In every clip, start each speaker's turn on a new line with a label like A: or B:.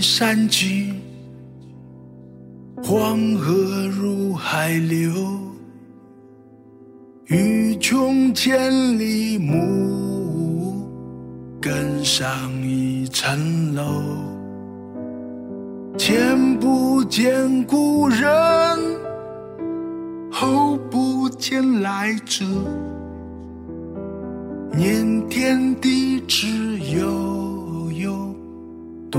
A: 山尽，黄河入海流。欲穷千里目，更上一层楼。前不见故人，后不见来者。念天地之悠悠，独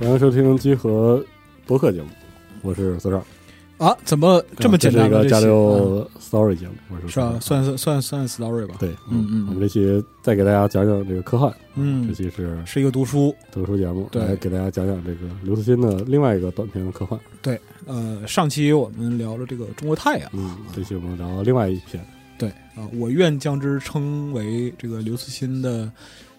B: 欢迎收听集合播客节目，我是四少。啊
C: 啊，怎么这么简
B: 这
C: 单
B: 是一个
C: 吗？这
B: 加
C: 期
B: 州 story 节目，我是
C: 嗯是吧？
B: 四少
C: 算算算算 story 吧。
B: 对，
C: 嗯嗯
B: 我们这期再给大家讲讲这个科幻，这
C: 嗯，
B: 期是
C: 是一个读书。
B: 特殊节目，
C: 对
B: 来给大家讲讲这个刘慈欣的另外一个短篇科幻。
C: 对，呃，上期我们聊了这个中国太阳。
B: 嗯，这期我们聊另外一篇，
C: 对啊，我愿将之称为这个刘慈欣的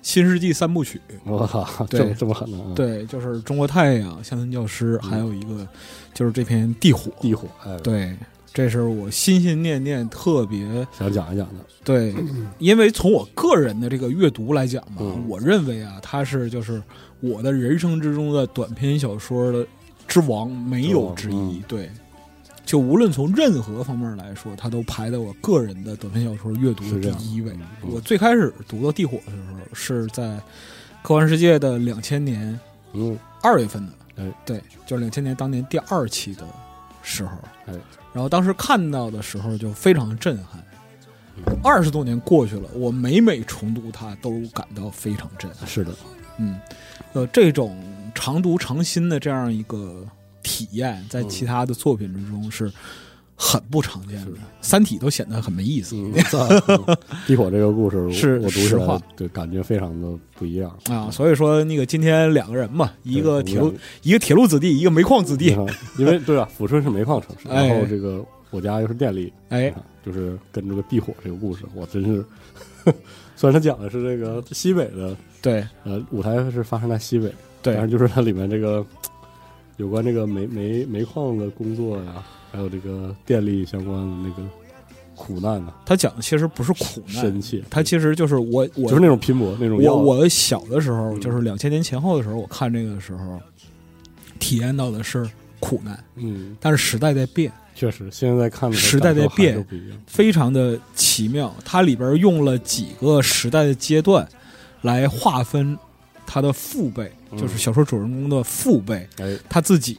C: 新世纪三部曲。
B: 我靠，
C: 对
B: 这么这么狠的啊！，
C: 对，就是中国太阳、乡村教师，还有一个就是这篇地火。
B: 嗯地火，哎，，
C: 对，这是我心心念念特别
B: 想讲一讲的，
C: 对，因为从我个人的这个阅读来讲吧，
B: 嗯
C: 我认为啊，它是就是我的人生之中的短篇小说的之王，没有之一。
B: 嗯
C: 对，就无论从任何方面来说，它都排在我个人的短篇小说阅读
B: 是这
C: 的
B: 样
C: 第一位。
B: 嗯
C: 我最开始读到《地火》的时候，是在科幻世界的两千年
B: 嗯，
C: 二月份的，
B: 哎
C: 对，就是两千年当年第二期的时候，
B: 哎
C: 然后当时看到的时候就非常震撼。二十多年过去了，我每每重读它都感到非常震撼。
B: 是的，
C: 嗯，呃，这种常读常新的这样一个体验，在其他的作品之中是很不常见的，三体》都显得很没意思。
B: 嗯，地火这个故事
C: 是
B: 我读起
C: 实话
B: 来，对，感觉非常的不一样
C: 啊，所以说那个今天两个人嘛，一个
B: 对
C: 铁
B: 我
C: 路
B: 们，
C: 一个铁路子弟，一个煤矿子弟
B: 你，看，因为对啊，抚顺是煤矿城市，
C: 哎
B: 然后这个我家又是电力，啊
C: 哎，
B: 就是跟这个地火这个故事，我真是， 虽然他讲的是这个西北的，
C: 对
B: 呃，舞台是发生在西北，
C: 对
B: 但是就是它里面这个有关这个煤煤煤矿的工作呀、还有这个电力相关的那个苦难啊，
C: 他讲的其实不是苦
B: 深
C: 难，
B: 切，
C: 他其实就是我我
B: 就是那种拼搏那种要
C: 我我小的时候，
B: 嗯
C: 就是两千年前后的时候，我看这个的时候，体验到的是苦难，
B: 嗯，
C: 但是时代在变，
B: 确实现在看的
C: 时代在变
B: 感受还是不一样，
C: 非常的奇妙。它里边用了几个时代的阶段来划分他的父辈，
B: 嗯
C: 就是小说主人公的父辈，
B: 哎，
C: 他自己，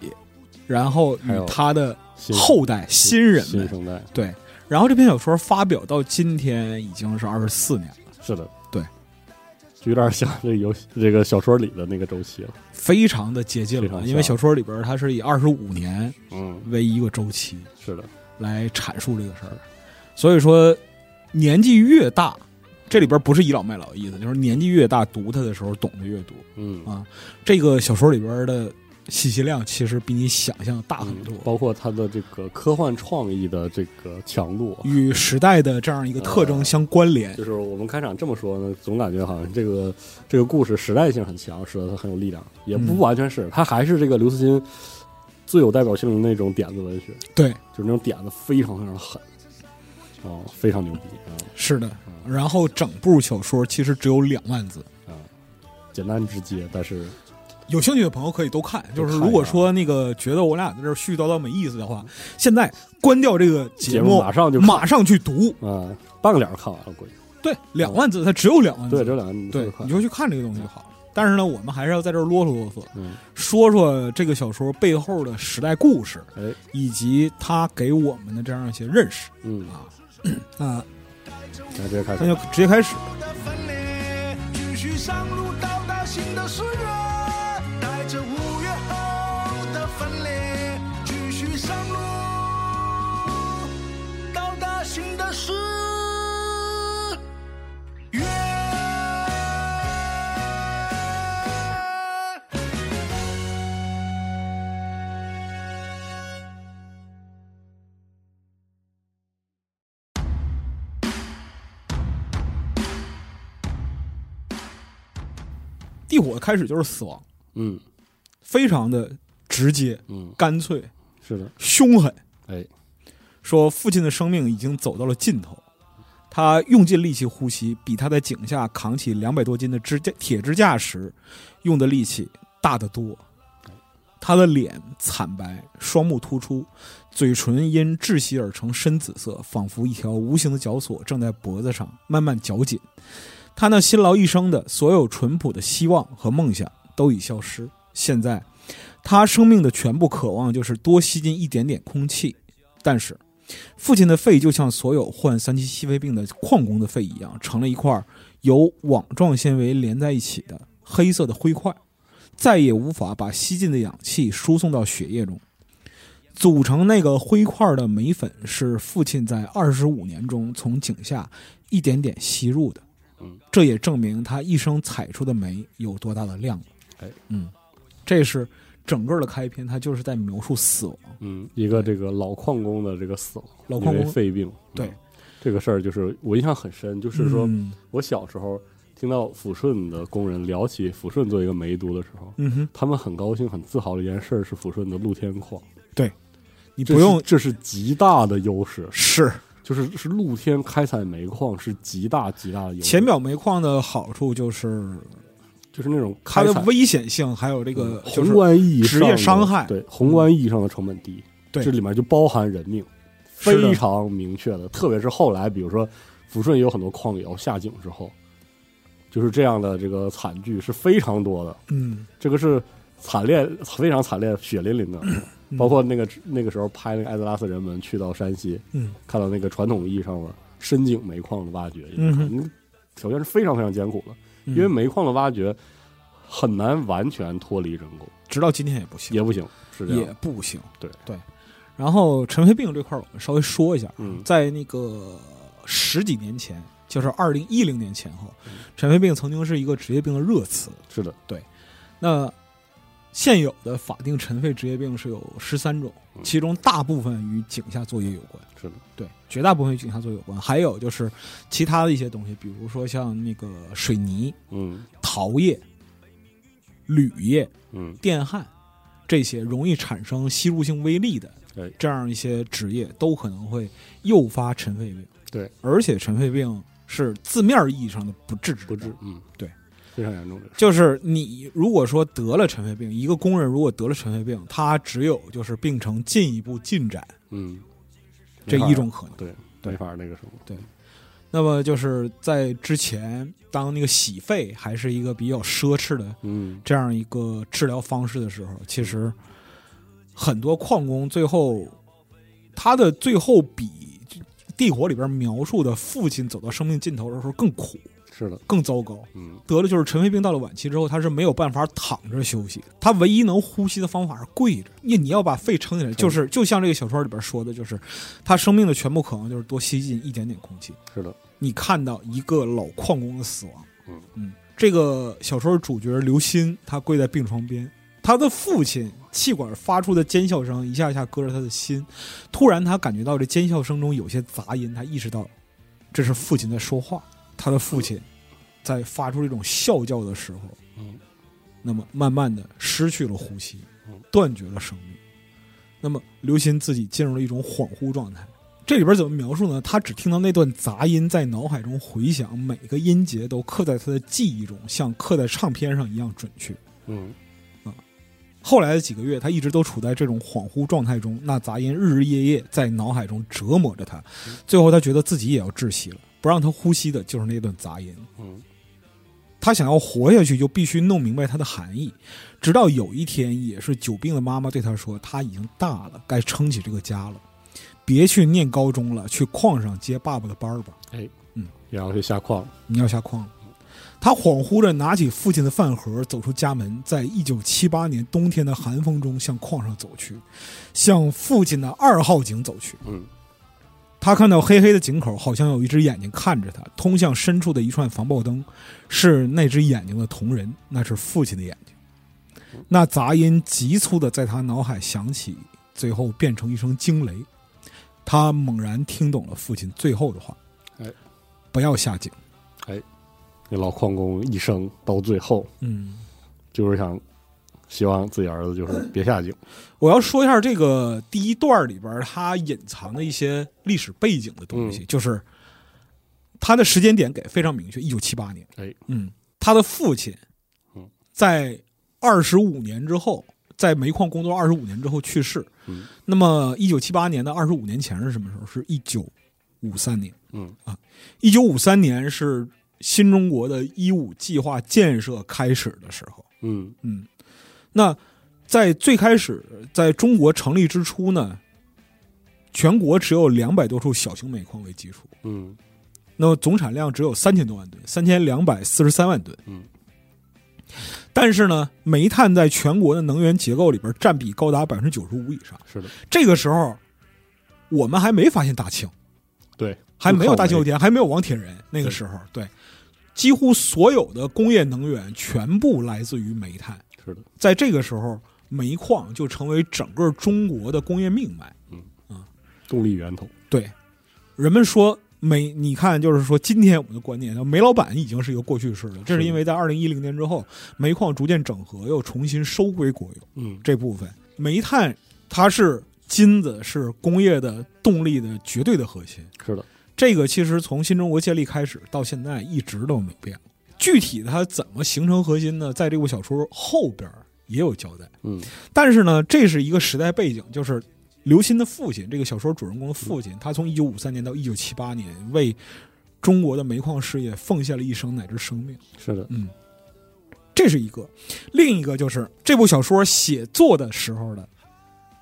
C: 然后
B: 还
C: 与
B: 有
C: 他的
B: 新
C: 后代新人
B: 新
C: 们
B: 生代
C: 对。然后这篇小说发表到今天已经是二十四年了，
B: 是的，
C: 对。
B: 就有点像这个游戏这个小说里的那个周期了，
C: 非常的接近
B: 非常
C: 了，
B: 像
C: 因为小说里边它是以二十五年
B: 嗯，
C: 为一个周期
B: 是的，
C: 来阐述这个事儿，所以说年纪越大，这里边不是倚老卖老的意思，就是年纪越大，读它的时候懂得越多。
B: 嗯
C: 啊这个小说里边的信息量其实比你想象大很
B: 嗯
C: 多，
B: 包括它的这个科幻创意的这个强度啊，
C: 与时代的这样一个特征相关联。
B: 就是我们开场这么说呢，总感觉好像这个这个故事时代性很强，使得它很有力量，也不
C: 嗯
B: 完全是，它还是这个刘慈欣最有代表性的那种点子文学，
C: 对，
B: 就是那种点子非常非常狠，哦，非常牛逼
C: 是的。然后整部小说其实只有两万字，
B: 啊啊，简单直接，但是
C: 有兴趣的朋友可以都看。
B: 都
C: 就
B: 看
C: 是
B: 一下
C: 如果说那个觉得我俩在这儿絮絮叨叨没意思的话，现在关掉这个节
B: 节目马上就看
C: 马上去读。
B: 啊，半个点儿看完了，估计
C: 对，两万字，它只有两万字。
B: 对，这两个
C: 嗯对，
B: 快
C: 你，就去看这个东西就好了。但是呢，我们还是要在这儿啰嗦啰嗦，
B: 嗯，
C: 说说这个小说背后的时代故事，
B: 哎，
C: 以及它给我们的这样一些认识
B: 嗯，
C: 啊。啊，
B: 来直接开
C: 那
B: 始，
C: 就直接开始。
A: 的分裂，继续上路到达新的岁月，带着五月后的分裂，继续上路到达新的世月。
C: 地火的开始就是死亡，
B: 嗯
C: 非常的直接、
B: 嗯，
C: 干脆、
B: 是的，
C: 凶狠。
B: 哎，
C: 说父亲的生命已经走到了尽头，他用尽力气呼吸，比他在井下扛起两百多斤的支架铁支架时用的力气大得多。他的脸惨白，双目突出，嘴唇因窒息而成深紫色，仿佛一条无形的绞索正在脖子上慢慢绞紧。他那辛劳一生的所有淳朴的希望和梦想都已消失。现在，他生命的全部渴望就是多吸进一点点空气，但是父亲的肺就像所有患三期心肺病的矿工的肺一样，成了一块由网状纤维连在一起的黑色的灰块，再也无法把吸进的氧气输送到血液中。组成那个灰块的煤粉是父亲在二十五年中从井下一点点吸入的
B: 嗯，
C: 这也证明他一生采出的煤有多大的量了。
B: 哎，
C: 嗯，这是整个的开篇，它就是在描述死亡。
B: 嗯，一个这个老矿工的这个死亡，
C: 老矿工
B: 因为肺病，
C: 对
B: 嗯这个事儿就是我印象很深，就是说
C: 嗯
B: 我小时候听到抚顺的工人聊起抚顺作为一个煤都的时候，
C: 嗯哼，
B: 他们很高兴、很自豪的一件事儿是抚顺的露天矿，
C: 你
B: 这
C: 不
B: 是
C: 用
B: 这是极大的优势，
C: 是
B: 就是是露天开采煤矿是极大极大的优势，
C: 浅表煤矿的好处就是
B: 就是那种
C: 它
B: 开
C: 的
B: 采嗯
C: 危险性，还有这个就是
B: 宏观意义
C: 职
B: 上
C: 业
B: 的
C: 伤害
B: 对宏观意义上的成本低，
C: 对
B: 这里面就包含人命，
C: 是的
B: 非常明确的。特别是后来，比如说抚顺也有很多矿友下井之后，就是这样的这个惨剧是非常多的，
C: 嗯，
B: 这个是惨烈非常惨烈、血淋淋的。
C: 嗯
B: 包括那个那个时候拍那个艾泽拉斯人们去到山西，
C: 嗯
B: 看到那个传统意义上的深井煤矿的挖掘，
C: 嗯哼
B: 那个条件是非常非常艰苦的。
C: 嗯
B: 因为煤矿的挖掘很难完全脱离人工，
C: 直到今天也不行，
B: 也不行，是这
C: 也
B: 样。
C: 不行，
B: 对
C: 对。然后尘肺病这块儿，我们稍微说一下，
B: 嗯
C: 在那个十几年前，就是二零一零年前后，
B: 嗯
C: 尘肺病曾经是一个职业病的热词。
B: 是的，
C: 那现有的法定尘肺职业病是有十三种，
B: 嗯
C: 其中大部分与井下作业有关。
B: 是的，
C: 对，绝大部分与警察作有关，还有就是其他的一些东西，比如说像那个水泥、
B: 嗯
C: 陶业、铝业、
B: 嗯，
C: 电焊这些容易产生吸入性微粒的
B: 哎
C: 这样一些职业，都可能会诱发尘肺病。
B: 对，
C: 而且尘肺病是字面意义上的不治之
B: 不
C: 症
B: 治，嗯，
C: 啊对，
B: 非常严重这个事。
C: 就是你如果说得了尘肺病，一个工人如果得了尘肺病，他只有就是病程进一步进展
B: 嗯，
C: 这
B: 没法
C: 一种可能。
B: 对，
C: 对
B: 没法那个什么，
C: 那么就是在之前，当那个洗肺还是一个比较奢侈的
B: 嗯
C: 这样一个治疗方式的时候，其实很多矿工最后他的最后比地火里边描述的父亲走到生命尽头的时候更苦、
B: 是的，
C: 更糟糕。
B: 嗯
C: 得了就是尘肺病，到了晚期之后，他是没有办法躺着休息的，他唯一能呼吸的方法是跪着。你你要把肺撑起来，就是就像这个小说里边说的，就是他生命的全部渴望就是多吸进一点点空气。
B: 是的，
C: 你看到一个老矿工的死亡。
B: 嗯
C: 这个小说主角刘鑫，他跪在病床边，他的父亲气管发出的尖笑声一下一下割着他的心。突然，他感觉到这尖笑声中有些杂音，他意识到这是父亲在说话。他的父亲在发出这种笑叫的时候，
B: 嗯
C: 那么慢慢的失去了呼吸
B: 嗯，
C: 断绝了生命。那么刘鑫自己进入了一种恍惚状态。这里边怎么描述呢？他只听到那段杂音在脑海中回响，每个音节都刻在他的记忆中，像刻在唱片上一样准确。
B: 嗯，
C: 后来的几个月，他一直都处在这种恍惚状态中，那杂音日日夜夜在脑海中折磨着他。最后，他觉得自己也要窒息了，不让他呼吸的就是那段杂音。
B: 嗯，
C: 他想要活下去，就必须弄明白它的含义。直到有一天，也是久病的妈妈对他说：“他已经大了，该撑起这个家了，别去念高中了，去矿上接爸爸的班儿吧。”
B: 然后就下矿，
C: 你要下矿了。他恍惚着拿起父亲的饭盒，走出家门，在一九七八年冬天的寒风中向矿上走去，向父亲的二号井走去。
B: 嗯
C: 他看到黑黑的井口，好像有一只眼睛看着他，通向深处的一串防爆灯，是那只眼睛的瞳仁，那是父亲的眼睛。那杂音急促的在他脑海响起，最后变成一声惊雷。他猛然听懂了父亲最后的话：“
B: 哎
C: 不要下井。”
B: 哎，那老矿工一生到最后
C: 嗯，
B: 就是想，希望自己儿子就是别下井。
C: 我要说一下这个第一段里边儿它隐藏的一些历史背景的东西，
B: 嗯
C: 就是他的时间点给非常明确，一九七八年。
B: 哎，
C: 嗯，他的父亲
B: 嗯
C: 在二十五年之后，在煤矿工作二十五年之后去世。
B: 嗯
C: 那么一九七八年的二十五年前是什么时候？是一九五三年。啊
B: 嗯
C: 一九五三年是新中国的“一五”计划建设开始的时候。
B: 嗯
C: 嗯，那在最开始在中国成立之初呢，全国只有两百多处小型煤矿为基础，
B: 嗯
C: 那么总产量只有三千多万吨，三千两百四十三万吨。
B: 嗯，
C: 但是呢，煤炭在全国的能源结构里边占比高达百分之九十五以上。
B: 是的，
C: 这个时候，我们还没发现大庆，
B: 对，
C: 还没有大庆油
B: 就靠
C: 田，还没有王铁人。那个时候，对，几乎所有的工业能源全部来自于煤炭。
B: 煤，是的，
C: 在这个时候，煤矿就成为整个中国的工业命脉。
B: 动力源头。
C: 对，人们说煤，你看，就是说今天我们的观念，煤老板已经是一个过去式了。这是因为在二零一零年之后，煤矿逐渐整合，又重新收归国有
B: 嗯，
C: 这部分。煤炭它是金子，是工业的动力的绝对的核心。
B: 是的，
C: 这个其实从新中国建立开始到现在一直都没变过。具体它怎么形成核心呢？在这部小说后边儿也有交代。
B: 嗯
C: 但是呢，这是一个时代背景，就是刘歆的父亲，这个小说主人公的父亲，他从一九五三年到一九七八年，为中国的煤矿事业奉献了一生乃至生命。
B: 是的，
C: 嗯，这是一个。另一个就是这部小说写作的时候的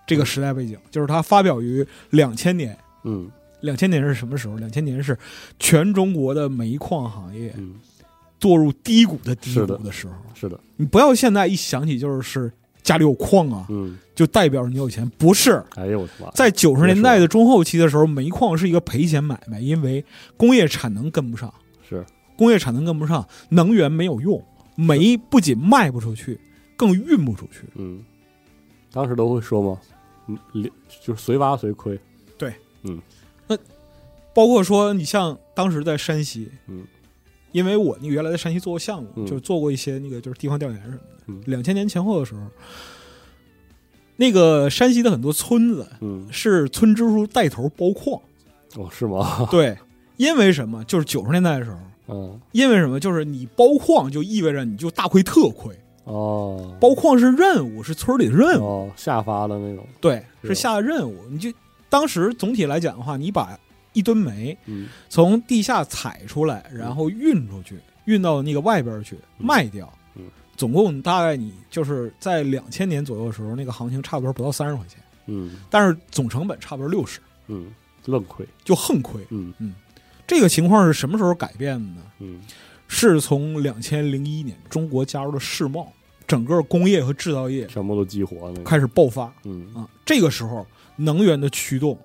C: 这个时代背景，就是它发表于两千年。
B: 嗯
C: 两千年是什么时候？两千年是全中国的煤矿行业
B: 嗯，
C: 堕入低谷的低
B: 是
C: 谷
B: 的
C: 的时候。
B: 是的，
C: 你不要现在一想起就是家里有矿啊，
B: 嗯，
C: 就代表着你有钱，不是。
B: 哎呦我的妈呀！
C: 在九十年代的中后期的时候，煤矿是一个赔钱买卖，因为工业产能跟不上，
B: 是
C: 工业产能跟不上，能源没有用，煤不仅卖不出去，更运不出去。
B: 嗯，当时都会说嘛，嗯，连就是随挖随亏。
C: 包括说，你像当时在山西，
B: 嗯，
C: 因为我那个原来在山西做过项目，
B: 嗯
C: 就是做过一些那个就是地方调研什么
B: 嗯
C: 的。两千年前后的时候，那个山西的很多村子
B: 嗯，
C: 是村支书带头包矿，
B: 哦，是吗？
C: 对，因为什么？就是九十年代的时候，
B: 嗯，
C: 因为什么？就是你包矿就意味着你就大亏特亏，
B: 哦，
C: 包矿是任务，是村里的任务，
B: 哦下发的那种。
C: 对，
B: 是
C: 是下的任务。你就当时总体来讲的话，你把一吨煤
B: 嗯
C: 从地下采出来，然后运出去，运到那个外边去
B: 嗯
C: 卖掉
B: 嗯，
C: 总共大概你就是在两千年左右的时候，那个行情差不多不到三十块钱，
B: 嗯
C: 但是总成本差不多六十，
B: 嗯，愣亏。
C: 就横亏。
B: 嗯
C: 这个情况是什么时候改变的呢？
B: 嗯
C: 是从两千零一年中国加入了世贸，整个工业和制造业
B: 全部都激活那个。
C: 开始爆发
B: 嗯
C: 啊。这个时候，能源的驱动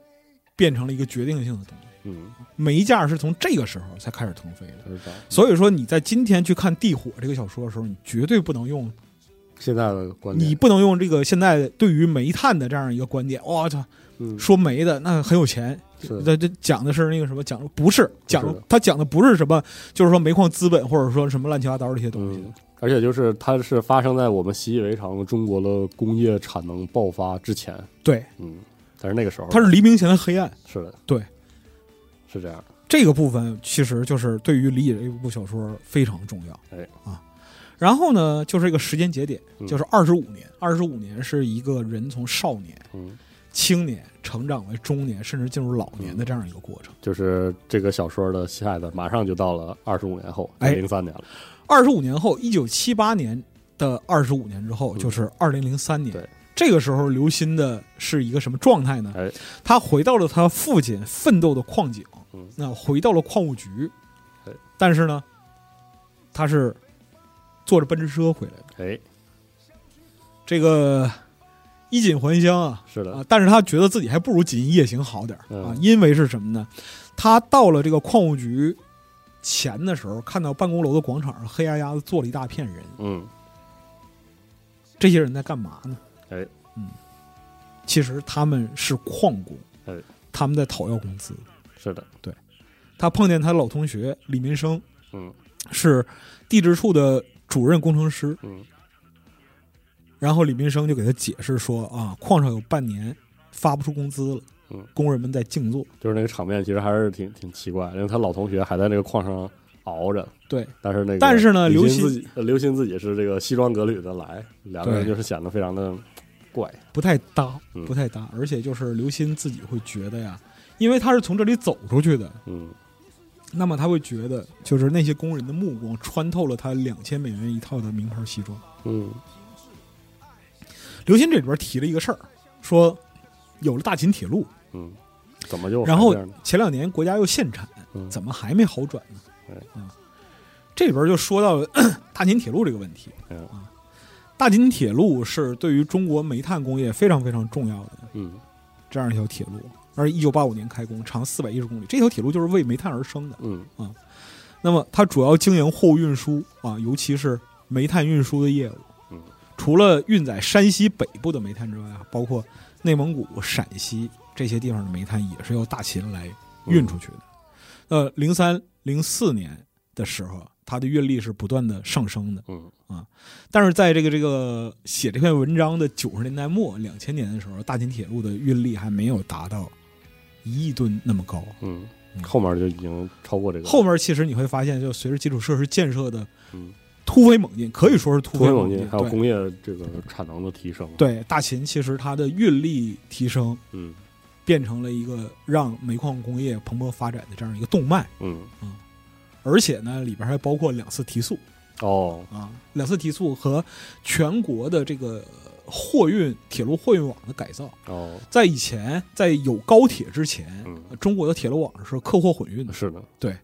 C: 变成了一个决定性的东西。
B: 嗯，
C: 煤价是从这个时候才开始腾飞的。
B: 知道。
C: 所以说，你在今天去看《地火》这个小说的时候，你绝对不能用，
B: 现在的观点，
C: 你不能用这个现在对于煤炭的这样一个观点。我、操，
B: 嗯
C: 说煤的那很有钱，
B: 是
C: 这这讲的是那个什么？讲的不是讲
B: 不是的
C: 他讲的不是什么，就是说煤矿资本或者说什么乱七八糟这些东西。
B: 嗯，而且就是它是发生在我们习以为常的中国的工业产能爆发之前，
C: 对，
B: 嗯，但是那个时候
C: 它是黎明前的黑暗。
B: 是的，
C: 对，
B: 是这样的，
C: 这个部分其实就是对于理解这部小说非常重要。
B: 哎
C: 啊，然后呢，就是这个时间节点，
B: 嗯
C: 就是二十五年。二十五年是一个人从少年、
B: 嗯，
C: 青年成长为中年，甚至进入老年的这样一个过程。
B: 就是这个小说的下一代马上就到了二十五年后，
C: 哎
B: 零三年了，
C: 二十五年后，一九七八年的二十五年之后，
B: 嗯
C: 就是二零零三年。
B: 对
C: 这个时候，刘歆的是一个什么状态呢？
B: 哎，
C: 他回到了他父亲奋斗的矿井
B: 嗯，
C: 那回到了矿务局
B: 哎，
C: 但是呢，他是坐着奔驰车回来的。
B: 哎，
C: 这个衣锦还乡啊
B: 是的，
C: 啊！但是他觉得自己还不如锦衣夜行好点儿啊，
B: 嗯
C: 因为是什么呢？他到了这个矿务局前的时候，看到办公楼的广场上黑压压的坐了一大片人，
B: 嗯，
C: 这些人在干嘛呢？
B: 哎，
C: 嗯，其实他们是矿工，
B: 哎
C: 他们在讨要工资。
B: 是的，
C: 他碰见他老同学李民生，
B: 嗯，
C: 是地质处的主任工程师。
B: 嗯
C: 然后李斌生就给他解释说啊，矿上有半年发不出工资了
B: 嗯，
C: 工人们在静坐。
B: 就是那个场面其实还是挺挺奇怪，因为他老同学还在那个矿上熬着，
C: 对，
B: 但是那个
C: 但是呢
B: 刘
C: 刘
B: 欣
C: 鑫
B: 自己呃刘鑫自己是这个西装革履的来，两个人
C: 对
B: 就是显得非常的怪，
C: 不太搭
B: 嗯，
C: 不太搭。而且就是刘鑫自己会觉得呀，因为他是从这里走出去的，
B: 嗯
C: 那么他会觉得就是那些工人的目光穿透了他两千美元一套的名牌西装。
B: 嗯
C: 刘鑫这里边提了一个事儿，说有了大秦铁路，
B: 嗯，怎么就
C: 然后
B: 还这样呢
C: 前两年国家又限产，
B: 嗯
C: 怎么还没好转呢
B: 哎？
C: 啊，这里边就说到了 大秦铁路这个问题
B: 哎呦
C: 啊。大秦铁路是对于中国煤炭工业非常非常重要的
B: 嗯
C: 这样一条铁路，而一九八五年开工，长四百一十公里。这条铁路就是为煤炭而生的。
B: 嗯
C: 那么它主要经营货物运输啊，尤其是煤炭运输的业务
B: 嗯。
C: 除了运载山西北部的煤炭之外啊，包括内蒙古、陕西这些地方的煤炭也是由大秦来运出去的。呃，零三零四年的时候，它的运力是不断的上升的。
B: 嗯
C: 但是在这个这个写这篇文章的九十年代末、两千年的时候，大秦铁路的运力还没有达到一亿吨那么高。
B: 嗯
C: 嗯，
B: 后面就已经超过这个
C: 后面其实你会发现，就随着基础设施建设的
B: 嗯
C: 突飞猛进，可以说是突
B: 突飞猛
C: 猛
B: 进，还有
C: 对
B: 工业这个产能的提升，，
C: 对大秦其实它的运力提升，
B: 嗯
C: 变成了一个让煤矿工业蓬勃发展的这样一个动脉。
B: 嗯
C: 而且呢，里边还包括两次提速
B: 哦
C: 啊，两次提速和全国的这个货运铁路货运网的改造。
B: 哦
C: 在以前，在有高铁之前，
B: 嗯
C: 中国的铁路网是客货混运的。
B: 是的，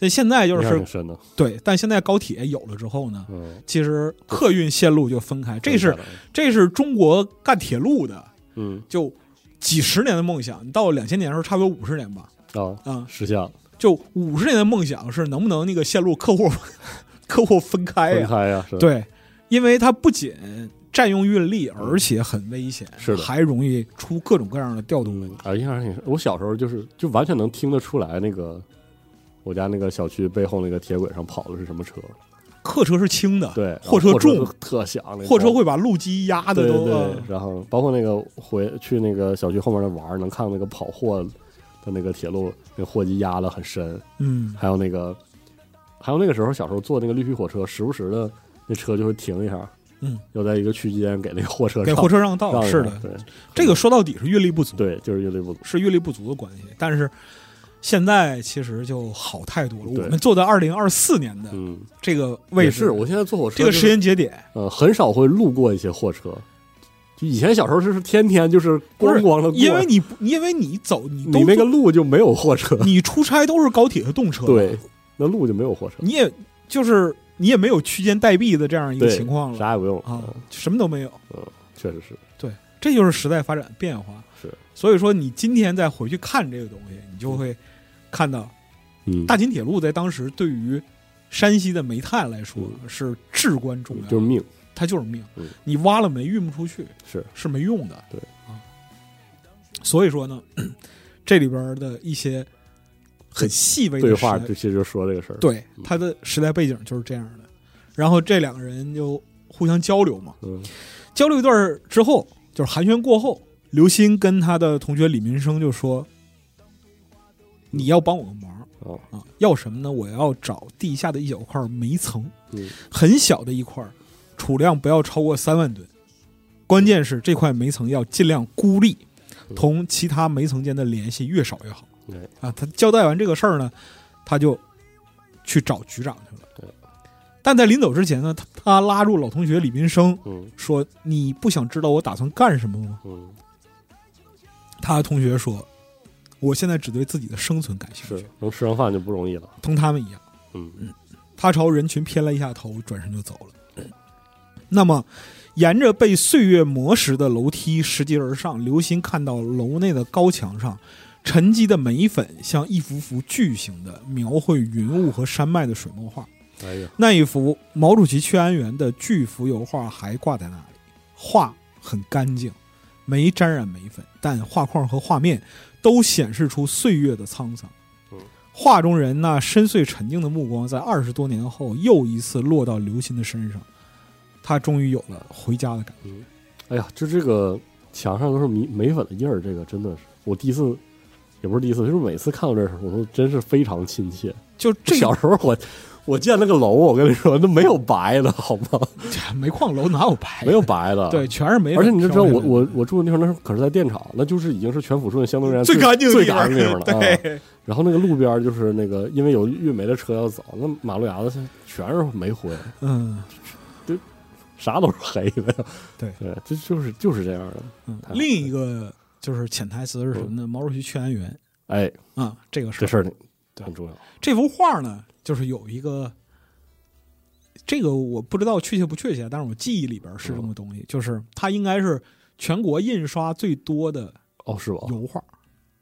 C: 但现在就
B: 印象挺
C: 是
B: 深的，
C: 对，但现在高铁有了之后呢，
B: 嗯，
C: 其实客运线路就分开。这
B: 真
C: 是
B: 的
C: 这是中国干铁路的
B: 嗯
C: 就几十年的梦想，你到两千年的时候差不多五十年吧，
B: 哦
C: 啊、
B: 实现了，
C: 就五十年的梦想是能不能那个线路客户 客户分开
B: 分
C: 哎呀、
B: 开呀，是的，
C: 对，因为它不仅占用运力，而且很危险，
B: 是的
C: 还容易出各种各样的调动问题。
B: 啊，印象还挺深。我小时候就是就完全能听得出来，那个我家那个小区背后那个铁轨上跑的是什么车，
C: 客车是轻的，
B: 对，
C: 货车重，
B: 特特响，那个
C: 货车会把路基压的
B: 对
C: 都
B: 对
C: 呃
B: 对，然后包括那个回去那个小区后面那玩儿，能看到那个跑货的那个铁路，那个货机压了很深，
C: 嗯，
B: 还有那个还有那个时候小时候坐那个绿皮火车，时不时的那车就会停一下，
C: 嗯，
B: 又在一个区间给那个货车
C: 给
B: 让
C: 货车让道
B: 嗯让一
C: 是
B: 下
C: 的，
B: 对
C: 这个说到底是运力不足，
B: 对，就是运力不足，
C: 是阅历不足的关系。但是现在其实就好太多了。
B: 对
C: 我们坐在二零二四年的
B: 嗯，
C: 这个
B: 也
C: 位置，
B: 是，我现在坐火车
C: 这个
B: 就是
C: 时间节点，
B: 呃，很少会路过一些货车。就以前小时候就是天天就是
C: 不
B: 咣
C: 是
B: 咣的过，
C: 因为你不因为你走你都
B: 你那个路就没有货车，
C: 你出差都是高铁和动车，
B: 对，，那路就没有货车，
C: 你也就是你也没有区间代币的这样一个
B: 对
C: 情况了
B: 啥也不用
C: 啊
B: 嗯，
C: 什么都没有。
B: 确实是，
C: 对，这就是时代发展的变化。
B: 是，
C: 所以说你今天再回去看这个东西，你就会看到
B: 嗯，
C: 大秦铁路在当时对于山西的煤炭来说是至关重要的，
B: 嗯就是命，
C: 它就是命
B: 嗯。
C: 你挖了煤运不出去
B: 是
C: 是没用的。
B: 对
C: 啊，所以说呢， 这里边的一些很细微的
B: 对话
C: 时代
B: 就其实就说这个事儿，，
C: 对
B: 嗯
C: 它的时代背景就是这样的。然后这两个人就互相交流嘛，
B: 嗯
C: 交流一段儿之后，就是寒暄过后，刘鑫跟他的同学李民生就说：“你要帮我个忙。”
B: 哦，
C: 啊，要什么呢？我要找地下的一小块煤层，
B: 嗯
C: 很小的一块，储量不要超过三万吨。关键是这块煤层要尽量孤立，
B: 嗯
C: 同其他煤层间的联系越少越好。
B: 对
C: 啊，他交代完这个事儿呢，他就去找局长去了。
B: 对，
C: 但在临走之前呢，他他拉住老同学李民生
B: 嗯
C: 说：“你不想知道我打算干什么吗
B: 嗯，？”
C: 他的同学说：“我现在只对自己的生存感兴
B: 是
C: 趣，
B: 能吃上饭就不容易了，
C: 同他们一样。”
B: 嗯
C: 他朝人群偏了一下头，转身就走了。那么，沿着被岁月磨蚀的楼梯拾级而上，刘鑫看到楼内的高墙上沉积的煤粉，像一幅幅巨型的描绘云雾和山脉的水墨画。
B: 哎呀，
C: 那一幅毛主席去安园的巨幅油画还挂在那里，画很干净，没沾染眉粉，但画框和画面都显示出岁月的沧桑
B: 嗯。
C: 画中人那深邃沉静的目光，在二十多年后又一次落到刘鑫的身上，他终于有了回家的感觉。
B: 哎呀，就这个墙上都是米眉粉的印儿，这个真的是我第一次，也不是第一次，就是每次看到这事儿，我都真是非常亲切。
C: 就这
B: 小时候我我建那个楼，我跟你说，那没有白的好吗？
C: 煤矿楼哪有白？
B: 没有，白的，
C: 对，。全是煤粉。
B: 而且你知不知道
C: 全是
B: 我
C: 煤粉
B: 我我住的地方，那时候可是在电厂，那就是已经是全抚顺相对而言
C: 最干净的
B: 最
C: 地方
B: 干净的地方了。啊
C: 对，
B: 然后那个路边儿就是那个，因为有运煤的车要走，那马路牙子全是煤灰，
C: 嗯
B: 啥都是黑的。
C: 对
B: 对，这就是就是这样的。
C: 嗯。
B: 太好
C: 另一个就是潜台词是什么呢？毛主席去安源
B: 哎，
C: 啊、这个事
B: 这
C: 儿。
B: 事儿很重要。
C: 这幅画呢，就是有一个，这个我不知道确切不确切，但是我记忆里边是这么个东西，就是它应该是全国印刷最多的
B: 哦，是吗？
C: 油画。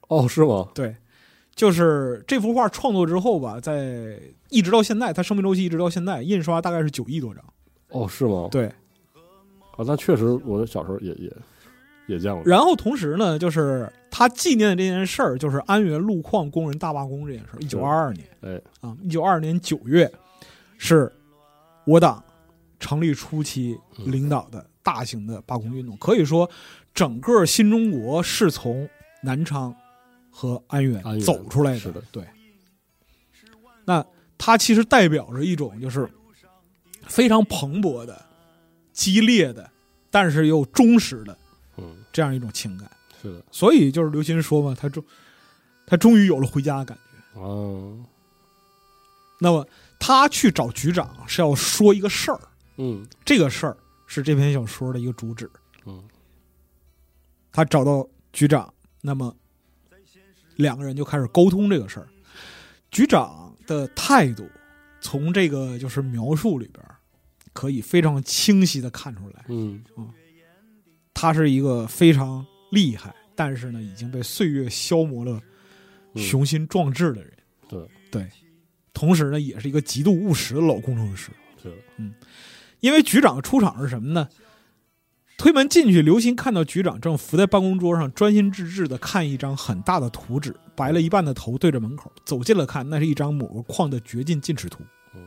B: 哦，是吗？
C: 对，就是这幅画创作之后吧，在一直到现在，它生命周期一直到现在，印刷大概是九亿多张。
B: 哦，是吗？
C: 对，
B: 啊，那确实，我小时候也也也见过。
C: 然后同时呢，就是他纪念的这件事儿，就是安源路矿工人大罢工这件事儿，一九二二年，
B: 哎，
C: 啊，一九二二年九月是我党成立初期
B: 嗯
C: 领导的大型的罢工运动，可以说整个新中国是从南昌和安源
B: 安源
C: 走出来
B: 是的
C: 对，那它其实代表着一种就是非常蓬勃的、激烈的，但是又忠实的
B: 嗯，
C: 这样一种情感。
B: 是的，
C: 所以就是刘鑫说嘛，他终他终于有了回家的感觉。
B: 啊，
C: 那么他去找局长是要说一个事儿，
B: 嗯
C: 这个事儿是这篇小说的一个主旨。
B: 嗯，
C: 他找到局长，那么两个人就开始沟通这个事儿。局长的态度从这个就是描述里边儿可以非常清晰的看出来，
B: 嗯，
C: 他是一个非常厉害，但是呢已经被岁月消磨了
B: 嗯
C: 雄心壮志的人。
B: 对
C: 对，同时呢也是一个极度务实的老工程师。
B: 是的，
C: 因为局长出场是什么呢？推门进去，刘鑫看到局长正伏在办公桌上，专心致志地看一张很大的图纸，白了一半的头对着门口。走近了看，那是一张某个矿的掘进进尺图
B: 嗯。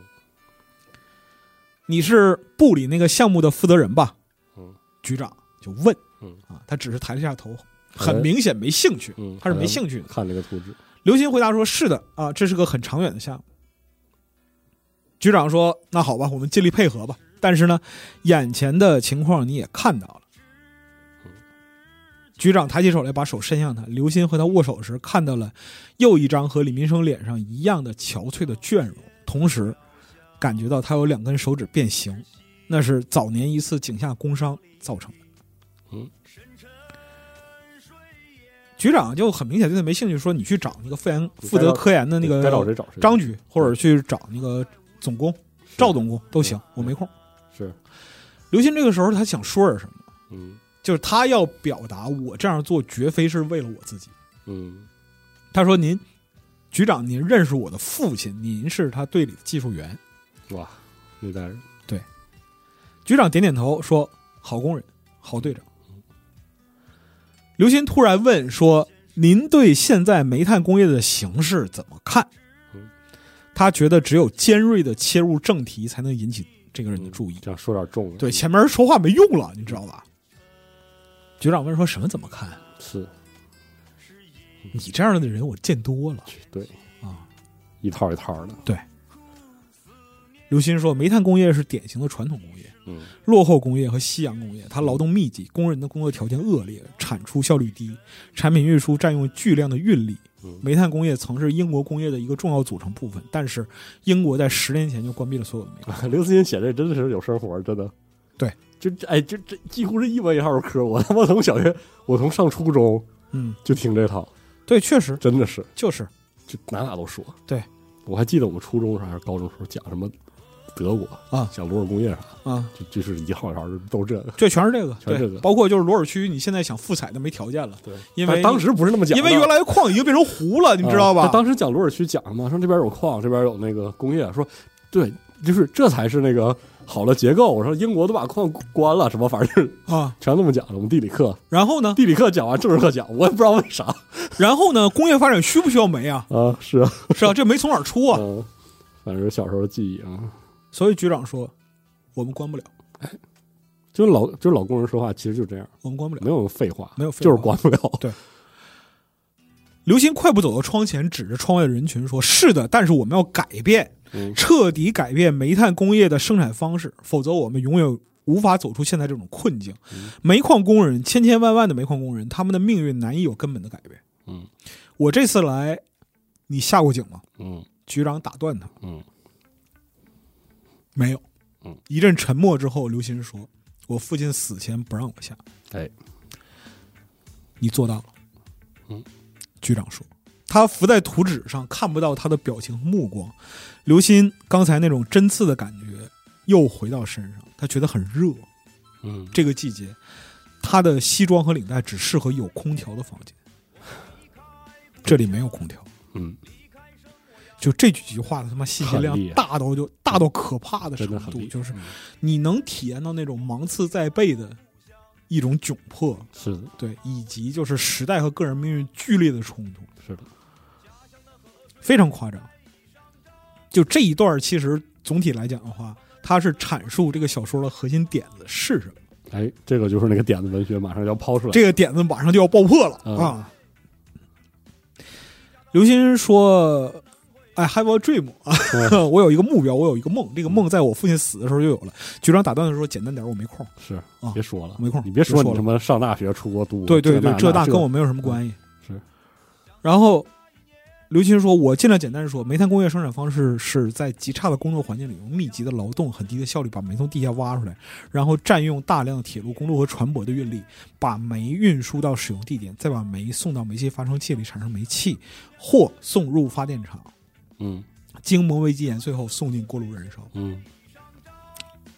C: 你是部里那个项目的负责人吧？
B: 嗯，
C: 局长就问
B: 嗯。哎
C: 啊，他只是抬了下头，很明显没兴趣
B: 嗯，
C: 他是没兴趣的。
B: 看这个图纸，
C: 刘鑫回答说：“是的，啊，这是个很长远的项目。”局长说：“那好吧，我们尽力配合吧。但是呢，眼前的情况你也看到了。”局长抬起手来，把手伸向他。刘鑫和他握手时，看到了又一张和李民生脸上一样的憔悴的倦容，同时感觉到他有两根手指变形，那是早年一次颈下工伤造成的。
B: 嗯，
C: 局长就很明显对他没兴趣，说你去找那个负研
B: 你该
C: 负责
B: 找
C: 科研的那个
B: 该找谁找谁。
C: 张局，或者去找那个总工
B: 是
C: 赵总工都行，我没空。
B: 是，
C: 刘鑫这个时候他想说点什么，
B: 嗯
C: 就是他要表达我这样做绝非是为了我自己。
B: 嗯
C: 他说：“您，局长，您认识我的父亲，您是他队里的技术员。
B: 哇，那代人，”
C: 局长点点头说：“好工人，好队长。”刘鑫突然问说：“您对现在煤炭工业的形势怎么看
B: 嗯？”
C: 他觉得只有尖锐的切入正题，才能引起这个人的注意。
B: 这样嗯说点重了。
C: 对，前面人说话没用了，你知道吧？局长问说什么怎么看？啊
B: 是，
C: 你这样的人我见多了。
B: 对
C: 啊，
B: 一套一套的，
C: 刘鑫说，煤炭工业是典型的传统工业、
B: 嗯
C: 落后工业和夕阳工业，它劳动密集，工人的工作条件恶劣，产出效率低，产品运输占用巨量的运力。
B: 嗯
C: 煤炭工业曾是英国工业的一个重要组成部分，但是英国在十年前就关闭了所有的煤矿。
B: 刘慈欣写这真的是有生活，真的。
C: 对，
B: 就这哎，就这几乎是一模一样的嗑。我他妈从小学，我从上初中
C: 嗯，
B: 就听这套，
C: 对，确实
B: 真的是，
C: 就是
B: 就哪哪都说。
C: 对，
B: 我还记得我们初中时候还是高中时候讲什么德国
C: 啊
B: 讲鲁尔工业啥，
C: 啊，
B: 就就是一号一号的都这个。
C: 这全是这个，
B: 全是
C: 对
B: 这个
C: 包括就是罗尔区，你现在想复采都没条件了，
B: 对，
C: 因为
B: 当时不是那么讲的，
C: 因为原来矿已经变成湖了，你知道吧？
B: 啊他当时讲鲁尔区讲嘛，说这边有矿，这边有那个工业，说对，就是这才是那个好了结构。我说英国都把矿关了，什么反正
C: 啊。
B: 全这么讲的。我们地理课，
C: 然后呢？
B: 地理课讲完，政治课讲，我也不知道为啥
C: 然后呢？工业发展需不需要煤啊？
B: 啊，是啊，
C: 是啊，这煤从哪儿出啊？
B: 嗯，反正小时候的记忆啊，
C: 所以局长说，我们关不了，
B: 就老就老工人说话，其实就这样，
C: 我们关不了。
B: 没有废话，
C: 没有废话
B: 就是管 不了。
C: 刘鑫快步走到窗前，指着窗外的人群说：“是的，但是我们要改变，
B: 嗯
C: 彻底改变煤炭工业的生产方式，否则我们永远无法走出现在这种困境。
B: 嗯
C: 煤矿工人，千千万万的煤矿工人，他们的命运难以有根本的改变。”
B: 嗯，
C: 我这次来，你下过井吗？
B: 嗯
C: 局长打断他
B: 嗯，
C: 没有
B: 嗯。
C: 一阵沉默之后，刘鑫说：“我父亲死前不让我下，
B: 哎，
C: 你做到了。”
B: 嗯，
C: 局长说。他伏在图纸上，看不到他的表情和目光。刘鑫刚才那种针刺的感觉又回到身上，他觉得很热。
B: 嗯，
C: 这个季节，他的西装和领带只适合有空调的房间，这里没有空调。
B: 嗯，
C: 就这几句话的他妈信息量
B: 很厉害
C: 大到就大到可怕的程
B: 真的很
C: 度，
B: 厉害嗯
C: 就是你能体验到那种芒刺在背的一种窘迫，
B: 是的，
C: 对，以及就是时代和个人命运剧烈的冲突，
B: 是的，
C: 非常夸张。就这一段，其实总体来讲的话，它是阐述这个小说的核心点子是什么。
B: 哎，这个就是那个点子文学马上要抛出来，
C: 这个点子马上就要爆破了、
B: 嗯
C: 啊！刘鑫说：“I have a dream 啊，
B: 嗯
C: 我有一个目标，我有一个梦。这个梦在我父亲死的时候就有了。”局长打断他说：“简单点，我没空。
B: 是
C: 啊
B: 别说了，
C: 没空
B: 你别
C: 别
B: 说
C: 说
B: 你
C: 了
B: 什么上大学、出国读”，
C: 对对对
B: 那，
C: 这
B: 那嗯
C: 大跟我没有什么关系。
B: 是。
C: 然后刘鑫说：“我尽量简单说，煤炭工业生产方式是在极差的工作环境里，用密集的劳动、很低的效率把煤从地下挖出来，然后占用大量的铁路、公路和船舶的运力，把煤运输到使用地点，再把煤送到煤气发生器里产生煤气，或送入发电厂，
B: 嗯
C: 经磨为己研碎后送进锅炉燃烧。
B: 嗯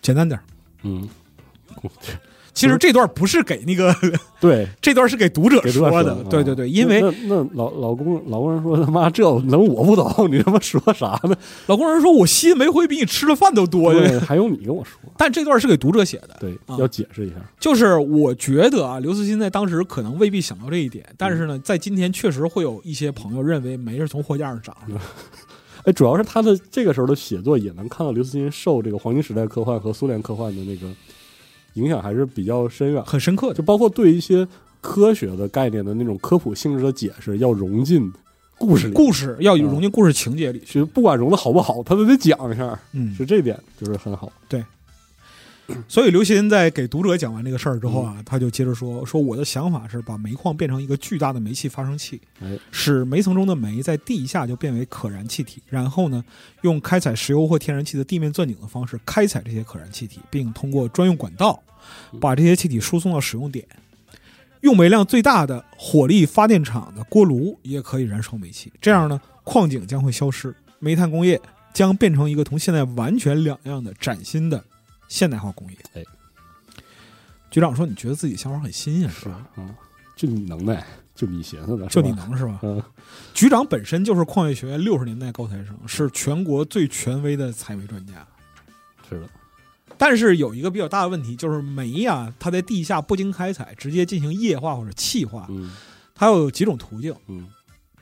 C: 简单点儿。
B: 嗯，
C: 其实这段不是给那个，
B: 对，
C: 这段是给读者
B: 给多
C: 说
B: 少
C: 的。
B: 说啊哦
C: 对对对，因为
B: 那那那老老公老工人说他妈这能我不懂，你他妈说啥呢？
C: 老工人说：“我吸煤灰比你吃的饭都多。”
B: 对，还用你跟我说？
C: 但这段是给读者写的。
B: 对
C: 啊，
B: 要解释一下，
C: 就是我觉得啊，刘慈欣在当时可能未必想到这一点，
B: 嗯
C: 但是呢，在今天确实会有一些朋友认为煤是从货架上长
B: 嗯
C: 的。
B: 哎，主要是他的这个时候的写作也能看到刘慈欣受这个黄金时代科幻和苏联科幻的那个影响还是比较深远，
C: 很深刻
B: 就
C: 的。
B: 包括对一些科学的概念的那种科普性质的解释要融进故事里。
C: 故事要融进故事情节里去。
B: 其实不管融的好不好，他都得讲一下，
C: 嗯，
B: 是这点就是很好。
C: 所以刘慈欣在给读者讲完这个事儿之后
B: 嗯
C: 啊，他就接着说：“说我的想法是把煤矿变成一个巨大的煤气发生器，
B: 哎，
C: 使煤层中的煤在地下就变为可燃气体，然后呢，用开采石油或天然气的地面钻井的方式开采这些可燃气体，并通过专用管道把这些气体输送到使用点。用煤量最大的火力发电厂的锅炉也可以燃烧煤气，这样呢，矿井将会消失，煤炭工业将变成一个同现在完全两样的崭新的现代化工业。
B: 哎，
C: 局长说：“你觉得自己想法很新啊鲜是吧？
B: 嗯，就你能耐，就你寻思的，
C: 就你
B: 是吧
C: 能是吧？”
B: 嗯
C: 局长本身就是矿业学院六十年代高材生，是全国最权威的采煤专家。
B: 是的，
C: 但是有一个比较大的问题，就是煤呀、它在地下不经开采，直接进行液化或者气化，
B: 嗯
C: 它有几种途径。
B: 嗯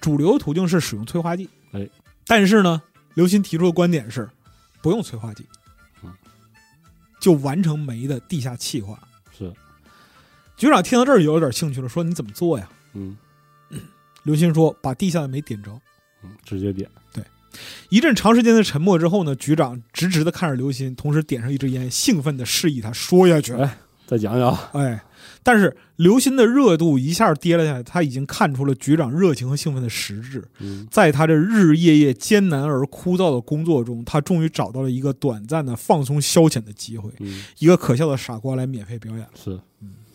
C: 主流途径是使用催化剂，
B: 哎，
C: 但是呢，刘鑫提出的观点是不用催化剂
B: 嗯，
C: 就完成煤的地下气化。
B: 是，
C: 局长听到这儿有点兴趣了，说你怎么做呀？
B: 嗯
C: 刘鑫说把地下的煤点着。
B: 嗯，直接点，
C: 一阵长时间的沉默之后呢，局长直直的看着刘鑫，同时点上一支烟，兴奋的示意他说下去。
B: 哎再讲讲啊，
C: 哎，但是刘鑫的热度一下跌了下来，他已经看出了局长热情和兴奋的实质。
B: 嗯
C: 在他这日日夜夜艰难而枯燥的工作中，他终于找到了一个短暂的放松消遣的机会，
B: 嗯
C: 一个可笑的傻瓜来免费表演了。
B: 是，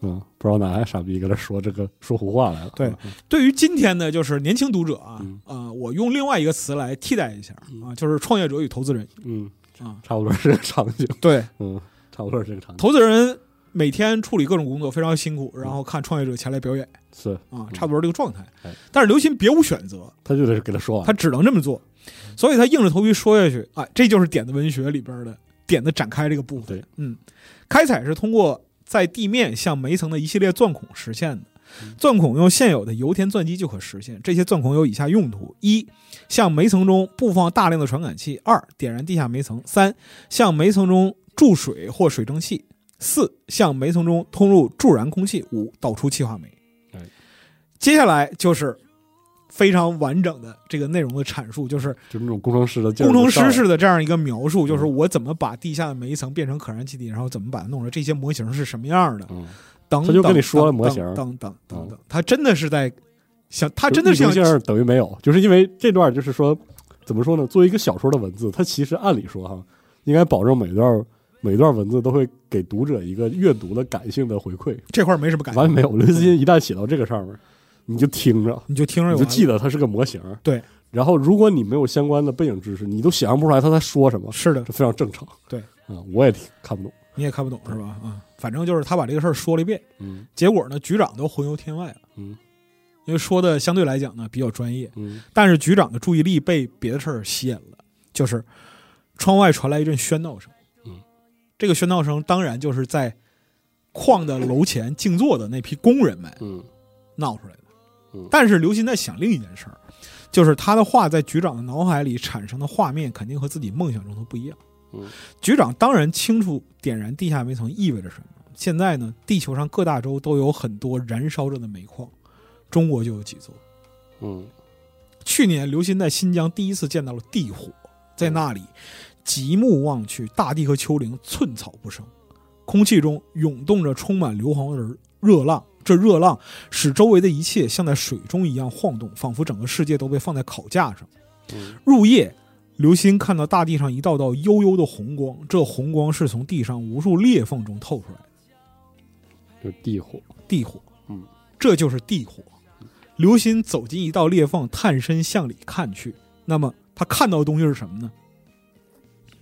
B: 嗯，不知道哪来傻逼搁这说这个说胡话来了，
C: 对
B: 嗯，
C: 对于今天呢，就是年轻读者啊
B: 嗯，
C: 呃，我用另外一个词来替代一下啊，就是创业者与投资人
B: 嗯，
C: 啊。
B: 差不多是这个场景，
C: 对，
B: 嗯，差不多是这个场景，
C: 投资人每天处理各种工作非常辛苦，然后看创业者前来表演
B: 是，
C: 啊，差不多这个状态
B: 哎。
C: 但是刘鑫别无选择，
B: 他就得给他说完，
C: 啊他只能这么做，所以他硬着头皮说下去。哎，这就是点子文学里边的点的展开这个部分。
B: 对，
C: 嗯，开采是通过在地面向煤层的一系列钻孔实现的。
B: 嗯
C: 钻孔用现有的油田钻机就可实现。这些钻孔有以下用途：一、向煤层中布放大量的传感器；二、点燃地下煤层；三、向煤层中注水或水蒸气；四、向煤层中通入助燃空气；五、导出气化煤
B: 哎。
C: 接下来就是非常完整的这个内容的阐述，就是
B: 就那种工程师的劲儿
C: 工
B: 就
C: 程师
B: 上
C: 式的这样一个描述，就是
B: 嗯
C: 我怎么把地下的每一层变成可燃气体，然后怎么把它弄成这些模型是什么样的，
B: 嗯，
C: 等
B: 他就跟
C: 等
B: 你说了
C: 等
B: 模型儿
C: 等等等
B: 嗯
C: 等，他真的是在想，他真的是
B: 就一
C: 想
B: 种劲儿等于没有，就是因为这段就是说，怎么说呢？作为一个小说的文字，它其实按理说哈，应该保证每段每段文字都会给读者一个阅读的感性的回馈。
C: 这块儿没什么感 觉，
B: 完全没 有，刘慈欣一旦写到这个上面，你就听着，
C: 你就听着
B: 你
C: 完
B: 就
C: 了
B: 记得它是个模型。
C: 对，
B: 然后如果你没有相关的背景知识，你都想象不出来他在说什么，
C: 是的
B: 这，非常正常。
C: 对
B: 啊、我也听看不懂。
C: 你也看不懂是吧？啊、反正就是他把这个事儿说了一遍，
B: 嗯
C: 结果呢，局长都魂游天外了，
B: 嗯
C: 因为说的相对来讲呢比较专业，
B: 嗯
C: 但是局长的注意力被别的事儿吸引了，就是窗外传来一阵喧闹声。
B: 嗯，
C: 这个喧闹声当然就是在矿的楼前静坐的那批工人们
B: 嗯
C: 闹出来的。
B: 嗯
C: 但是刘鑫在想另一件事儿，就是他的话在局长的脑海里产生的画面肯定和自己梦想中的不一样。
B: 嗯，
C: 局长当然清楚点燃地下煤层意味着什么。现在呢，地球上各大洲都有很多燃烧着的煤矿，中国就有几座。
B: 嗯
C: 去年刘鑫在新疆第一次见到了地火，在那里极目望去，大地和丘陵寸草不生，空气中涌动着充满硫磺的热浪。这热浪使周围的一切像在水中一样晃动，仿佛整个世界都被放在烤架上。
B: 嗯
C: 入夜，刘鑫看到大地上一道道幽幽的红光，这红光是从地上无数裂缝中透出来的。
B: 就是地火。
C: 地火，
B: 嗯，
C: 这就是地火。刘鑫走进一道裂缝，探身向里看去，那么他看到的东西是什么呢？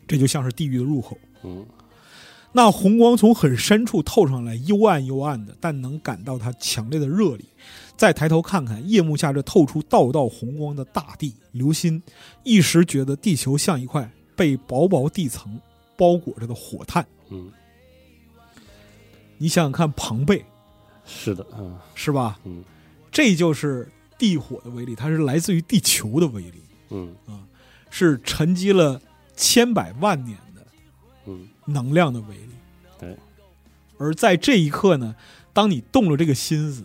C: 这就像是地狱的入口。
B: 嗯
C: 那红光从很深处透上来，幽暗幽暗的，但能感到它强烈的热力。再抬头看看，夜幕下这透出道道红光的大地，刘鑫一时觉得地球像一块被薄薄地层包裹着的火炭。
B: 嗯，
C: 你想想看，庞贝
B: 是的啊，
C: 是吧？
B: 嗯
C: 这就是地火的威力，它是来自于地球的威力，啊
B: 嗯
C: 是沉积了千百万年的
B: 嗯
C: 能量的威力。
B: 对，
C: 而在这一刻呢，当你动了这个心思，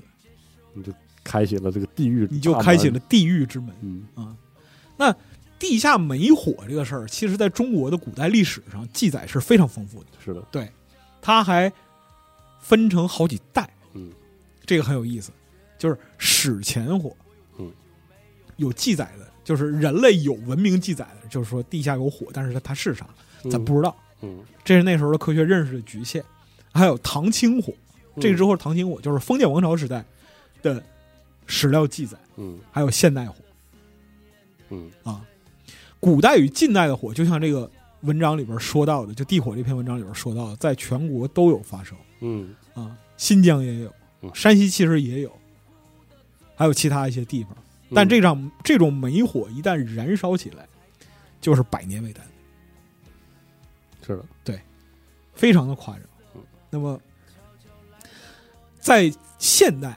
B: 开启了这个地狱，
C: 你就开启了。地狱之门
B: 嗯
C: 啊。那地下煤火这个事儿，其实在中国的古代历史上记载是非常丰富的，
B: 是的，
C: 它还分成好几代。
B: 嗯
C: 这个很有意思，就是史前火，
B: 嗯，
C: 有记载的，就是人类有文明记载的，就是说地下有火，但是它它是啥，咱不知道，
B: 嗯
C: 这是那时候的科学认识的局限。还有唐清火，
B: 嗯
C: 这个之后唐清火就是封建王朝时代的史料记载，
B: 嗯
C: 还有现代火，
B: 嗯
C: 啊古代与近代的火，就像这个文章里边说到的，就地火这篇文章里边说到的，在全国都有发生。
B: 嗯
C: 啊，新疆也有，
B: 嗯
C: 山西其实也有，还有其他一些地方。
B: 嗯
C: 但这场这种煤火一旦燃烧起来，就是百年为单，
B: 是的，
C: 非常的夸张
B: 嗯。
C: 那么，在现代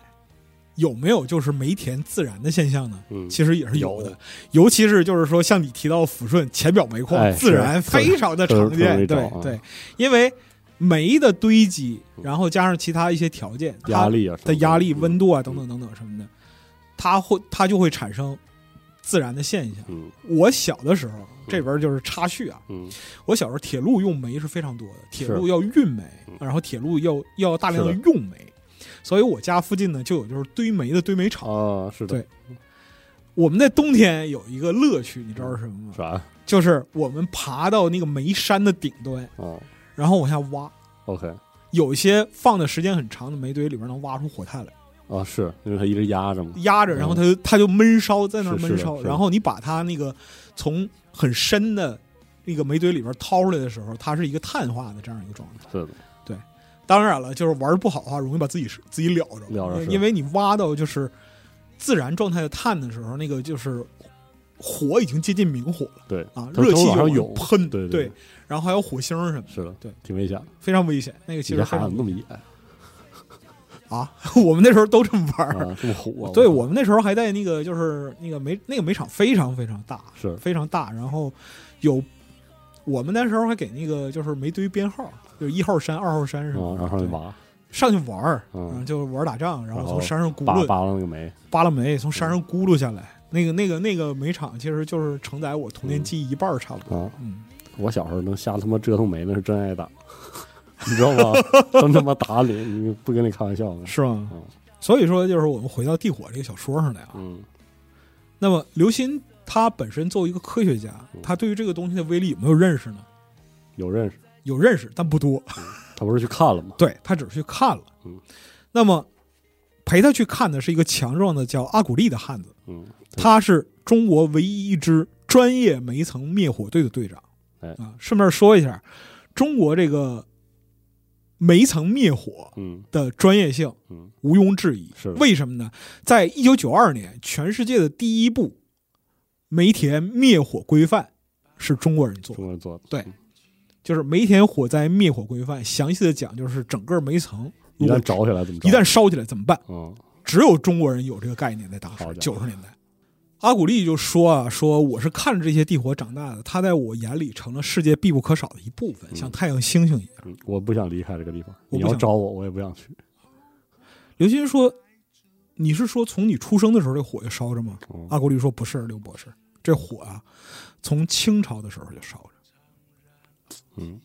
C: 有没有就是煤田自燃的现象呢？
B: 嗯，
C: 其实也是有
B: 有
C: 的，尤其是就是说，像你提到抚顺前表煤矿、
B: 哎
C: 自然
B: 是特别
C: 非 常的常
B: 特
C: 见，
B: 别
C: 对、
B: 容易找啊
C: 对，因为煤的堆积，
B: 嗯
C: 然后加上其他一些条件，它
B: 压力啊，
C: 的压力、
B: 嗯
C: 温度啊等等等等什么的，它会它就会产生自燃的现象。
B: 嗯
C: 我小的时候，这边就是插叙啊，
B: 嗯，
C: 我小时候铁路用煤是非常多的，铁路
B: 是
C: 要运煤
B: 嗯，
C: 然后铁路要要大量的
B: 是
C: 用煤，所以我家附近呢就有就是堆煤的堆煤厂。
B: 啊，是的，
C: 我们在冬天有一个乐趣，你知道是什么吗？
B: 啥啊
C: 就是我们爬到那个煤山的顶端，然后往下挖，
B: 啊？OK
C: 有一些放的时间很长的煤堆里边能挖出火炭来。
B: 啊，是因为它一直压着嘛。
C: 压着，然后
B: 嗯
C: 它就它就闷烧，在那儿闷
B: 是是
C: 烧。
B: 的是的
C: 然后你把它那个从很深的那个煤堆里边掏出来的时候，它是一个碳化的这样一个状态。
B: 是的，
C: 当然了，就是玩不好的话，容易把自己自己燎着，
B: 燎着是
C: 因为你挖到就是自然状态的碳的时候，那个就是火已经接近明火了。
B: 对
C: 啊，
B: 它
C: 热气
B: 它
C: 就
B: 往上
C: 往
B: 涌
C: 喷，
B: 对
C: 对
B: 对，
C: 然后还有火星儿什么的，
B: 是的，
C: 对，
B: 挺危险的。
C: 非常危险。那个其
B: 你这
C: 实非
B: 孩
C: 常
B: 子那么野啊，
C: 啊， 我们那时候都这么玩 儿。
B: 这么虎啊！
C: 对
B: 我
C: 我们那时候还在那个就是那个煤那个煤场非常非常大，
B: 是
C: 非常大。然后有我们那时候还给那个就是煤堆编号，就一号山、二号山什
B: 啊，
C: 么的，
B: 然后就
C: 对
B: 拔
C: 上去玩儿，
B: 嗯
C: 嗯，就玩儿打仗，然后
B: 然
C: 从
B: 后
C: 山上轱
B: 拔
C: 辘
B: 拔了那个煤，
C: 扒拉煤，从山上轱辘下来。那个那个那个煤场其实就是承载我
B: 嗯
C: 童年记忆一半儿差不多。
B: 啊，
C: 嗯，
B: 我小时候能瞎他妈折腾煤，那是真挨打， 你知道吗？真他妈打你，你不跟你开玩笑呢。
C: 是吗
B: 嗯？
C: 所以说，就是我们回到《地火》这个小说上来啊，
B: 嗯，
C: 那么刘鑫他本身作为一个科学家，
B: 嗯
C: 他对于这个东西的威力有没有认识呢？
B: 有认识，
C: 有认识，但不多。
B: 他不是去看了吗？
C: 对他只是去看了
B: 嗯。
C: 那么陪他去看的是一个强壮的叫阿古丽的汉子，
B: 嗯，
C: 他是中国唯一一支专业煤层灭火队的队长。
B: 哎
C: 啊，顺便说一下，中国这个煤层灭火
B: 嗯
C: 的专业性
B: 嗯，
C: 毋庸置疑。
B: 是
C: 为什么呢？在一九九二年，全世界的第一部煤田灭火规范是中国人做的
B: 中。国人做的。
C: 对就是煤田火灾灭火规范，详细的讲就是整个煤层
B: 一
C: 如
B: 旦
C: 果
B: 着起来怎么着？
C: 一旦烧起来怎么办？
B: 嗯
C: 只有中国人有这个概念，在当时
B: 好家
C: 九
B: 伙
C: 十年代，阿古丽就说啊，说我是看着这些地火长大的，它在我眼里成了世界必不可少的一部分，像太阳、星星一样。
B: 嗯，我不想离开这个地方。
C: 我不
B: 你要
C: 想
B: 找我，我也不想去。
C: 刘鑫说：“你是说从你出生的时候这火就烧着吗？”
B: 嗯
C: 阿古丽说：“不是，刘博士，这火啊，从清朝的时候就烧着。
B: 嗯，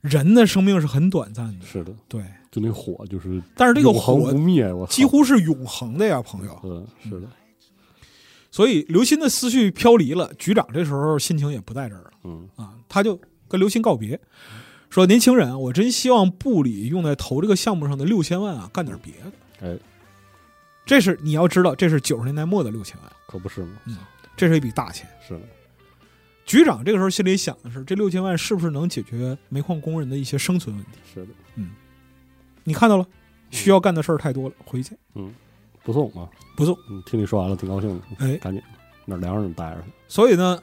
C: 人的生命是很短暂的，
B: 是的，
C: 对，
B: 就那火就是，
C: 但是这个
B: 永恒
C: 火
B: 不灭，我操
C: 几乎是永恒的呀，朋友。”
B: 嗯是的，
C: 所以刘鑫的思绪飘离了，局长这时候心情也不在这儿了
B: 嗯
C: 啊，他就跟刘鑫告别，说：“年轻人，啊我真希望部里用在投这个项目上的六千万啊，干点别的。
B: 哎，
C: 这是你要知道，这是九十年代末的六千万，
B: 可不是吗？
C: 这是一笔大钱。
B: 是的，
C: 局长这个时候心里想的是，这六千万是不是能解决煤矿工人的一些生存问题？
B: 是的，
C: 你看到了，需要干的事儿太多了，回去
B: 不送啊。
C: 不送。
B: 嗯，听你说完了，挺高兴的。
C: 哎
B: 赶紧哪儿凉着你待着去。
C: 所以呢，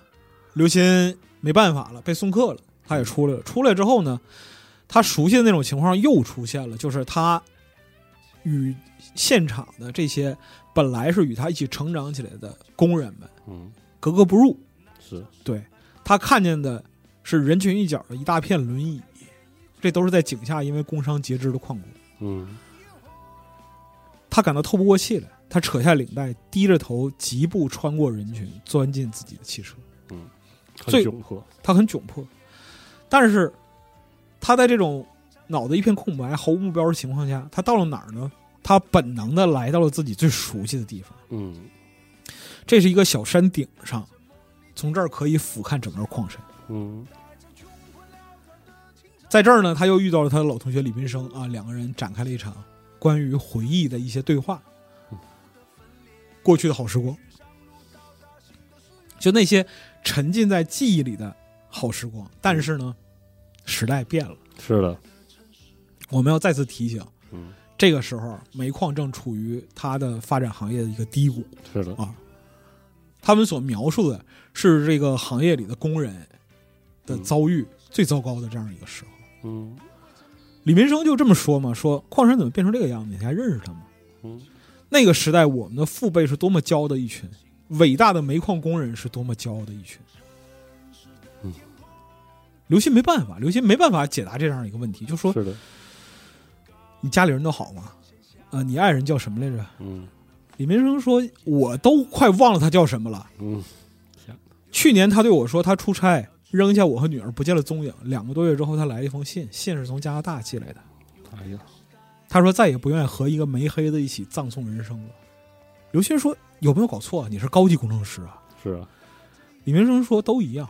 C: 刘鑫没办法了，被送客了，他也出来了。出来之后呢，他熟悉的那种情况又出现了，就是他与现场的这些本来是与他一起成长起来的工人们
B: 嗯，
C: 格格不入。
B: 是
C: 对他看见的是人群一角的一大片轮椅，这都是在井下因为工伤截肢的矿工。
B: 嗯
C: 他感到透不过气来，他扯下领带，低着头，疾步穿过人群，钻进自己的汽车。
B: 嗯，很
C: 最
B: 窘迫。
C: 他很窘迫，但是他在这种脑子一片空白、毫无目标的情况下，他到了哪儿呢？他本能的来到了自己最熟悉的地方，
B: 嗯
C: 这是一个小山顶上，从这儿可以俯瞰整个矿山。
B: 嗯
C: 在这儿呢，他又遇到了他的老同学李斌生啊，两个人展开了一场关于回忆的一些对话，过去的好时光，就那些沉浸在记忆里的好时光。但是呢，时代变了。
B: 是的，
C: 我们要再次提醒，
B: 嗯，
C: 这个时候煤矿正处于它的发展行业的一个低谷
B: 是的，
C: 啊。他们所描述的是这个行业里的工人的遭遇最糟糕的这样一个时候。
B: 嗯
C: 李民生就这么说嘛，说矿山怎么变成这个样子？你还认识他吗？
B: 嗯
C: 那个时代，我们的父辈是多么骄傲的一群，伟大的煤矿工人是多么骄傲的一群。
B: 嗯，
C: 刘鑫没办法，刘鑫没办法解答这样一个问题，就说
B: 是的，
C: 你家里人都好吗？啊、你爱人叫什么来着？
B: 嗯
C: 李民生说：“我都快忘了他叫什么了。
B: 嗯
C: 去年他对我说，他出差扔下我和女儿不见了踪影。两个多月之后，他来了一封信，信是从加拿大寄来的。
B: 哎呀，
C: 他说再也不愿意和一个煤黑子一起葬送人生了。刘鑫说：“有没有搞错啊？你是高级工程师啊
B: 是啊，？”
C: 李民生说：“都一样，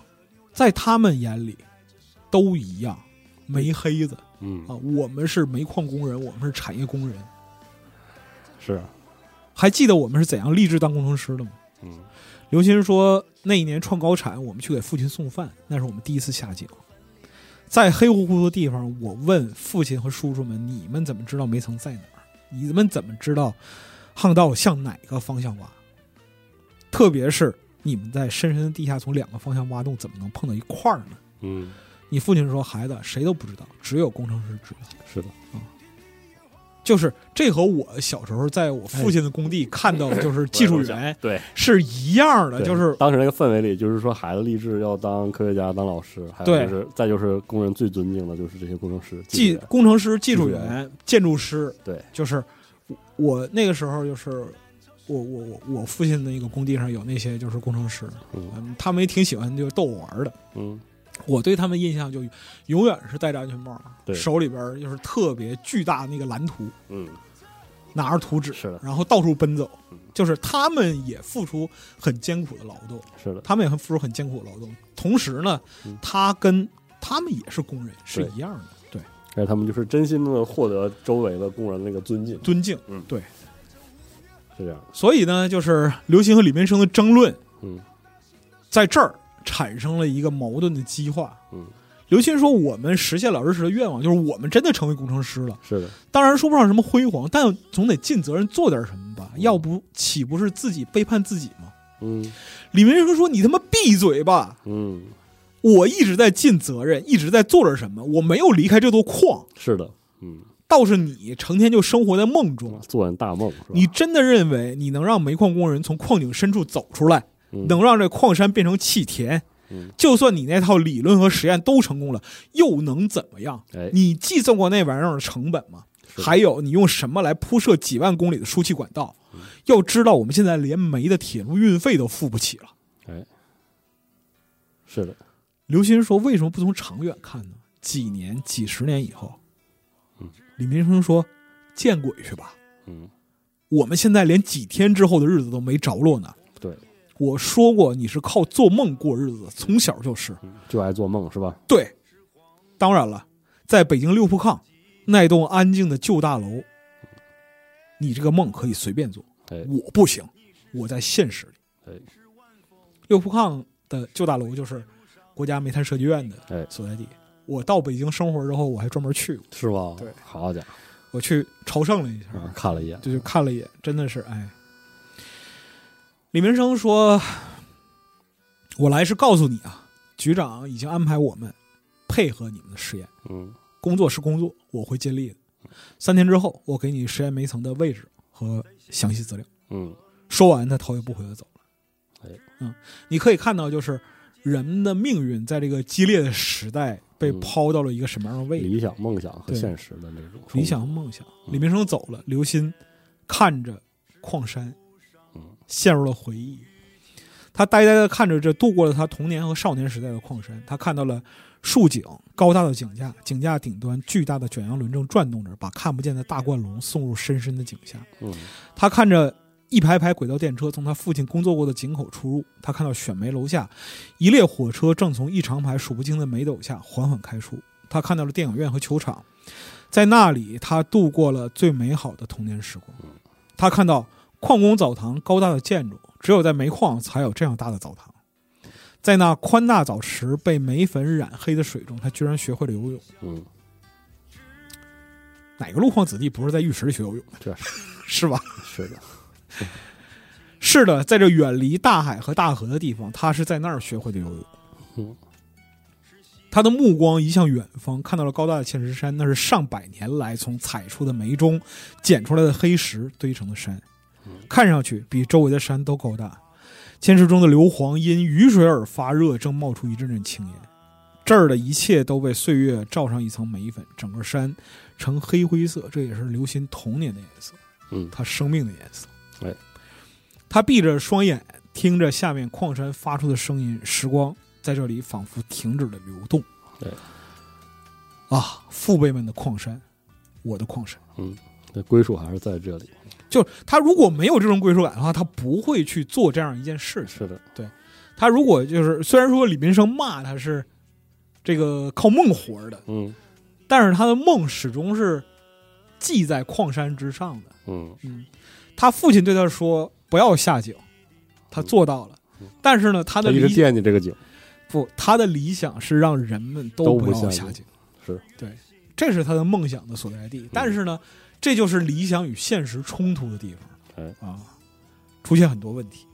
C: 在他们眼里都一样，煤黑子
B: 嗯
C: 啊，我们是煤矿工人，我们是产业工人。
B: 是啊，
C: 还记得我们是怎样立志当工程师的吗？”
B: 嗯
C: 刘鑫说，那一年创高产，我们去给父亲送饭，那是我们第一次下井。在黑乎乎的地方，我问父亲和叔叔们：“你们怎么知道煤层在哪儿？你们怎么知道巷道向哪个方向挖？特别是你们在深深的地下从两个方向挖洞，怎么能碰到一块儿呢？”
B: 嗯，
C: 你父亲说：“孩子，谁都不知道，只有工程师知道。
B: 是的，”
C: 就是这和我小时候在我父亲的工地看到的，就是技术员
B: 对，
C: 是一样的，
B: 对
C: 就是
B: 当时那个氛围里，就是说孩子立志要当科学家、当老师，还有
C: 对
B: 就是再就是工人最尊敬的就是这些工程师、术
C: 技
B: 员
C: 工程师、技术
B: 技术
C: 员、建筑师，
B: 对，
C: 就是我我那个时候就是。我我我我父亲的一个工地上有那些就是工程师，
B: 嗯
C: 嗯，他们也挺喜欢就逗我玩儿的。
B: 嗯，
C: 我对他们印象就永远是戴着安全帽，啊
B: 对
C: 手里边儿就是特别巨大那个蓝图，
B: 嗯，
C: 拿着图纸，
B: 是的
C: 然后到处奔走
B: 嗯，
C: 就是他们也付出很艰苦的劳动，
B: 是的，
C: 他们也很付出很艰苦的劳动。同时呢
B: 嗯，
C: 他跟他们也是工人，是一样的，对，
B: 但是他们就是真心的获得周围的工人那个尊敬，
C: 尊敬。
B: 嗯
C: 对，
B: 是这样的，
C: 所以呢，就是刘星和李民生的争论
B: 嗯
C: 在这儿产生了一个矛盾的激化。
B: 嗯，
C: 刘星说：“我们实现老师时的愿望，就是我们真的成为工程师了。
B: 是的，
C: 当然说不上什么辉煌，但总得尽责任做点什么吧，要不岂不是自己背叛自己吗？”
B: 嗯
C: 李民生说：“你他妈闭嘴吧！
B: 嗯，
C: 我一直在尽责任，一直在做着什么，我没有离开这座矿。
B: 是的，嗯，
C: 倒是你成天就生活在梦中，
B: 做完大梦是吧？
C: 你真的认为你能让煤矿工人从矿井深处走出来，
B: 嗯
C: 能让这矿山变成气田
B: 嗯？
C: 就算你那套理论和实验都成功了，又能怎么样？
B: 哎，
C: 你计算过那玩意儿的成本吗？
B: 是的
C: 还有，你用什么来铺设几万公里的输气管道？
B: 嗯
C: 要知道，我们现在连煤的铁路运费都付不起了。
B: 哎，是的，
C: 刘鑫说：“为什么不从长远看呢？几年、几十年以后？”
B: 嗯
C: 李民生说：“见鬼去吧！
B: 嗯，
C: 我们现在连几天之后的日子都没着落呢。
B: 对，
C: 我说过，你是靠做梦过日子的，从小就是。
B: 嗯就爱做梦是吧？
C: 对，当然了，在北京六铺炕那栋安静的旧大楼，你这个梦可以随便做，
B: 哎
C: 我不行，我在现实里。
B: 哎
C: 六铺炕的旧大楼就是国家煤炭设计院的
B: 哎，
C: 所在地。我到北京生活之后，我还专门去过，
B: 是吧？
C: 对
B: 好家
C: 我去朝圣了一下，
B: 伙，啊看了一眼，
C: 就就看了一眼，真的是哎。李明生说：“我来是告诉你啊，局长已经安排我们配合你们的实验，
B: 嗯
C: 工作是工作，我会尽力的。三天之后，我给你实验煤层的位置和详细资料。”
B: 嗯，
C: 说完，他头也不回的走了。
B: 哎，
C: 嗯，你可以看到，就是人们的命运在这个激烈的时代被
B: 嗯
C: 抛到了一个什么样的位置？
B: 理想、梦想和
C: 对
B: 现实的那种
C: 理想和梦想。
B: 嗯
C: 李明生走了，刘鑫看着矿山
B: 嗯，
C: 陷入了回忆。他呆呆地看着这度过了他童年和少年时代的矿山，他看到了竖井高大的井架，井架顶端巨大的卷扬轮正转动着，把看不见的大冠龙送入深深的井下。
B: 冲突，
C: 他看着一排排轨道电车从他父亲工作过的井口出入，他看到选煤楼下一列火车正从一长排数不清的煤斗下缓缓开出，他看到了电影院和球场，在那里他度过了最美好的童年时光。他看到矿工澡堂高大的建筑，只有在煤矿才有这样大的澡堂。在那宽大澡池被煤粉染黑的水中，他居然学会了游泳。
B: 嗯嗯，
C: 哪个路况子弟不是在浴池里学游泳的？
B: 这
C: 是吧？
B: 是的，
C: 是的，在这远离大海和大河的地方，他是在那儿学会的游泳。
B: 嗯
C: 他的目光移向远方，看到了高大的嵌石山，那是上百年来从采出的煤中捡出来的黑石堆成的山，看上去比周围的山都高大。嵌石中的硫磺因雨水而发热，正冒出一阵阵青烟。这儿的一切都被岁月罩上一层煤粉，整个山呈黑灰色，这也是刘鑫童年的颜色。
B: 嗯
C: 他生命的颜色。
B: 哎，
C: 他闭着双眼，听着下面矿山发出的声音，时光在这里仿佛停止了流动。
B: 对，
C: 啊，父辈们的矿山，我的矿山，
B: 嗯，那归属还是在这里，
C: 就是他如果没有这种归属感的话，他不会去做这样一件事情。
B: 是的，
C: 他如果就是虽然说李民生骂他是这个靠梦活儿的，
B: 嗯
C: 但是他的梦始终是系在矿山之上的。
B: 嗯
C: 嗯，他父亲对他说不要下井，他做到了。但是呢，他的
B: 嗯一直
C: 理
B: 惦记这个井，
C: 不，他的理想是让人们
B: 都
C: 不
B: 不下
C: 要下
B: 井
C: 井，
B: 是嗯
C: 对，这是他的梦想的所在地。但是呢，这就是理想与现实冲突的地方，
B: 哎
C: 啊，出现很多问题，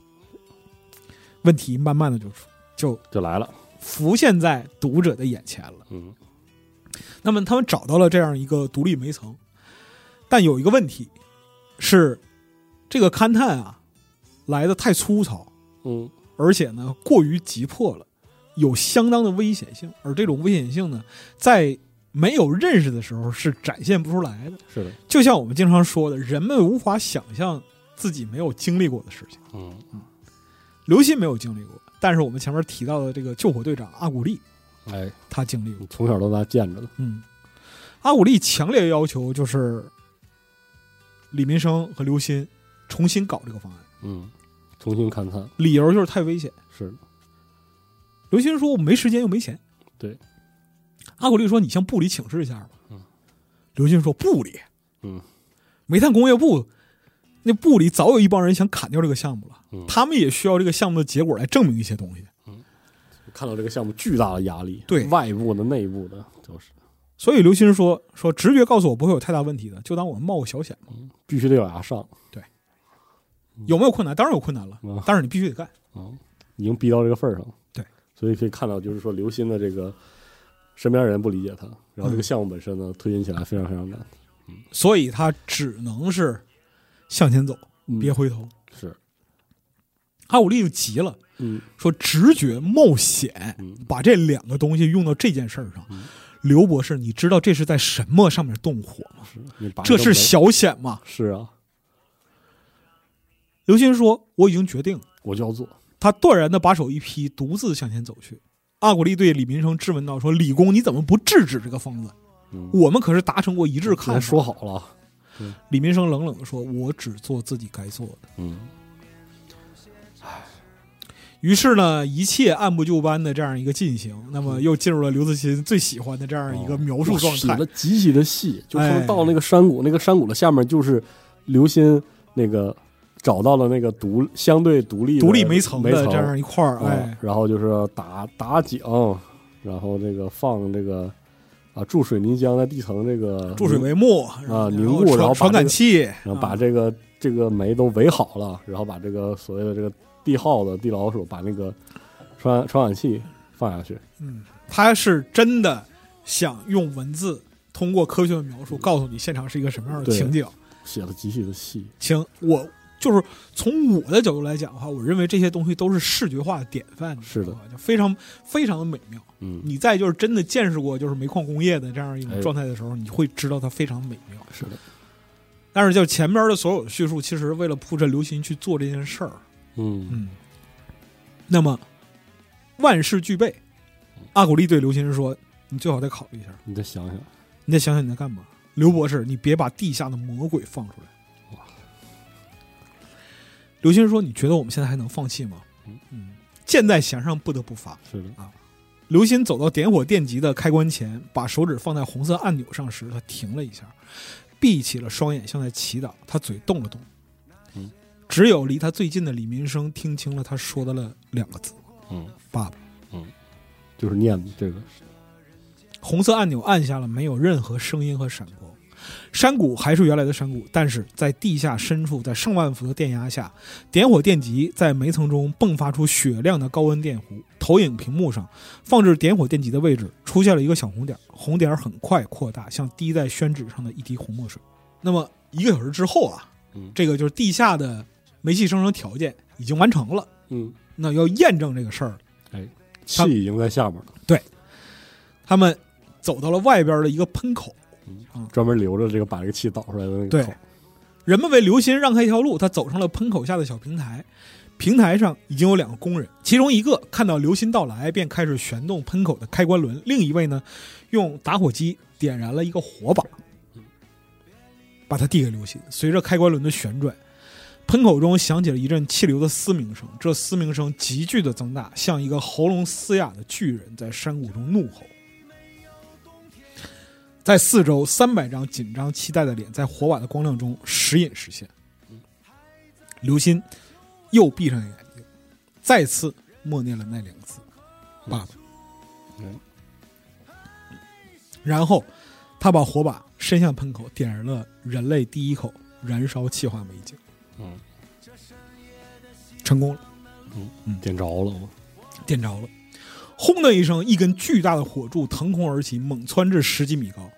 C: 问题慢慢的就出就
B: 就来了，
C: 浮现在读者的眼前了。
B: 嗯
C: 那么他们找到了这样一个独立煤层，但有一个问题是，这个勘探啊来的太粗糙，
B: 嗯
C: 而且呢过于急迫了，有相当的危险性。而这种危险性呢，在没有认识的时候是展现不出来的。
B: 是的，
C: 就像我们经常说的，人们无法想象自己没有经历过的事情。
B: 嗯
C: 刘鑫没有经历过，但是我们前面提到的这个救火队长阿古丽，
B: 哎，
C: 他经历过。
B: 从小到大见着的，
C: 嗯，阿古丽强烈要求就是李民生和刘鑫重新搞这个方案，
B: 嗯，重新勘探
C: 理由就是太危险。
B: 是的，
C: 刘鑫说：“我没时间又没钱。”
B: 对，
C: 阿古丽说：“你向部里请示一下吧。”
B: 嗯，
C: 刘鑫说：“部里，
B: 嗯，
C: 煤炭工业部那部里早有一帮人想砍掉这个项目了，
B: 嗯
C: 他们也需要这个项目的结果来证明一些东西。
B: 看到这个项目巨大的压力，
C: 对
B: 外部的、内部的，就是
C: 所以刘鑫说：‘说直觉告诉我不会有太大问题的，就当我们冒个小险吧。
B: 必须得咬牙上，
C: 有没有困难？当然有困难了，
B: 嗯
C: 但是你必须得干。’
B: 嗯，已经逼到这个份儿上了，
C: 对，
B: 所以可以看到，就是说刘鑫的这个身边人不理解他，然后这
C: 嗯
B: 个项目本身呢，推进起来非常非常难，
C: 所以他只能是向前走，
B: 嗯
C: 别回头。
B: 是，
C: 阿武力就急了，
B: 嗯
C: 说：“直觉冒险，
B: 嗯
C: 把这两个东西用到这件事儿上。
B: 嗯
C: 刘博士，你知道这是在什么上面动火吗？
B: 是，你把
C: 这
B: 个
C: 是
B: 门
C: 小险吗
B: 是啊，？”
C: 刘鑫说：“我已经决定了。
B: 我就要做，”
C: 他断然的把手一劈，独自向前走去。阿古丽对李民生质问道：“说李工，你怎么不制止这个疯子？
B: 嗯，
C: 我们可是达成过一致
B: 还
C: 看法。
B: 说好了，”
C: 李民生冷冷的说：“我只做自己该做的。”
B: 嗯
C: 于是呢，一切按部就班的这样一个进行，那
B: 嗯
C: 么又进入了刘慈欣最喜欢的这
B: 啊
C: 样一个描述状态
B: 写。的极其的细，就他
C: 哎
B: 们到那个山谷，那个山谷的下面就是刘鑫那个找到了那个独相对独立的
C: 独立
B: 煤
C: 煤层的这样一块儿，
B: 层
C: 哎
B: 啊，，然后就是打打井，然后这个放这个啊注水泥浆在地层这个
C: 注水为幕
B: 啊凝固然后把
C: 传传感器，
B: 然后把
C: 啊
B: 这个这个煤都围好了，然后把这个所谓的这个地耗子、地老鼠把那个传传感器放下去，
C: 嗯，他是真的想用文字通过科学的描述告诉你现场是一个什么样的
B: 对
C: 情景。
B: 写的极其的细，
C: 行，我就是从我的角度来讲的话，我认为这些东西都是视觉化的典范，你知道
B: 是的
C: 吧，就非常非常的美妙。
B: 嗯，
C: 你再就是真的见识过就是煤矿工业的这样一种
B: 哎
C: 状态的时候，你会知道它非常美妙。
B: 是的，
C: 但是就前面的所有的叙述，其实是为了铺陈刘鑫去做这件事儿。
B: 嗯
C: 嗯，那么万事俱备，阿古丽对刘鑫说：“你最好再考虑一下，
B: 你再想想，
C: 你再想想你在干嘛。刘博士，你别把地下的魔鬼放出来。”刘鑫说：“你觉得我们现在还能放弃吗
B: 嗯？”
C: 嗯，箭在弦上，不得不发。
B: 是的，
C: 刘鑫走到点火电极的开关前，把手指放在红色按钮上时，他停了一下，闭起了双眼，像在祈祷。他嘴动了动，
B: 嗯
C: 只有离他最近的李民生听清了他说的了两个字
B: 嗯。
C: “爸爸
B: 就是念这个，”。
C: 红色按钮按下了，没有任何声音和闪光。山谷还是原来的山谷，但是在地下深处，在上万伏的电压下，点火电极在煤层中迸发出雪亮的高温电弧。投影屏幕上放置点火电极的位置出现了一个小红点儿，红点儿很快扩大，像滴在宣纸上的一滴红墨水。那么一个小时之后啊
B: 嗯，
C: 这个就是地下的煤气生成条件已经完成了。
B: 嗯，
C: 那要验证这个事儿，
B: 气已经在下面了，
C: 他们走到了外边的一个喷口，
B: 专门留着这个把这个气导出来的那个
C: 对
B: 口，
C: 人们为刘鑫让开一条路，他走上了喷口下的小平台。平台上已经有两个工人，其中一个看到刘鑫到来，便开始旋动喷口的开关轮；另一位呢，用打火机点燃了一个火把，把它递给刘鑫。随着开关轮的旋转，喷口中响起了一阵气流的嘶鸣声，这嘶鸣声急剧的增大，像一个喉咙嘶哑的巨人在山谷中怒吼。在四周三百张紧张期待的脸，在火把的光亮中时隐时现。
B: 嗯
C: 刘鑫又闭上眼睛，再次默念了那两个字：“爸爸。
B: 嗯”
C: 然后，他把火把伸向喷口，点燃了人类第一口燃烧气化煤井，
B: 嗯，
C: 成功了，
B: 点着了嘛，
C: 点着了。轰的一声，一根巨大的火柱腾空而起，猛窜至十几米高。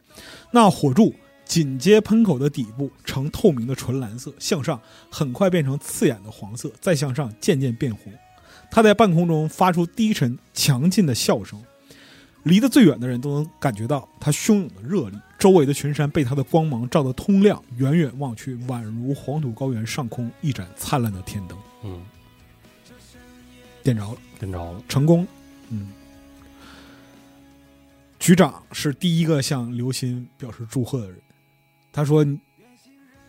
C: 那火柱紧接喷口的底部呈透明的纯蓝色，向上很快变成刺眼的黄色，再向上渐渐变红。它在半空中发出低沉强劲的笑声，离得最远的人都能感觉到它汹涌的热力。周围的群山被它的光芒照得通亮，远远望去，宛如黄土高原上空一盏灿烂的天灯。
B: 嗯，
C: 点着了。
B: 真着了，
C: 成功。嗯，局长是第一个向刘鑫表示祝贺的人，他说：“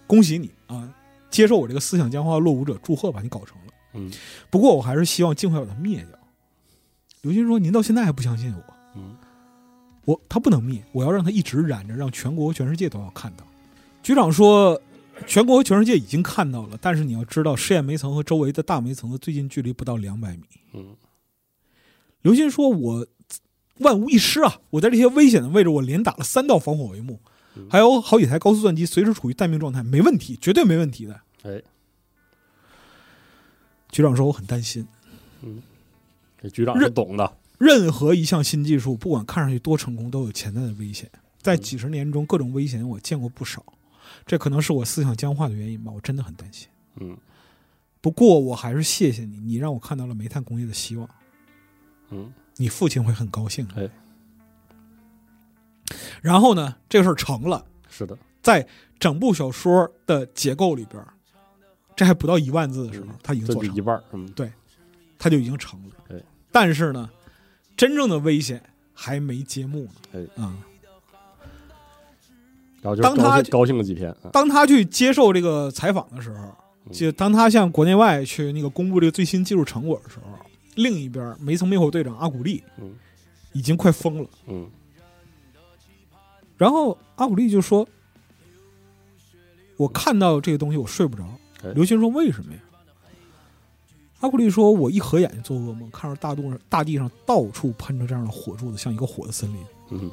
C: 恭喜你啊，接受我这个思想僵化的落伍者祝贺吧，你搞成了。
B: 嗯
C: 不过我还是希望尽快把它灭掉。”刘鑫说：“您到现在还不相信我？
B: 嗯
C: 我他不能灭，我要让他一直燃着，让全国、全世界都要看到。”局长说。全国、全世界已经看到了，但是你要知道，试验煤层和周围的大煤层的最近距离不到两百米。
B: 嗯
C: 刘鑫说：“我万无一失啊！我在这些危险的位置，我连打了三道防火帷幕，
B: 嗯
C: 还有好几台高速战机随时处于待命状态，没问题，绝对没问题的。
B: 哎，”
C: 局长说：“我很担心，
B: 这局长是懂的，
C: 任何一项新技术，不管看上去多成功，都有潜在的危险。
B: 嗯
C: 在几十年中，各种危险我见过不少，这可能是我思想僵化的原因吧。我真的很担心。
B: 嗯
C: 不过我还是谢谢你，你让我看到了煤炭工业的希望。
B: 嗯
C: 你父亲会很高兴的。
B: 哎
C: 然后呢，这个事儿成了。”
B: 是的，
C: 在整部小说的结构里边儿，这还不到一万字的时候
B: 嗯，
C: 他已经
B: 这
C: 做
B: 就
C: 成
B: 一
C: 了，
B: 半儿，嗯
C: 他就已经成了
B: 哎。
C: 但是呢，真正的危险还没揭幕呢。
B: 哎
C: 啊，
B: 然后就
C: 当
B: 高
C: 他
B: 兴高兴了几天啊，
C: 当他去接受这个采访的时候，
B: 嗯
C: 就当他向国内外去那个公布这个最新技术成果的时候，另一边儿梅层灭火队长阿古丽
B: 嗯
C: 已经快疯了。
B: 嗯
C: 然后阿古丽就说：“我看到这个东西，我睡不着。
B: 哎”
C: 刘鑫说：“为什么呀？”阿古丽说：“我一合眼就做噩梦，看着大路上大地上到处喷着这样的火柱子，像一个火的森林。
B: 嗯”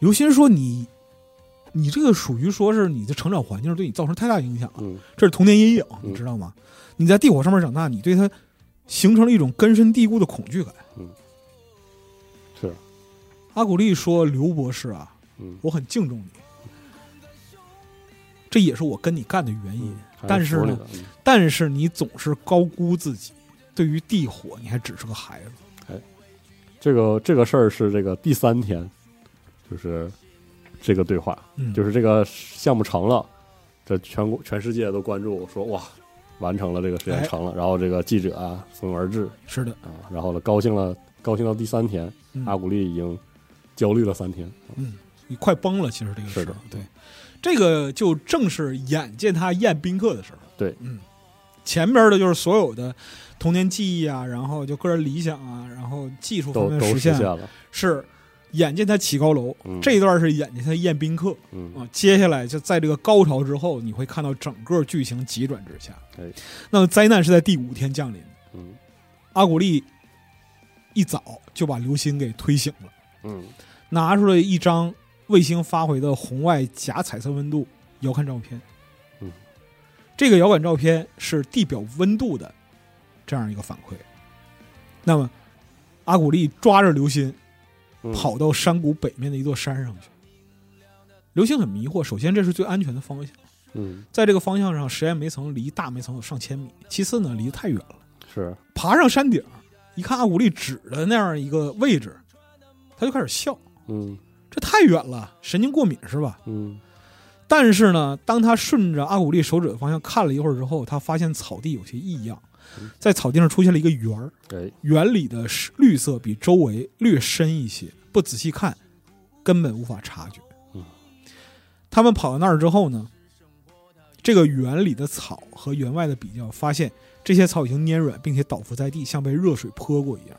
C: 刘鑫说：“你，你这个属于说是你的成长环境对你造成太大影响了，
B: 嗯
C: 这是童年阴影，
B: 嗯
C: 你知道吗？你在地火上面长大，你对它形成了一种根深蒂固的恐惧感。”
B: 是，
C: 阿古丽说：“刘博士啊，
B: 嗯，
C: 我很敬重你，这也是我跟你干的原因。
B: 嗯还
C: 但是
B: 服
C: 呢
B: 你的，嗯
C: 但是你总是高估自己，对于地火你还只是个孩子。
B: 这个这个事儿是这个第三天，就是这个对话，
C: 嗯，
B: 就是这个项目成了，这全国全世界都关注，说哇，完成了这个实验
C: 哎
B: 成了。然后这个记者啊，蜂拥而至
C: 是的，
B: 啊，然后呢，高兴了，高兴到第三天，
C: 嗯
B: 阿古丽已经焦虑了三天。
C: 你快崩了。其实这个事
B: 是
C: 儿
B: 的，
C: 对，这个就正是眼见他宴宾客的时候。
B: 对，
C: 嗯，前边的就是所有的童年记忆啊，然后就个人理想啊，然后技术方
B: 都
C: 面
B: 都
C: 的
B: 实
C: 现
B: 现了，
C: 是眼见他起高楼，
B: 嗯
C: 这一段是眼见他宴宾客。
B: 嗯，
C: 啊，接下来就在这个高潮之后，你会看到整个剧情急转直下。
B: 哎，
C: 那么灾难是在第五天降临，
B: 嗯
C: 阿古丽一早就把刘鑫给推醒了，
B: 嗯
C: 拿出了一张卫星发回的红外假彩色温度遥感照片。
B: 嗯，
C: 这个遥感照片是地表温度的这样一个反馈。那么，阿古丽抓着刘鑫
B: 嗯，
C: 跑到山谷北面的一座山上去。刘鑫很迷惑，首先这是最安全的方向。
B: 嗯，
C: 在这个方向上，实验煤层离大煤层有上千米。其次呢，离得太远了。
B: 是，
C: 爬上山顶，一看阿古丽指的那样一个位置，他就开始笑。
B: 嗯
C: 这太远了，神经过敏是吧？
B: 嗯
C: 但是呢，当他顺着阿古丽手指的方向看了一会儿之后，他发现草地有些异样，在草地上出现了一个圆儿，
B: 哎，
C: 圆里的绿色比周围略深一些，不仔细看根本无法察觉
B: 嗯。
C: 他们跑到那儿之后呢，这个园里的草和园外的比较，发现这些草已经蔫软，并且倒伏在地，像被热水泼过一样。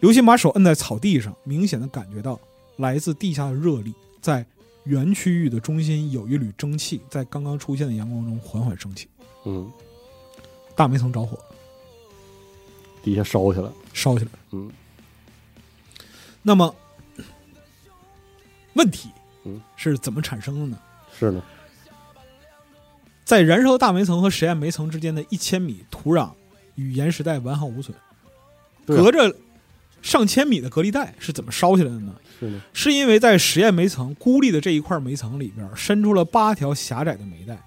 C: 刘鑫把手摁在草地上，明显的感觉到来自地下的热力，在园区域的中心有一缕蒸汽在刚刚出现的阳光中缓缓升起。
B: 嗯，
C: 大煤层着火了，
B: 底下烧起来，
C: 烧起来了。
B: 嗯
C: 那么，问题
B: 嗯
C: 是怎么产生的呢？
B: 是呢，
C: 在燃烧大煤层和实验煤层之间的一千米土壤与岩石带完好无损，
B: 对啊
C: 隔着上千米的隔离带是怎么烧起来的呢？
B: 是的，
C: 是因为在实验煤层孤立的这一块煤层里边，伸出了八条狭窄的煤带，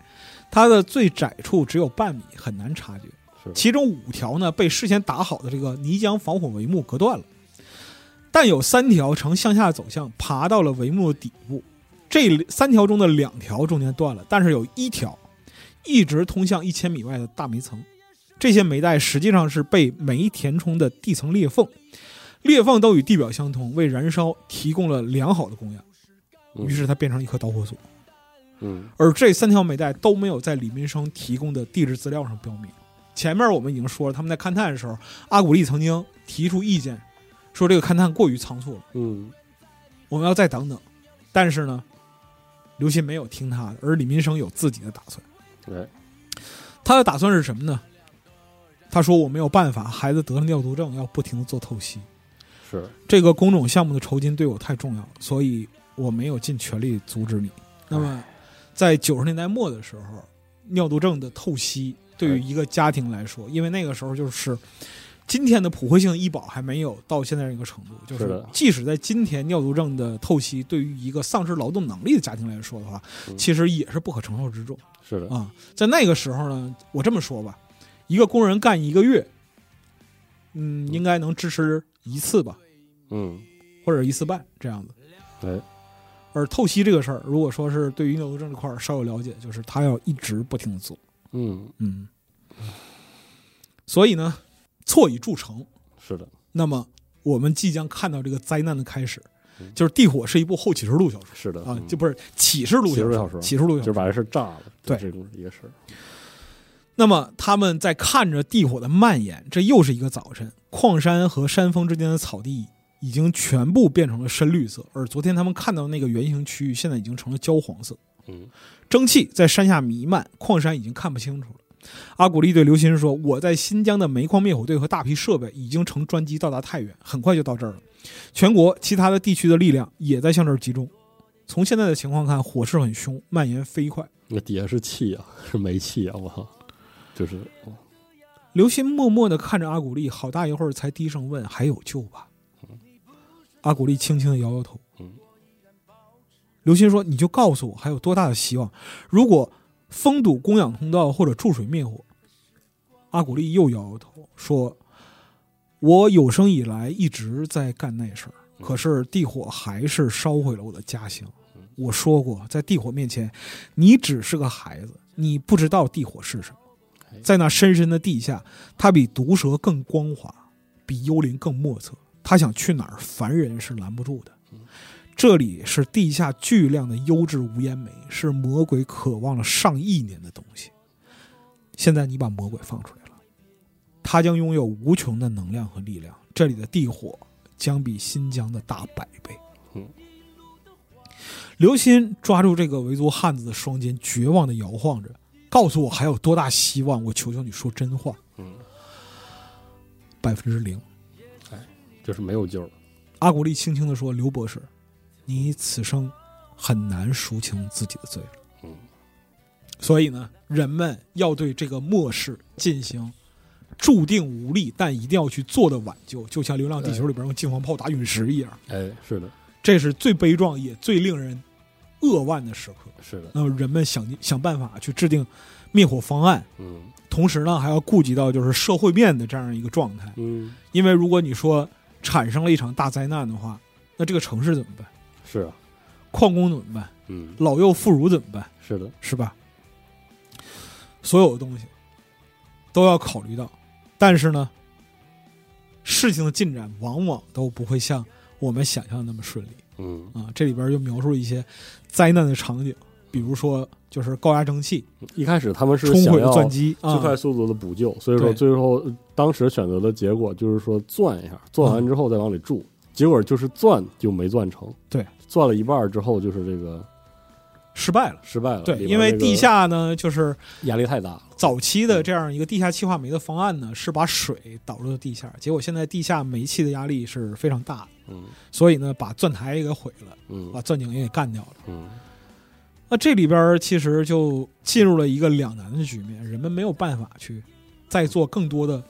C: 它的最窄处只有半米，很难察觉
B: 是。
C: 其中五条呢被事先打好的这个泥浆防火帷幕隔断了，但有三条呈向下走向，爬到了帷幕的底部。这三条中的两条中间断了，但是有一条一直通向一千米外的大煤层。这些煤带实际上是被煤填充的地层裂缝，裂缝都与地表相通，为燃烧提供了良好的供氧。
B: 嗯
C: 于是它变成一颗导火索。
B: 嗯，
C: 而这三条煤带都没有在李民生提供的地质资料上标明。前面我们已经说了，他们在勘探的时候，阿古丽曾经提出意见，说这个勘探过于仓促了，
B: 嗯，
C: 我们要再等等。但是呢，刘鑫没有听他的，而李民生有自己的打算。
B: 哎，
C: 他的打算是什么呢？他说我没有办法，孩子得了尿毒症，要不停的做透析。
B: 是，
C: 这个工种项目的酬金对我太重要了，所以我没有尽全力阻止你。那么，在九十年代末的时候，尿毒症的透析对于一个家庭来说，因为那个时候就是今天的普惠性医保还没有到现在这个程度，就是是
B: 的
C: 即使在今天尿毒症的透析对于一个丧失劳动能力的家庭来说的话，
B: 嗯
C: 其实也是不可承受之重。
B: 是的，
C: 啊、在那个时候呢，我这么说吧，一个工人干一个月，嗯，应该能支持一次吧，
B: 嗯，
C: 或者一次半这样子。
B: 哎，
C: 而透析这个事儿，如果说是对于尿毒症这块儿稍有了解，就是他要一直不停的做，
B: 嗯，
C: 嗯。所以呢，错已铸成，
B: 是的，
C: 那么我们即将看到这个灾难的开始，就是《地火》是一部后启示录小说
B: 是的
C: 啊，
B: 嗯
C: 就不是启示录
B: 启示录
C: 小
B: 小说
C: 启示录小
B: 就是
C: 说。
B: 把这事儿炸了，
C: 对
B: 就这种一个事儿，
C: 那么他们在看着地火的蔓延，这又是一个早晨，矿山和山峰之间的草地已经全部变成了深绿色，而昨天他们看到的那个圆形区域，现在已经成了焦黄色。
B: 嗯，
C: 蒸汽在山下弥漫，矿山已经看不清楚了。阿古丽对刘鑫说：“我在新疆的煤矿灭火队和大批设备已经乘专机到达太原，很快就到这儿了。全国其他的地区的力量也在向这儿集中。从现在的情况看，火势很凶，蔓延飞快。
B: 那底下是气啊，是煤气啊，我靠，就是，哦
C: 刘鑫默默地看着阿古丽，好大一会儿才低声问：“还有救吧？”阿古丽轻轻地摇摇头
B: 嗯。
C: 刘鑫说：“你就告诉我还有多大的希望？如果封堵供氧通道或者注水灭火。”阿古丽又摇摇头说：“我有生以来一直在干那事儿，可是地火还是烧毁了我的家乡。我说过，在地火面前，你只是个孩子，你不知道地火是什么。”在那深深的地下，它比毒蛇更光滑，比幽灵更莫测。它想去哪儿，凡人是拦不住的。这里是地下巨量的优质无烟煤，是魔鬼渴望了上亿年的东西。现在你把魔鬼放出来了，它将拥有无穷的能量和力量。这里的地火将比新疆的大百倍。
B: 嗯
C: 刘鑫抓住这个维族汉子的双肩，绝望地摇晃着，告诉我还有多大希望，我求求你说真话。
B: 嗯，
C: 百分之零。
B: 就是没有救儿，
C: 阿古丽轻轻地说：“刘博士，你此生很难赎清自己的罪了。”
B: 嗯，
C: 所以呢，人们要对这个末世进行注定无力但一定要去做的挽救，就像《流浪地球》里边用近防炮打陨石一样，
B: 哎，是的，
C: 这是最悲壮也最令人扼腕的时刻。
B: 是的，
C: 那么人们想尽想办法去制定灭火方案，
B: 嗯
C: 同时呢还要顾及到就是社会面的这样一个状态。
B: 嗯，
C: 因为如果你说产生了一场大灾难的话，那这个城市怎么办？
B: 是啊，
C: 矿工怎么办？
B: 嗯，
C: 老幼妇孺怎么办？
B: 是的，
C: 是吧？所有的东西都要考虑到，但是呢，事情的进展往往都不会像我们想象的那么顺利
B: 嗯，
C: 啊。这里边就描述一些灾难的场景，比如说就是高压蒸汽
B: 一开始他们是
C: 冲
B: 想
C: 毁
B: 要
C: 了钻机啊
B: 最，快速度的补救，所以说
C: 对
B: 最后呃当时选择的结果就是说钻一下，钻
C: 嗯
B: 完之后再往里注，结果就是钻就没钻成，
C: 对，
B: 钻了一半儿之后就是这个
C: 失败了。
B: 失败了，
C: 对，
B: 呃里边
C: 因为
B: 这个
C: 地下呢，就是
B: 压力太大了，
C: 早期
B: 嗯
C: 的这样一个地下气化煤的方案呢，是把水导入到地下，结果现在地下煤气的压力是非常大的，
B: 嗯
C: 所以呢，把钻台也给毁了，
B: 嗯
C: 把钻井也给干掉了。
B: 嗯，
C: 那这里边儿其实就进入了一个两难的局面，人们没有办法去再做更多的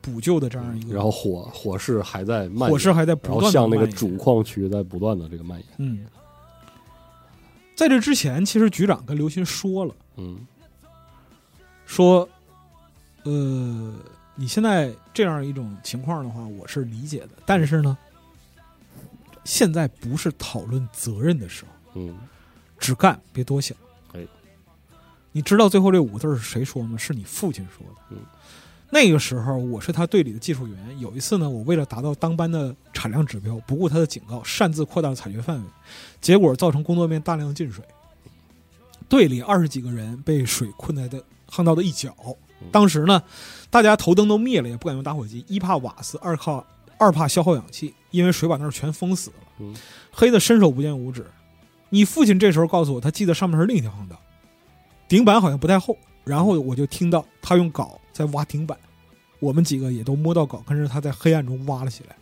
C: 补救的这样一个，
B: 嗯然后火火势还在蔓延，
C: 火势还在
B: 然
C: 不断
B: 后
C: 地
B: 向那个
C: 蔓延
B: 主矿区在不断的这个蔓延。
C: 嗯，在这之前，其实局长跟刘鑫说了，
B: 嗯
C: 说，呃，你现在这样一种情况的话，我是理解的，但是呢，现在不是讨论责任的时候，
B: 嗯，
C: 只干别多想。
B: 哎，
C: 你知道最后这五个字儿是谁说吗？是你父亲说的。
B: 嗯，
C: 那个时候我是他队里的技术员，有一次呢，我为了达到当班的产量指标，不顾他的警告，擅自扩大了采掘范围，结果造成工作面大量进水，队里二十几个人被水困在的巷道的一角。
B: 嗯
C: 当时呢，大家头灯都灭了，也不敢用打火机，一怕瓦斯，二靠二怕消耗氧气，因为水把那儿全封死了，
B: 嗯
C: 黑的伸手不见五指。你父亲这时候告诉我，他记得上面是另一条巷道，顶板好像不太厚。然后我就听到他用镐在挖顶板，我们几个也都摸到镐，跟着他在黑暗中挖了起来。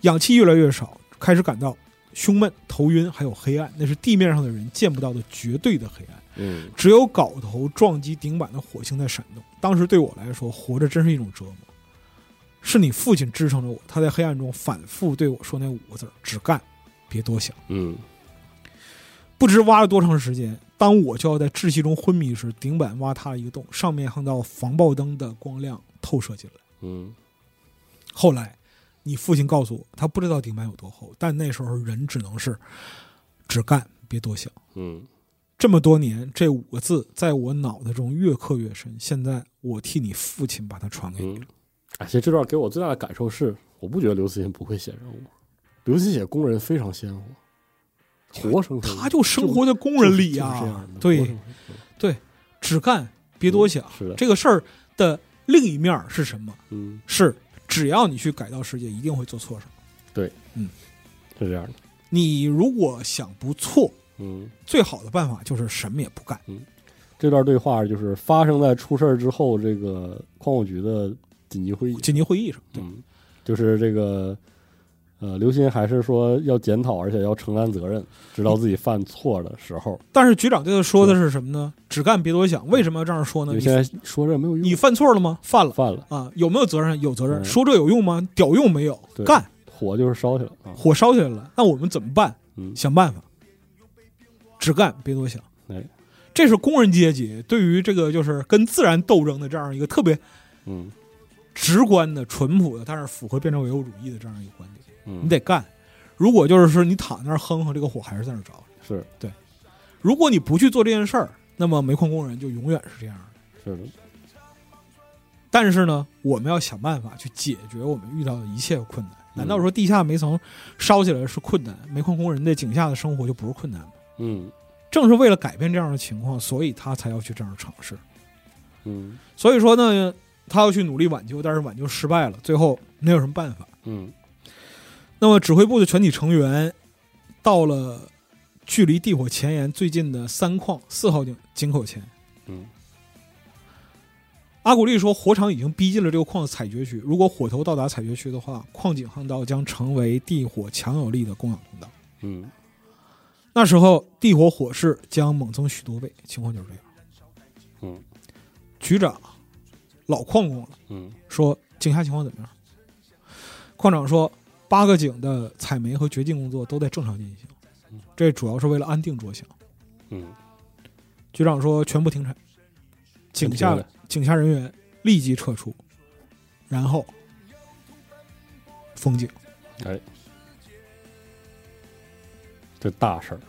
C: 氧气越来越少，开始感到胸闷、头晕，还有黑暗，那是地面上的人见不到的绝对的黑暗。
B: 嗯
C: 只有镐头撞击顶板的火星在闪动。当时对我来说，活着真是一种折磨。是你父亲支撑着我，他在黑暗中反复对我说那五个字儿：“只干，别多想。”
B: 嗯
C: 不知挖了多长时间，当我就要在窒息中昏迷时，顶板挖塌了一个洞，上面巷道防爆灯的光亮透射进来。
B: 嗯
C: 后来，你父亲告诉我，他不知道顶板有多厚，但那时候人只能是只干，别多想。
B: 嗯
C: 这么多年，这五个字在我脑袋中越刻越深。现在我替你父亲把它传给你。
B: 嗯。哎，其实这段给我最大的感受是，我不觉得刘慈欣不会写人物，刘慈欣写工人非常鲜活，活生生的。
C: 他就生活在工人里呀、
B: 嗯
C: 啊
B: 就是这样的活
C: 对
B: 生，生的
C: 只干别多想。
B: 是的
C: 这个事儿的另一面是什么？
B: 嗯，
C: 是只要你去改造世界，一定会做错什么。
B: 是这样的，
C: 你如果想不错，
B: 嗯。
C: 最好的办法就是什么也不干。
B: 这段对话就是发生在出事儿之后，这个矿务局的紧急会议。
C: 紧急会议上，对，
B: 嗯，就是这个，呃，刘鑫还是说要检讨，而且要承担责任，直到自己犯错的时候。
C: 但是局长对他说的是什么呢？只干别多想。为什么要这样说呢？
B: 因为
C: 你
B: 现在说这没有用，
C: 你犯错了吗？犯了
B: 嗯犯了，
C: 啊！有没有责任？有责任。
B: 嗯
C: 说这有用吗？屌用没有
B: 对？
C: 干。
B: 火就是烧起来了啊。
C: 火烧起来了，那我们怎么办？
B: 嗯
C: 想办法，只干别多想。
B: 哎，
C: 这是工人阶级对于这个就是跟自然斗争的这样一个特别
B: 嗯
C: 直观的、淳朴的，但是符合变成唯物主义的这样一个观点。
B: 嗯，
C: 你得干，如果就是说你躺那儿哼哼，这个火还是在那儿着。
B: 是
C: 如果你不去做这件事儿，那么煤矿工人就永远是这样的。
B: 是的，
C: 但是呢，我们要想办法去解决我们遇到的一切困难。难道
B: 嗯
C: 说地下煤层烧起来是困难，煤矿工人在井下的生活就不是困难吗？
B: 嗯
C: 正是为了改变这样的情况，所以他才要去这样尝试。
B: 嗯
C: 所以说呢，他要去努力挽救，但是挽救失败了，最后没有什么办法。
B: 嗯
C: 那么指挥部的全体成员到了距离地火前沿最近的三矿四号井井口前。
B: 嗯
C: 阿古丽说，火场已经逼近了这个矿的采掘区，如果火头到达采掘区的话，矿井巷道将成为地火强有力的供氧通道。
B: 嗯
C: 那时候地火火势将猛增许多倍，情况就是这样。
B: 嗯
C: 局长老矿工了。
B: 嗯
C: 说井下情况怎么样？矿长说，八个井的采煤和掘进工作都在正常进行，这主要是为了安定着想。
B: 嗯，
C: 局长说全部停产，井下
B: 的，
C: 井下人员立即撤出，然后封井。
B: 哎这大事儿，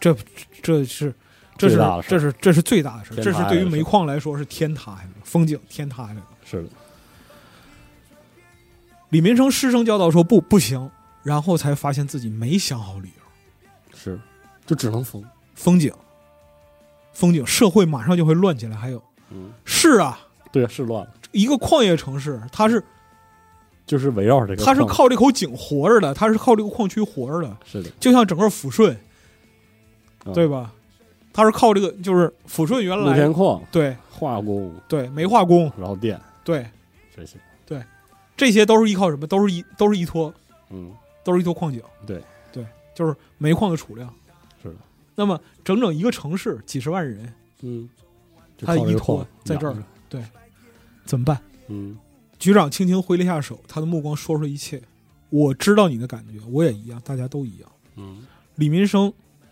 C: 这这是这是
B: 最大的事
C: 这是这是最大的事儿，
B: 天
C: 这
B: 塌
C: 是
B: 下来
C: 对于
B: 的事
C: 煤
B: 儿
C: 矿来说是天塌下来了，封井天塌下来了。
B: 是的，
C: 李民生失声叫道说不不行，然后才发现自己没想好理由。
B: 是，就只能封。
C: 风景，风景，社会马上就会乱起来。还有，
B: 嗯，
C: 是啊，
B: 对，是乱了，
C: 一个矿业城市，它是
B: 就是围绕着这个
C: 它
B: 矿，
C: 是靠这口井活着的，它是靠这个矿区活着的，
B: 是的，
C: 就像整个抚顺，
B: 嗯
C: 对吧？它是靠这个，就是抚顺原
B: 露
C: 来
B: 天矿、
C: 对
B: 化工，
C: 对煤化工，
B: 然后电
C: 对
B: 这些，
C: 这些都是依靠什么？都是依都是依托
B: 嗯，
C: 都是依托矿井，
B: 对
C: 对，就是煤矿的储量。
B: 是的，
C: 那么整整一个城市几十万人
B: 嗯，就
C: 它
B: 靠
C: 依
B: 这个
C: 托
B: 矿
C: 在这儿
B: 养着
C: 怎么办？
B: 嗯
C: 局长轻轻挥了一下手，他的目光说出了一切。我知道你的感觉，我也一样，大家都一样。
B: 嗯
C: 李民生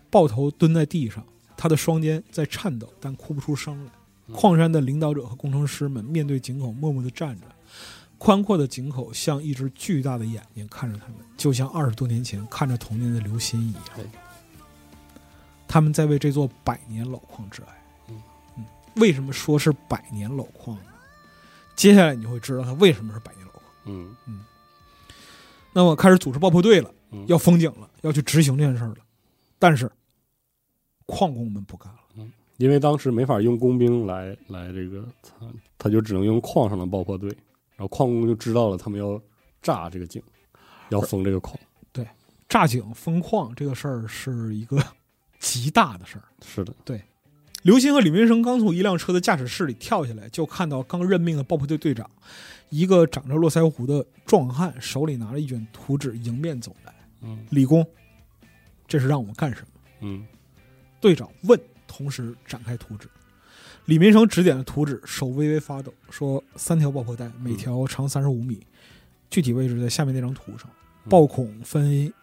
C: 抱头蹲在地上，他的双肩在颤抖，但哭不出声来。
B: 嗯
C: 矿山的领导者和工程师们面对井口默默地站着，宽阔的井口像一只巨大的眼睛看着他们，就像二十多年前看着童年的刘鑫一样
B: 对。
C: 他们在为这座百年老矿致哀。
B: 嗯
C: 嗯，为什么说是百年老矿呢？接下来你就会知道它为什么是百年老矿。
B: 嗯
C: 那么开始组织爆破队了，
B: 嗯
C: 要封井了，要去执行这件事儿了。但是矿工们不干了，
B: 因为当时没法用工兵来来这个，他他就只能用矿上的爆破队，然后矿工就知道了他们要炸这个井，要封这个矿。
C: 炸井封矿这个事儿是一个极大的事儿。
B: 是的，
C: 刘鑫和李民生刚从一辆车的驾驶室里跳下来，就看到刚任命的爆破队队长，一个长着络腮胡的壮汉，手里拿着一卷图纸迎面走来。
B: 嗯
C: 李工，这是让我们干什么？
B: 嗯
C: 队长问，同时展开图纸。李民生指点了图纸，手微微发抖，说：“三条爆破带，每条长三十五米，具体位置在下面那张图上。
B: 嗯
C: 爆孔分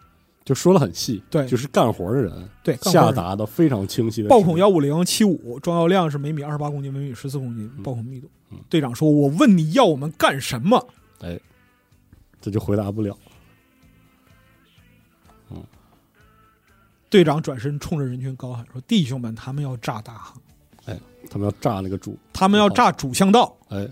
B: 就说了很细，
C: 对
B: 就是干活的人
C: 对，干活
B: 下
C: 人
B: 达的非常清晰的
C: 爆孔
B: 要
C: 幺五零七五，装药量是每米二十八公斤，每米十四公斤，
B: 嗯
C: 爆孔密度
B: 嗯。
C: 队长说：“我问你要我们干什么
B: 哎这就回答不了。？”
C: 队长转身冲着人群高喊说：“弟兄们，他们要炸大航，
B: 他们要炸那个主，
C: 他们要炸主巷道。
B: 哎，”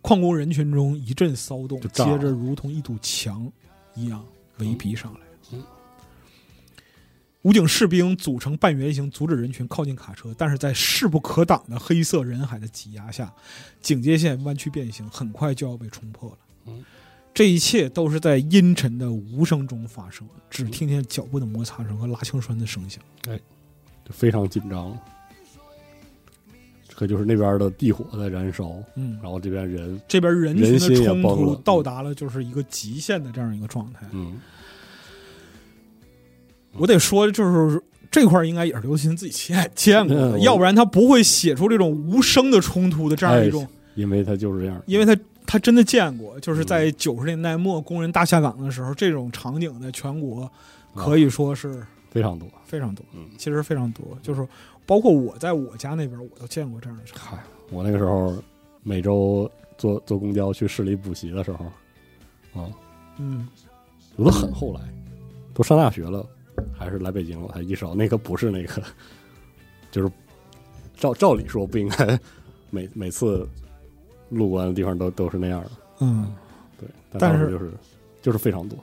C: 矿工人群中一阵骚动，
B: 就炸了
C: 接着如同一堵墙一样围逼上来
B: 嗯嗯。
C: 武警士兵组成半圆形，阻止人群靠近卡车，但是在势不可挡的黑色人海的挤压下，警戒线弯曲变形，很快就要被冲破了。
B: 嗯
C: 这一切都是在阴沉的无声中发生，只听见脚步的摩擦声和拉枪栓的声响。
B: 就非常紧张了。这就是那边的地火在燃烧，
C: 嗯，
B: 然后这边人，
C: 这边人群
B: 啊人心
C: 的
B: 也
C: 冲
B: 崩
C: 突
B: 了
C: 到达了就是一个极限的这样一个状态。
B: 嗯
C: 我得说，就是这块儿应该也是刘鑫自己亲眼见过
B: 嗯
C: 的，
B: 我
C: 要不然他不会写出这种无声的冲突的这样一种，
B: 哎嗯因为他就是这样，
C: 因为他他真的见过，就是在九十年代末工人大下岗的时候，这种场景在全国可以说是
B: 非常多，
C: 非常多
B: 啊嗯，
C: 其实非常多，就是包括我在我家那边，我都见过这样的场景。
B: 嗨，我那个时候每周坐坐公交去市里补习的时候，啊，
C: 嗯，
B: 有的很后来，都上大学了，还是来北京了，我才意识到那个不是那个， 就是照照理说不应该每每次路过的地方都都是那样的，
C: 嗯，
B: 对，但
C: 但
B: 当
C: 是
B: 时就是就是非常多，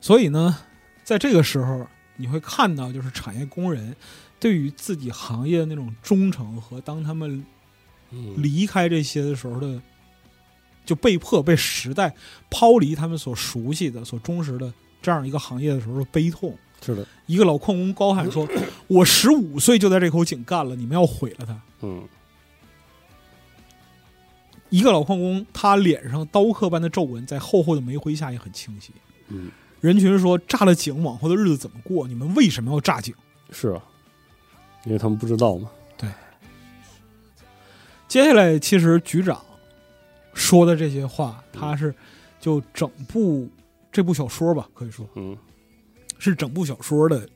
C: 所以呢，在这个时候，你会看到，就是产业工人对于自己行业的那种忠诚和当他们
B: 嗯
C: 离开这些的时候的，就被迫被时代抛离他们所熟悉的、所忠实的这样一个行业的时候的悲痛。
B: 是的，
C: 一个老矿工高喊说：“我十五岁就在这口井干了，你们要毁了他。
B: 嗯”
C: 一个老矿工，他脸上刀刻般的皱纹在厚厚的煤灰下也很清晰。
B: 嗯，
C: 人群说：“炸了井，往后的日子怎么过？你们为什么要炸井？”
B: 是啊，因为他们不知道嘛，
C: 接下来，其实局长说的这些话，他是就整部这部小说吧，可以说
B: 嗯
C: 是整部小说的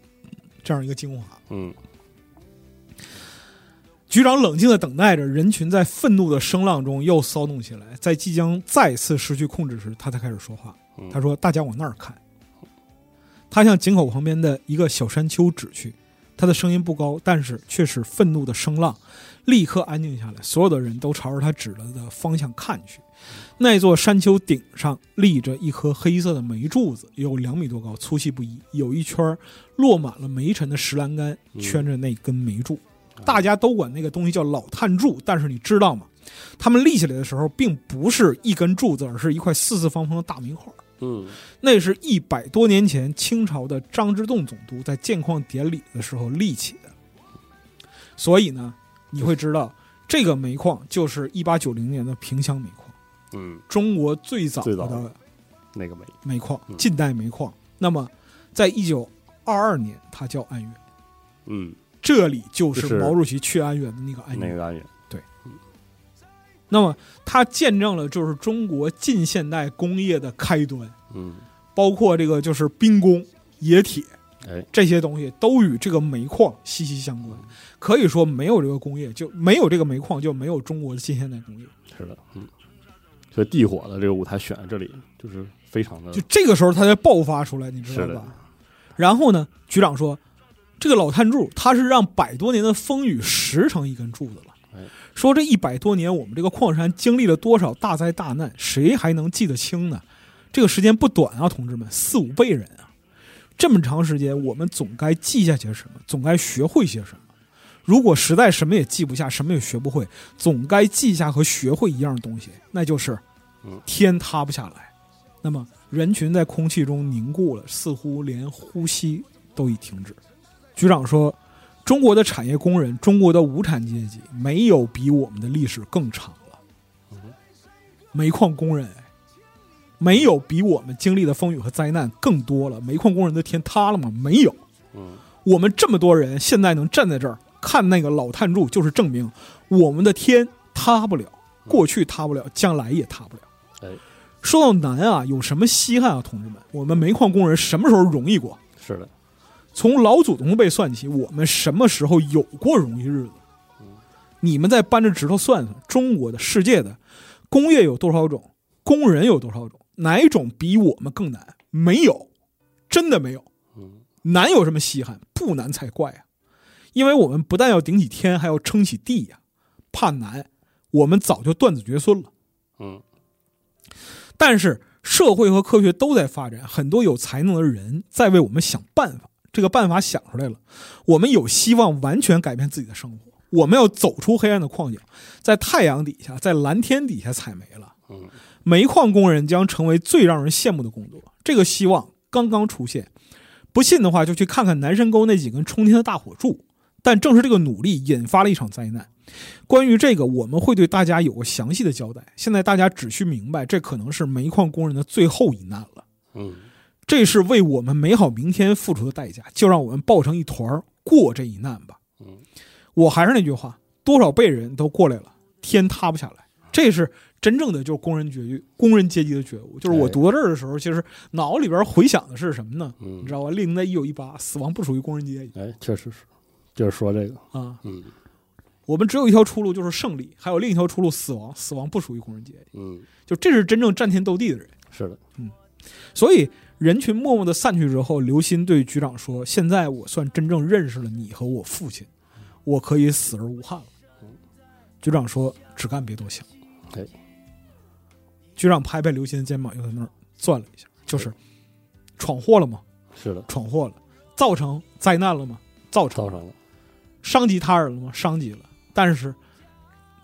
C: 这样一个精华。
B: 嗯
C: 局长冷静的等待着，人群在愤怒的声浪中又骚动起来，在即将再次失去控制时，他才开始说话。
B: 嗯，
C: 他说：“大家往那儿看。”他向井口旁边的一个小山丘指去，他的声音不高，但是却是愤怒的声浪，立刻安静下来。所有的人都朝着他指了的方向看去。那座山丘顶上立着一棵黑色的煤柱子，有两米多高，粗细不一，有一圈儿落满了煤尘的石栏杆
B: 嗯
C: 圈着那根煤柱。大家都管那个东西叫老炭柱，但是你知道吗？他们立起来的时候，并不是一根柱子，而是一块四四方方的大煤块。
B: 嗯
C: 那是一百多年前清朝的张之洞总督在建矿典礼的时候立起的。所以呢，你会知道这个煤矿就是一八九零年的萍乡煤矿，
B: 嗯，
C: 中国最早
B: 最早
C: 的
B: 的那个没，
C: 煤矿，
B: 嗯
C: 近代煤矿。那么，在一九二二年，它叫安岳。
B: 嗯
C: 这里就
B: 就是是
C: 毛主席去安源的那个安源。
B: 那个安源，
C: 那么，它见证了就是中国近现代工业的开端，
B: 嗯，
C: 包括这个就是兵工、冶铁
B: 哎，
C: 这些东西都与这个煤矿息息相
B: 嗯
C: 关。可以说，没有这个工业，就没有这个煤矿，就没有中国的近现代工业。
B: 是的，嗯，所以地火的这个舞台选在这里，就是非常的
C: 就这个时候，它才爆发出来，你知道
B: 嗯是的
C: 吧？然后呢，局长说，这个老探柱他是让百多年的风雨拾成一根柱子了
B: 哎。
C: 说这一百多年，我们这个矿山经历了多少大灾大难，谁还能记得清呢？这个时间不短啊，同志们，四五辈人啊，这么长时间，我们总该记下些什么，总该学会些什么。如果实在什么也记不下，什么也学不会，总该记下和学会一样东西，那就是
B: 嗯
C: 天塌不下来。那么人群在空气中凝固了，似乎连呼吸都已停止。局长说：“中国的产业工人，中国的无产阶级，没有比我们的历史更长了。煤矿工人，哎没有比我们经历的风雨和灾难更多了。煤矿工人的天塌了吗？没有。
B: 嗯
C: 我们这么多人现在能站在这儿看那个老探柱，就是证明我们的天塌不了，过去塌不了，将来也塌不了。
B: 哎，
C: 说到难啊，有什么稀罕啊，同志们？我们煤矿工人什么时候容易过？
B: 是的，
C: 从老祖宗辈算起，我们什么时候有过容易日子？你们再扳着指头算算，中国的、世界的工业有多少种，工人有多少种，哪一种比我们更难？没有，真的没有。
B: 嗯
C: 难有什么稀罕？不难才怪啊！因为我们不但要顶起天，还要撑起地呀、怕难，我们早就断子绝孙了。
B: 嗯
C: 但是社会和科学都在发展，很多有才能的人在为我们想办法。这个办法想出来了，我们有希望完全改变自己的生活。我们要走出黑暗的矿井，在太阳底下，在蓝天底下采煤了。
B: 嗯，
C: 煤矿工人将成为最让人羡慕的工作。这个希望刚刚出现，不信的话就去看看南山沟那几根冲天的大火柱。但正是这个努力引发了一场灾难。关于这个，我们会对大家有个详细的交代。现在大家只需明白，这可能是煤矿工人的最后一难了。
B: 嗯，
C: 这是为我们美好明天付出的代价，就让我们抱成一团儿过这一难吧。
B: 嗯，
C: 我还是那句话，多少辈人都过来了，天塌不下来。这是真正的就是工人绝育，工人阶级的觉悟。就是我
B: 哎
C: 读到这儿的时候，其实脑里边回想的是什么呢？
B: 嗯
C: 你知道吧？列宁在一九一八，死亡不属于工人阶级
B: 哎，确实是，就是说这个，
C: 啊。
B: 嗯
C: 我们只有一条出路，就是胜利；还有另一条出路，死亡。死亡不属于工人阶级。
B: 嗯，
C: 就这是真正战天斗地的人。
B: 是的，
C: 所以人群默默的散去之后，刘鑫对局长说：“现在我算真正认识了你和我父亲，我可以死而无憾了。”局长说：“只干别多想。”
B: 哎，
C: 局长拍拍刘鑫的肩膀，又在那儿攥了一下，就是闯祸了吗？
B: 是的，
C: 闯祸了，造成灾难了吗？造成
B: 造成了，
C: 伤及他人了吗？伤及了，但是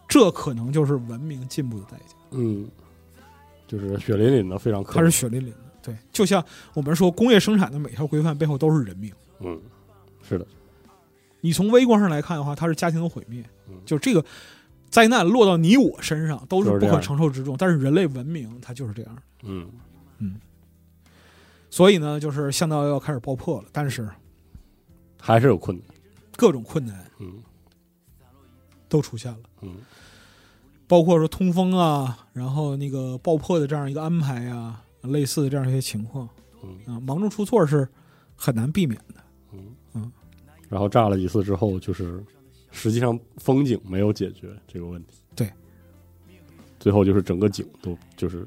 C: 这可能就是文明进步的代价。
B: 嗯，就是血淋淋的，非常可
C: 它是，血淋淋的。对，就像我们说工业生产的每条规范背后都是人命。
B: 嗯，是的，
C: 你从微观上来看的话，它是家庭的毁灭
B: 嗯，
C: 就这个灾难落到你我身上都是
B: 就是
C: 不
B: 这
C: 可
B: 样
C: 承受之重。但是人类文明它就是这样，
B: 嗯，
C: 所以呢，就是巷道要开始爆破了，但是
B: 还是有困难，
C: 各种困难
B: 嗯
C: 都出现了。
B: 嗯
C: 包括说通风啊，然后那个爆破的这样一个安排啊，类似的这样一些情况
B: 嗯
C: 啊，忙中出错是很难避免的。
B: 嗯
C: 嗯，
B: 然后炸了几次之后，就是实际上风景没有解决这个问题，
C: 对，
B: 最后就是整个景都就是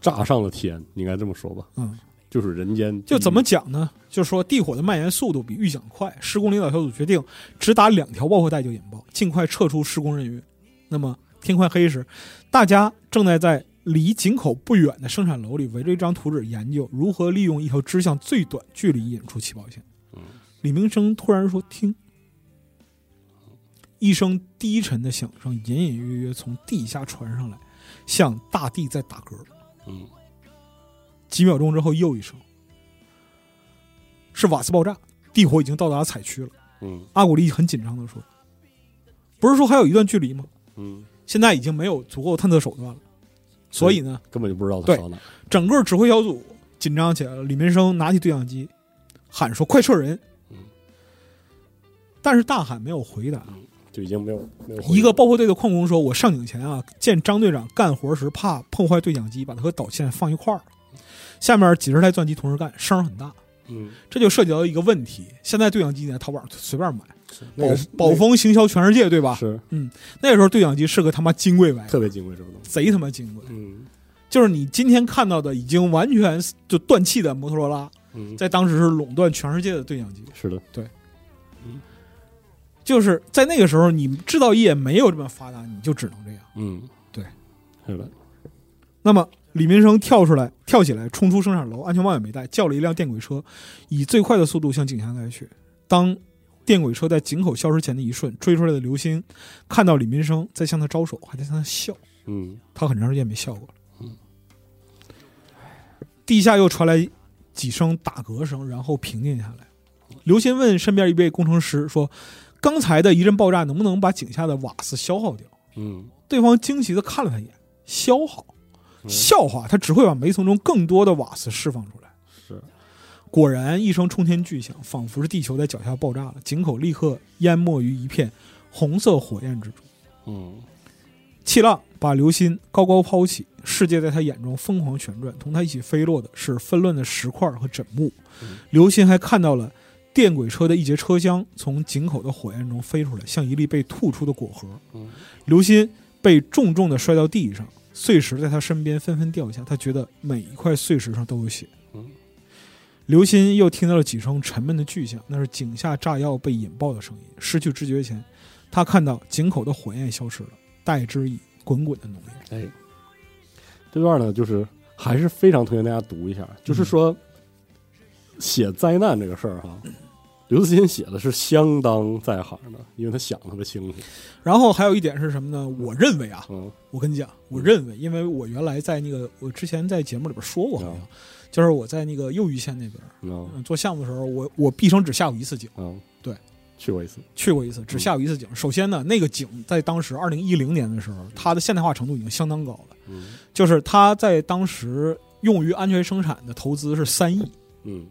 B: 炸上了天，应该这么说吧，
C: 嗯，
B: 就是人间
C: 就怎么
B: 地
C: 讲呢？就说地火的蔓延速度比预想快，施工领导小组决定只打两条爆破带就引爆，尽快撤出施工人员。那么天快黑时，大家正在在离井口不远的生产楼里围着一张图纸研究如何利用一条支向最短距离引出起爆线。
B: 嗯
C: 李明生突然说：“听。”一声低沉的响声隐隐约约从地下传上来，像大地在打嗝。
B: 嗯
C: 几秒钟之后又一声，是瓦斯爆炸，地火已经到达采区了。
B: 嗯
C: 阿古丽很紧张地说：“不是说还有一段距离吗？
B: 嗯，
C: 现在已经没有足够探测手段了，所以呢，
B: 根本就不知道他
C: 对
B: 烧哪儿，
C: 整个指挥小组紧张起来了。李民生拿起对讲机喊说：‘快撤人
B: 嗯！’”
C: 但是大喊没有回答。
B: 就已经没有没有回
C: 一个爆破队的矿工说：“我上井前啊，见张队长干活时怕碰坏对讲机，把它和导线放一块儿了。下面几十台钻机同时干，声儿很大，
B: 嗯，
C: 这就涉及到一个问题。现在对讲机你在淘宝上随便买，
B: 那个是
C: 宝宝丰行销全世界，对吧？
B: 是
C: 那个时候对讲机是个他妈金贵玩意儿，
B: 特别金贵这种东西，
C: 贼他妈金贵。
B: 嗯
C: 就是你今天看到的已经完全就断气的摩托罗拉，
B: 嗯，
C: 在当时是垄断全世界的对讲机。
B: 是的，
C: 就是在那个时候，你制造业没有这么发达，你就只能这样。
B: 嗯，
C: 对，
B: 是的，
C: 那么李民生跳出来，跳起来，冲出生产楼，安全帽也没戴，叫了一辆电轨车，以最快的速度向井下开去。当电轨车在井口消失前的一瞬，追出来的刘星看到李民生在向他招手，还在向他笑，
B: 嗯
C: 他很长时间没笑过了
B: 嗯。
C: 地下又传来几声打嗝声，然后平静下来。刘鑫问身边一位工程师说：“刚才的一阵爆炸能不能把井下的瓦斯消耗掉？”
B: 嗯
C: 对方惊奇的看了他一眼，消耗，
B: 嗯
C: 笑话，他只会把煤层中更多的瓦斯释放出来。
B: 是，
C: 果然，一声冲天巨响，仿佛是地球在脚下爆炸了，井口立刻淹没于一片红色火焰之中。
B: 嗯
C: 气浪把流星高高抛起，世界在他眼中疯狂旋转。同他一起飞落的是纷乱的石块和枕木
B: 嗯。
C: 流星还看到了电轨车的一节车厢从井口的火焰中飞出来，像一粒被吐出的果核。
B: 嗯
C: 刘鑫被重重地摔到地上，碎石在他身边纷纷掉下，他觉得每一块碎石上都有血。
B: 嗯
C: 刘鑫又听到了几声沉闷的巨响，那是井下炸药被引爆的声音。失去知觉前，他看到井口的火焰消失了，代之以滚滚的浓烟。
B: 哎，这段呢，就是还是非常推荐大家读一下，
C: 嗯
B: 就是说写灾难这个事儿哈，刘慈欣写的是相当在行的，因为他想得特别清楚，
C: 然后还有一点是什么呢？我认为啊，
B: 嗯
C: 我跟你讲，我认为，因为我原来在那个我之前在节目里边说过，好像
B: 啊
C: 就是我在那个右玉县那边
B: 嗯
C: 嗯做项目的时候，我我毕生只下过一次井。
B: 嗯，
C: 对，
B: 去过一次，
C: 去过一次，只
B: 嗯
C: 下过一次井。首先呢，那个井在当时二零一零年的时候，它的现代化程度已经相当高了，
B: 嗯
C: 就是它在当时用于安全生产的投资是三亿，
B: 嗯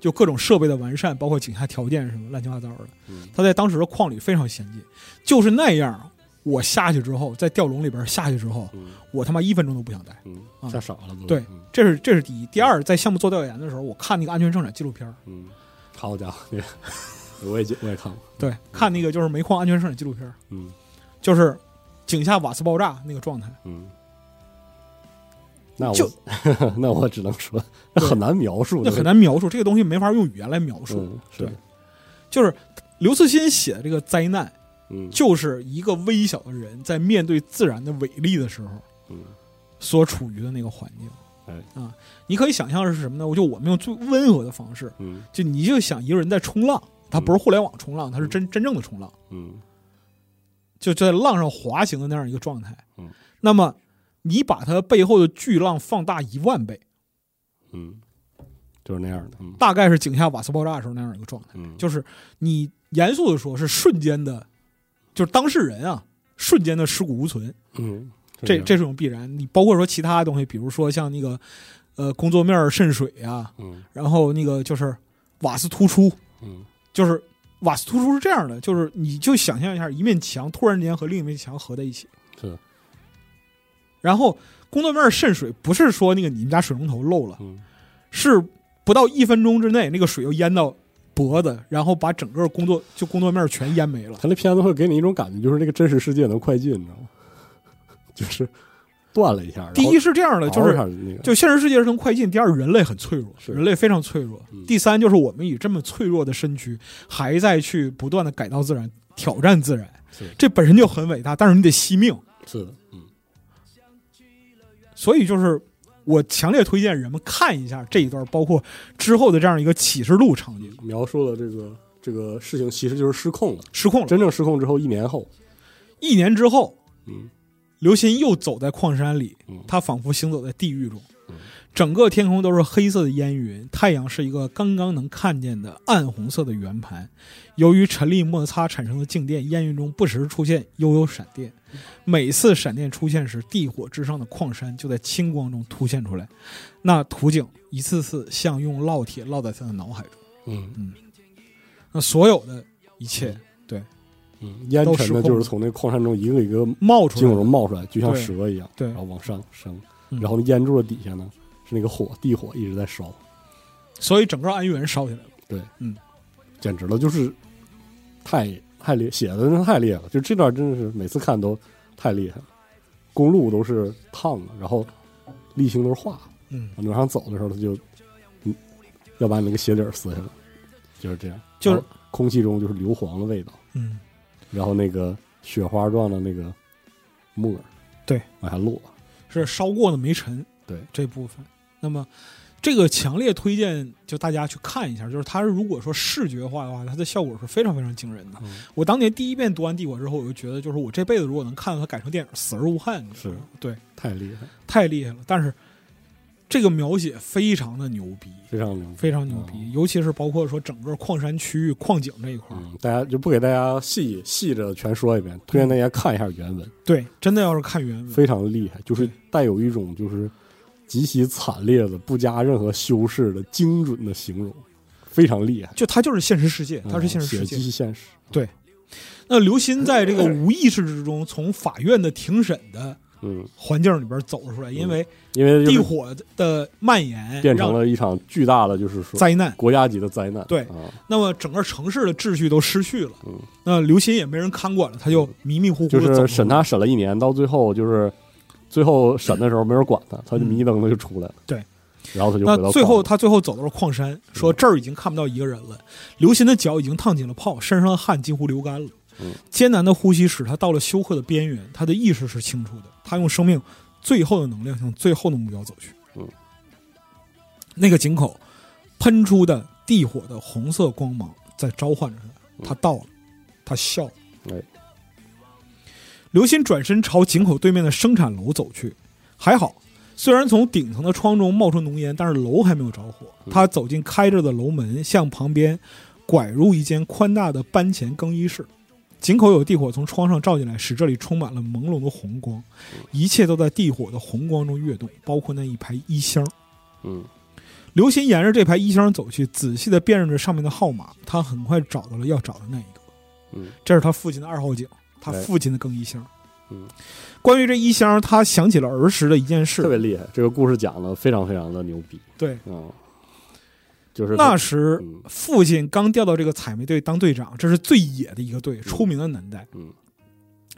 C: 就各种设备的完善，包括井下条件什么乱七八糟的，
B: 嗯
C: 它在当时的矿里非常先进。就是那样，我下去之后，在吊笼里边下去之后，
B: 嗯
C: 我他妈一分钟都不想待。
B: 嗯，
C: 啊
B: 吓傻了都，
C: 对
B: 嗯
C: 这是这是第一，第二，在项目做调研的时候，我看那个安全生产纪录片儿，
B: 嗯，好家伙，那个我也记我也看过，
C: 对，看那个就是煤矿安全生产纪录片儿，
B: 嗯
C: 就是井下瓦斯爆炸那个状态。
B: 嗯。那
C: 就
B: 我 那我只能说，那
C: 对
B: 很难描述，
C: 那很难描述，这个东西没法用语言来描述。
B: 嗯，是
C: 对，就是刘慈欣写的这个灾难，
B: 嗯，
C: 就是一个微小的人在面对自然的伟力的时候
B: 嗯
C: 所处于的那个环境。
B: 哎
C: 啊，你可以想象是什么呢？我就我们用最温和的方式，
B: 嗯
C: 就你就想一个人在冲浪，他不是互联网冲浪，他是真真正的冲浪，
B: 嗯
C: 就在浪上滑行的那样一个状态。
B: 嗯，
C: 那么你把它背后的巨浪放大一万倍，
B: 嗯，就是那样的，嗯
C: 大概是井下瓦斯爆炸的时候那样一个状态。
B: 嗯，
C: 就是你严肃的说，是瞬间的，就是当事人啊，瞬间的尸骨无存，
B: 嗯，
C: 这
B: 样
C: 这是种必然。你包括说其他的东西，比如说像那个呃工作面儿渗水啊，
B: 嗯
C: 然后那个就是瓦斯突出，
B: 嗯
C: 就是瓦斯突出是这样的，就是你就想象一下，一面墙突然间和另一面墙合在一起，
B: 是
C: 然后工作面儿渗水不是说那个你们家水龙头漏了，
B: 嗯
C: 是不到一分钟之内，那个水又淹到。脖子，然后把整个工作就工作面儿全淹没了。
B: 他那片子会给你一种感觉，就是那个真实世界能快进，你知道吗？就是断了一下，然后
C: 第一是这样的，
B: 嗷
C: 就
B: 一
C: 是
B: 下那个，
C: 就现实世界是能快进；第二，人类很脆弱，
B: 是
C: 人类非常脆弱
B: 嗯；
C: 第三，就是我们以这么脆弱的身躯，还在去不断的改造自然、挑战自然
B: 是，
C: 这本身就很伟大，但是你得惜命。
B: 是的，嗯
C: 所以就是我强烈推荐人们看一下这一段，包括之后的这样一个启示录场景，
B: 描述了这个这个事情其实就是失控了，
C: 失控了。
B: 真正失控之后一年后，
C: 一年之后，
B: 嗯
C: 刘鑫又走在矿山里
B: 嗯，
C: 他仿佛行走在地狱中
B: 嗯。
C: 整个天空都是黑色的烟云，太阳是一个刚刚能看见的暗红色的圆盘。由于尘粒摩擦产生的静电，烟云中不时出现悠悠闪电。每次闪电出现时，地火之上的矿山就在青光中凸现出来。那图景一次次像用烙铁烙在他的脑海中。
B: 嗯
C: 那所有的一切
B: 嗯，烟
C: 都失
B: 尘呢
C: 控
B: 就
C: 了
B: 是从那矿山中一个一个
C: 冒出
B: 金
C: 来
B: 属
C: 了
B: 中冒出来，就像
C: 对
B: 蛇一样，
C: 对
B: 然后往上升，
C: 嗯
B: 然后那烟柱的底下呢是那个火，地火一直在烧，
C: 所以整个安源烧起来了。
B: 简直了，就是太太厉，写的真是太厉害了，就这段真的是每次看都太厉害了，公路都是烫的，然后沥青都是化的，
C: 嗯，
B: 你往上走的时候，他就嗯要把你那个鞋底儿撕下来，就是这样，
C: 就是
B: 然后空气中就是硫磺的味道，
C: 嗯，
B: 然后那个雪花状的那个沫儿，
C: 对，
B: 往下落，
C: 是烧过的煤尘，
B: 对
C: 这部分。那么这个强烈推荐就大家去看一下，就是它如果说视觉化的话，它的效果是非常非常惊人的。
B: 嗯
C: 我当年第一遍读完《帝国》之后，我就觉得，就是我这辈子如果能看到它改成电影，死而无憾。你知道吗对，
B: 太厉害，
C: 太厉害了。但是这个描写非常的牛逼，
B: 非常牛，
C: 非常牛逼，尤其是包括说整个矿山区域、矿井这一块儿，
B: 哦嗯，大家就不给大家细细着全说一遍，推荐大家看一下原文，
C: 对，真的要是看原文，
B: 非常厉害，就是带有一种就是极其惨烈的、不加任何修饰的精准的形容，非常厉害。
C: 就它就是现实世界，它是现实
B: 嗯
C: 世
B: 写
C: 界
B: 极。其现实，
C: 那刘鑫在这个无意识之中，从法院的庭审的
B: 嗯，
C: 环境里边走出来，因为
B: 因为嗯就
C: 地
B: 是
C: 火的蔓延
B: 变成
C: 让
B: 了一场巨大的，就是说
C: 灾难，
B: 国家级的灾难。
C: 对
B: 啊，
C: 那么整个城市的秩序都失去了
B: 嗯。
C: 那刘鑫也没人看管了，他就迷迷糊糊
B: 就
C: 的走
B: 是
C: 出
B: 审
C: 来。
B: 他审了一年，到最后就是最后审的时候没人管他，他就迷瞪的就出来了。
C: 嗯对，
B: 然后他就回到
C: 那最后
B: 矿嗯
C: 他最后走到了矿山，说这儿已经看不到一个人了。刘鑫的脚已经烫进了泡，身上的汗几乎流干了
B: 嗯。
C: 艰难的呼吸使他到了休克的边缘，他的意识是清楚的。他用生命最后的能量向最后的目标走去。
B: 嗯，
C: 那个井口喷出的地火的红色光芒在召唤着他，他到了，他笑了。
B: 嗯哎
C: 刘鑫转身朝井口对面的生产楼走去，还好，虽然从顶层的窗中冒出浓烟，但是楼还没有着火。
B: 嗯
C: 他走进开着的楼门，向旁边拐入一间宽大的班前更衣室。井口有地火从窗上照进来，使这里充满了朦胧的红光，
B: 嗯
C: 一切都在地火的红光中跃动，包括那一排衣箱。
B: 嗯
C: 刘鑫沿着这排衣箱走去，仔细地辨认着上面的号码。他很快找到了要找的那一个，
B: 嗯
C: 这是他父亲的二号井，他
B: 对
C: 父亲的更衣箱。
B: 嗯，
C: 关于这衣箱，他想起了儿时的一件
B: 特别
C: 事。
B: 厉害，这个故事讲的非常非常的牛逼
C: 对，
B: 啊，就是他
C: 那时
B: 嗯
C: 父亲刚调到这个采煤队当队长，这是最野的一个队，出名的南代。
B: 嗯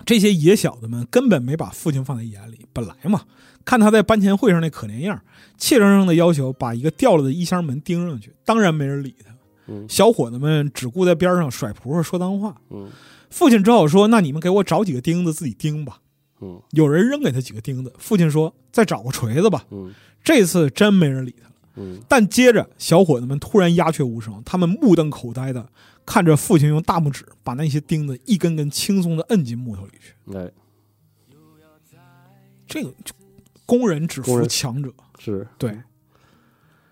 C: 这些野小子们根本没把父亲放在眼里。本来嘛，看他在班前会上那可怜样儿，怯生生的要求把一个掉了的衣箱门钉上去，当然没人理他。
B: 嗯
C: 小伙子们只顾在边上甩扑克说脏话。
B: 嗯
C: 父亲只好说：“那你们给我找几个钉子自己钉吧。”
B: 嗯
C: 有人扔给他几个钉子，父亲说：“再找个锤子吧。”
B: 嗯
C: 这次真没人理他了。
B: 嗯
C: 但接着，小伙子们突然鸦雀无声，他们目瞪口呆的看着父亲用大拇指把那些钉子一根根轻松的摁进木头里去。
B: 嗯，哎，
C: 这个就工人只
B: 工
C: 服
B: 人
C: 强者，
B: 是
C: 对。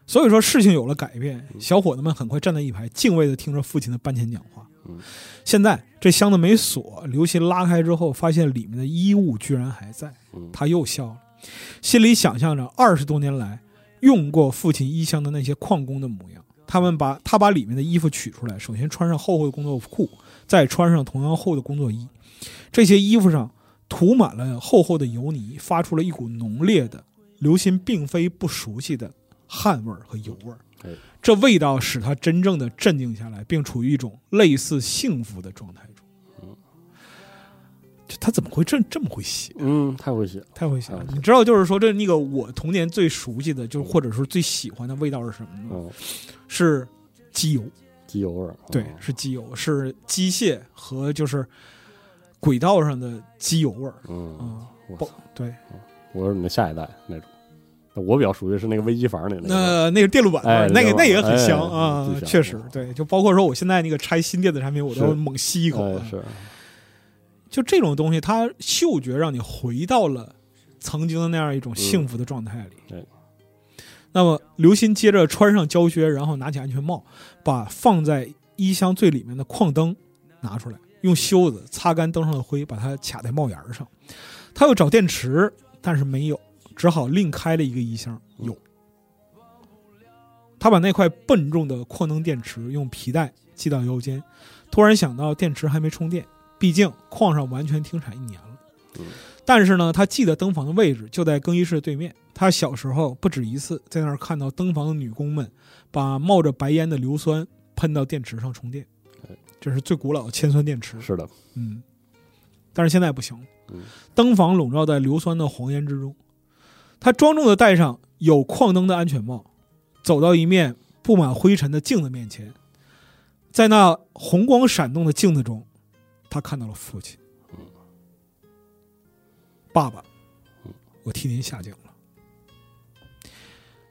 C: 所以说事情有了改变，
B: 嗯
C: 小伙子们很快站在一排，敬畏的听着父亲的班前讲话。
B: 嗯
C: 现在这箱子没锁，刘鑫拉开之后，发现里面的衣物居然还在，
B: 嗯
C: 他又笑了，心里想象着二十多年来用过父亲衣箱的那些矿工的模样。他们把他把里面的衣服取出来，首先穿上厚厚的工作裤，再穿上同样厚的工作衣。这些衣服上涂满了厚厚的油泥，发出了一股浓烈的刘鑫并非不熟悉的汗味儿和油味儿
B: 哎。
C: 这味道使他真正的镇静下来，并处于一种类似幸福的状态中。这他怎么会这这么会写？
B: 嗯，太会写了，
C: 太会写了
B: 太！会写
C: 你知道，就是说这那个我童年最熟悉的，就是或者说最喜欢的味道是什么呢？
B: 嗯，
C: 是机油，
B: 机油味儿，
C: 对，
B: 嗯
C: 是机油，是机械和就是轨道上的机油味儿
B: 嗯，
C: 啊、
B: 我
C: 不
B: 操，
C: 对，
B: 我说你的下一代那种，那我比较熟悉是那个危机房里那个，
C: 那那个电路板味
B: 哎
C: 儿那
B: 电
C: 个
B: 路板
C: 那也很香
B: 哎
C: 啊
B: 巨，香
C: 确实，对，就包括说我现在那个拆新电子产品，我都
B: 是
C: 要猛吸一口啊
B: 哎，是，
C: 就这种东西，它嗅觉让你回到了曾经的那样一种幸福的状态里。
B: 嗯对
C: 那么刘鑫接着穿上胶靴，然后拿起安全帽，把放在衣箱最里面的矿灯拿出来，用袖子擦干灯上的灰，把它卡在帽檐上。他又找电池，但是没有，只好另开了一个衣箱，有。他把那块笨重的扩能电池用皮带系到腰间，突然想到电池还没充电，毕竟矿上完全停产一年了。
B: 嗯
C: 但是呢，他记得灯房的位置就在更衣室对面。他小时候不止一次在那儿看到灯房的女工们把冒着白烟的硫酸喷到电池上充电
B: 哎，
C: 这是最古老的铅酸电池。
B: 是的，
C: 嗯，但是现在不行了
B: 嗯。
C: 灯房笼罩在硫酸的黄烟之中，他庄重的戴上有矿灯的安全帽，走到一面布满灰尘的镜子面前，在那红光闪动的镜子中，他看到了父亲
B: 嗯。
C: 爸爸
B: 嗯，
C: 我替您下井了。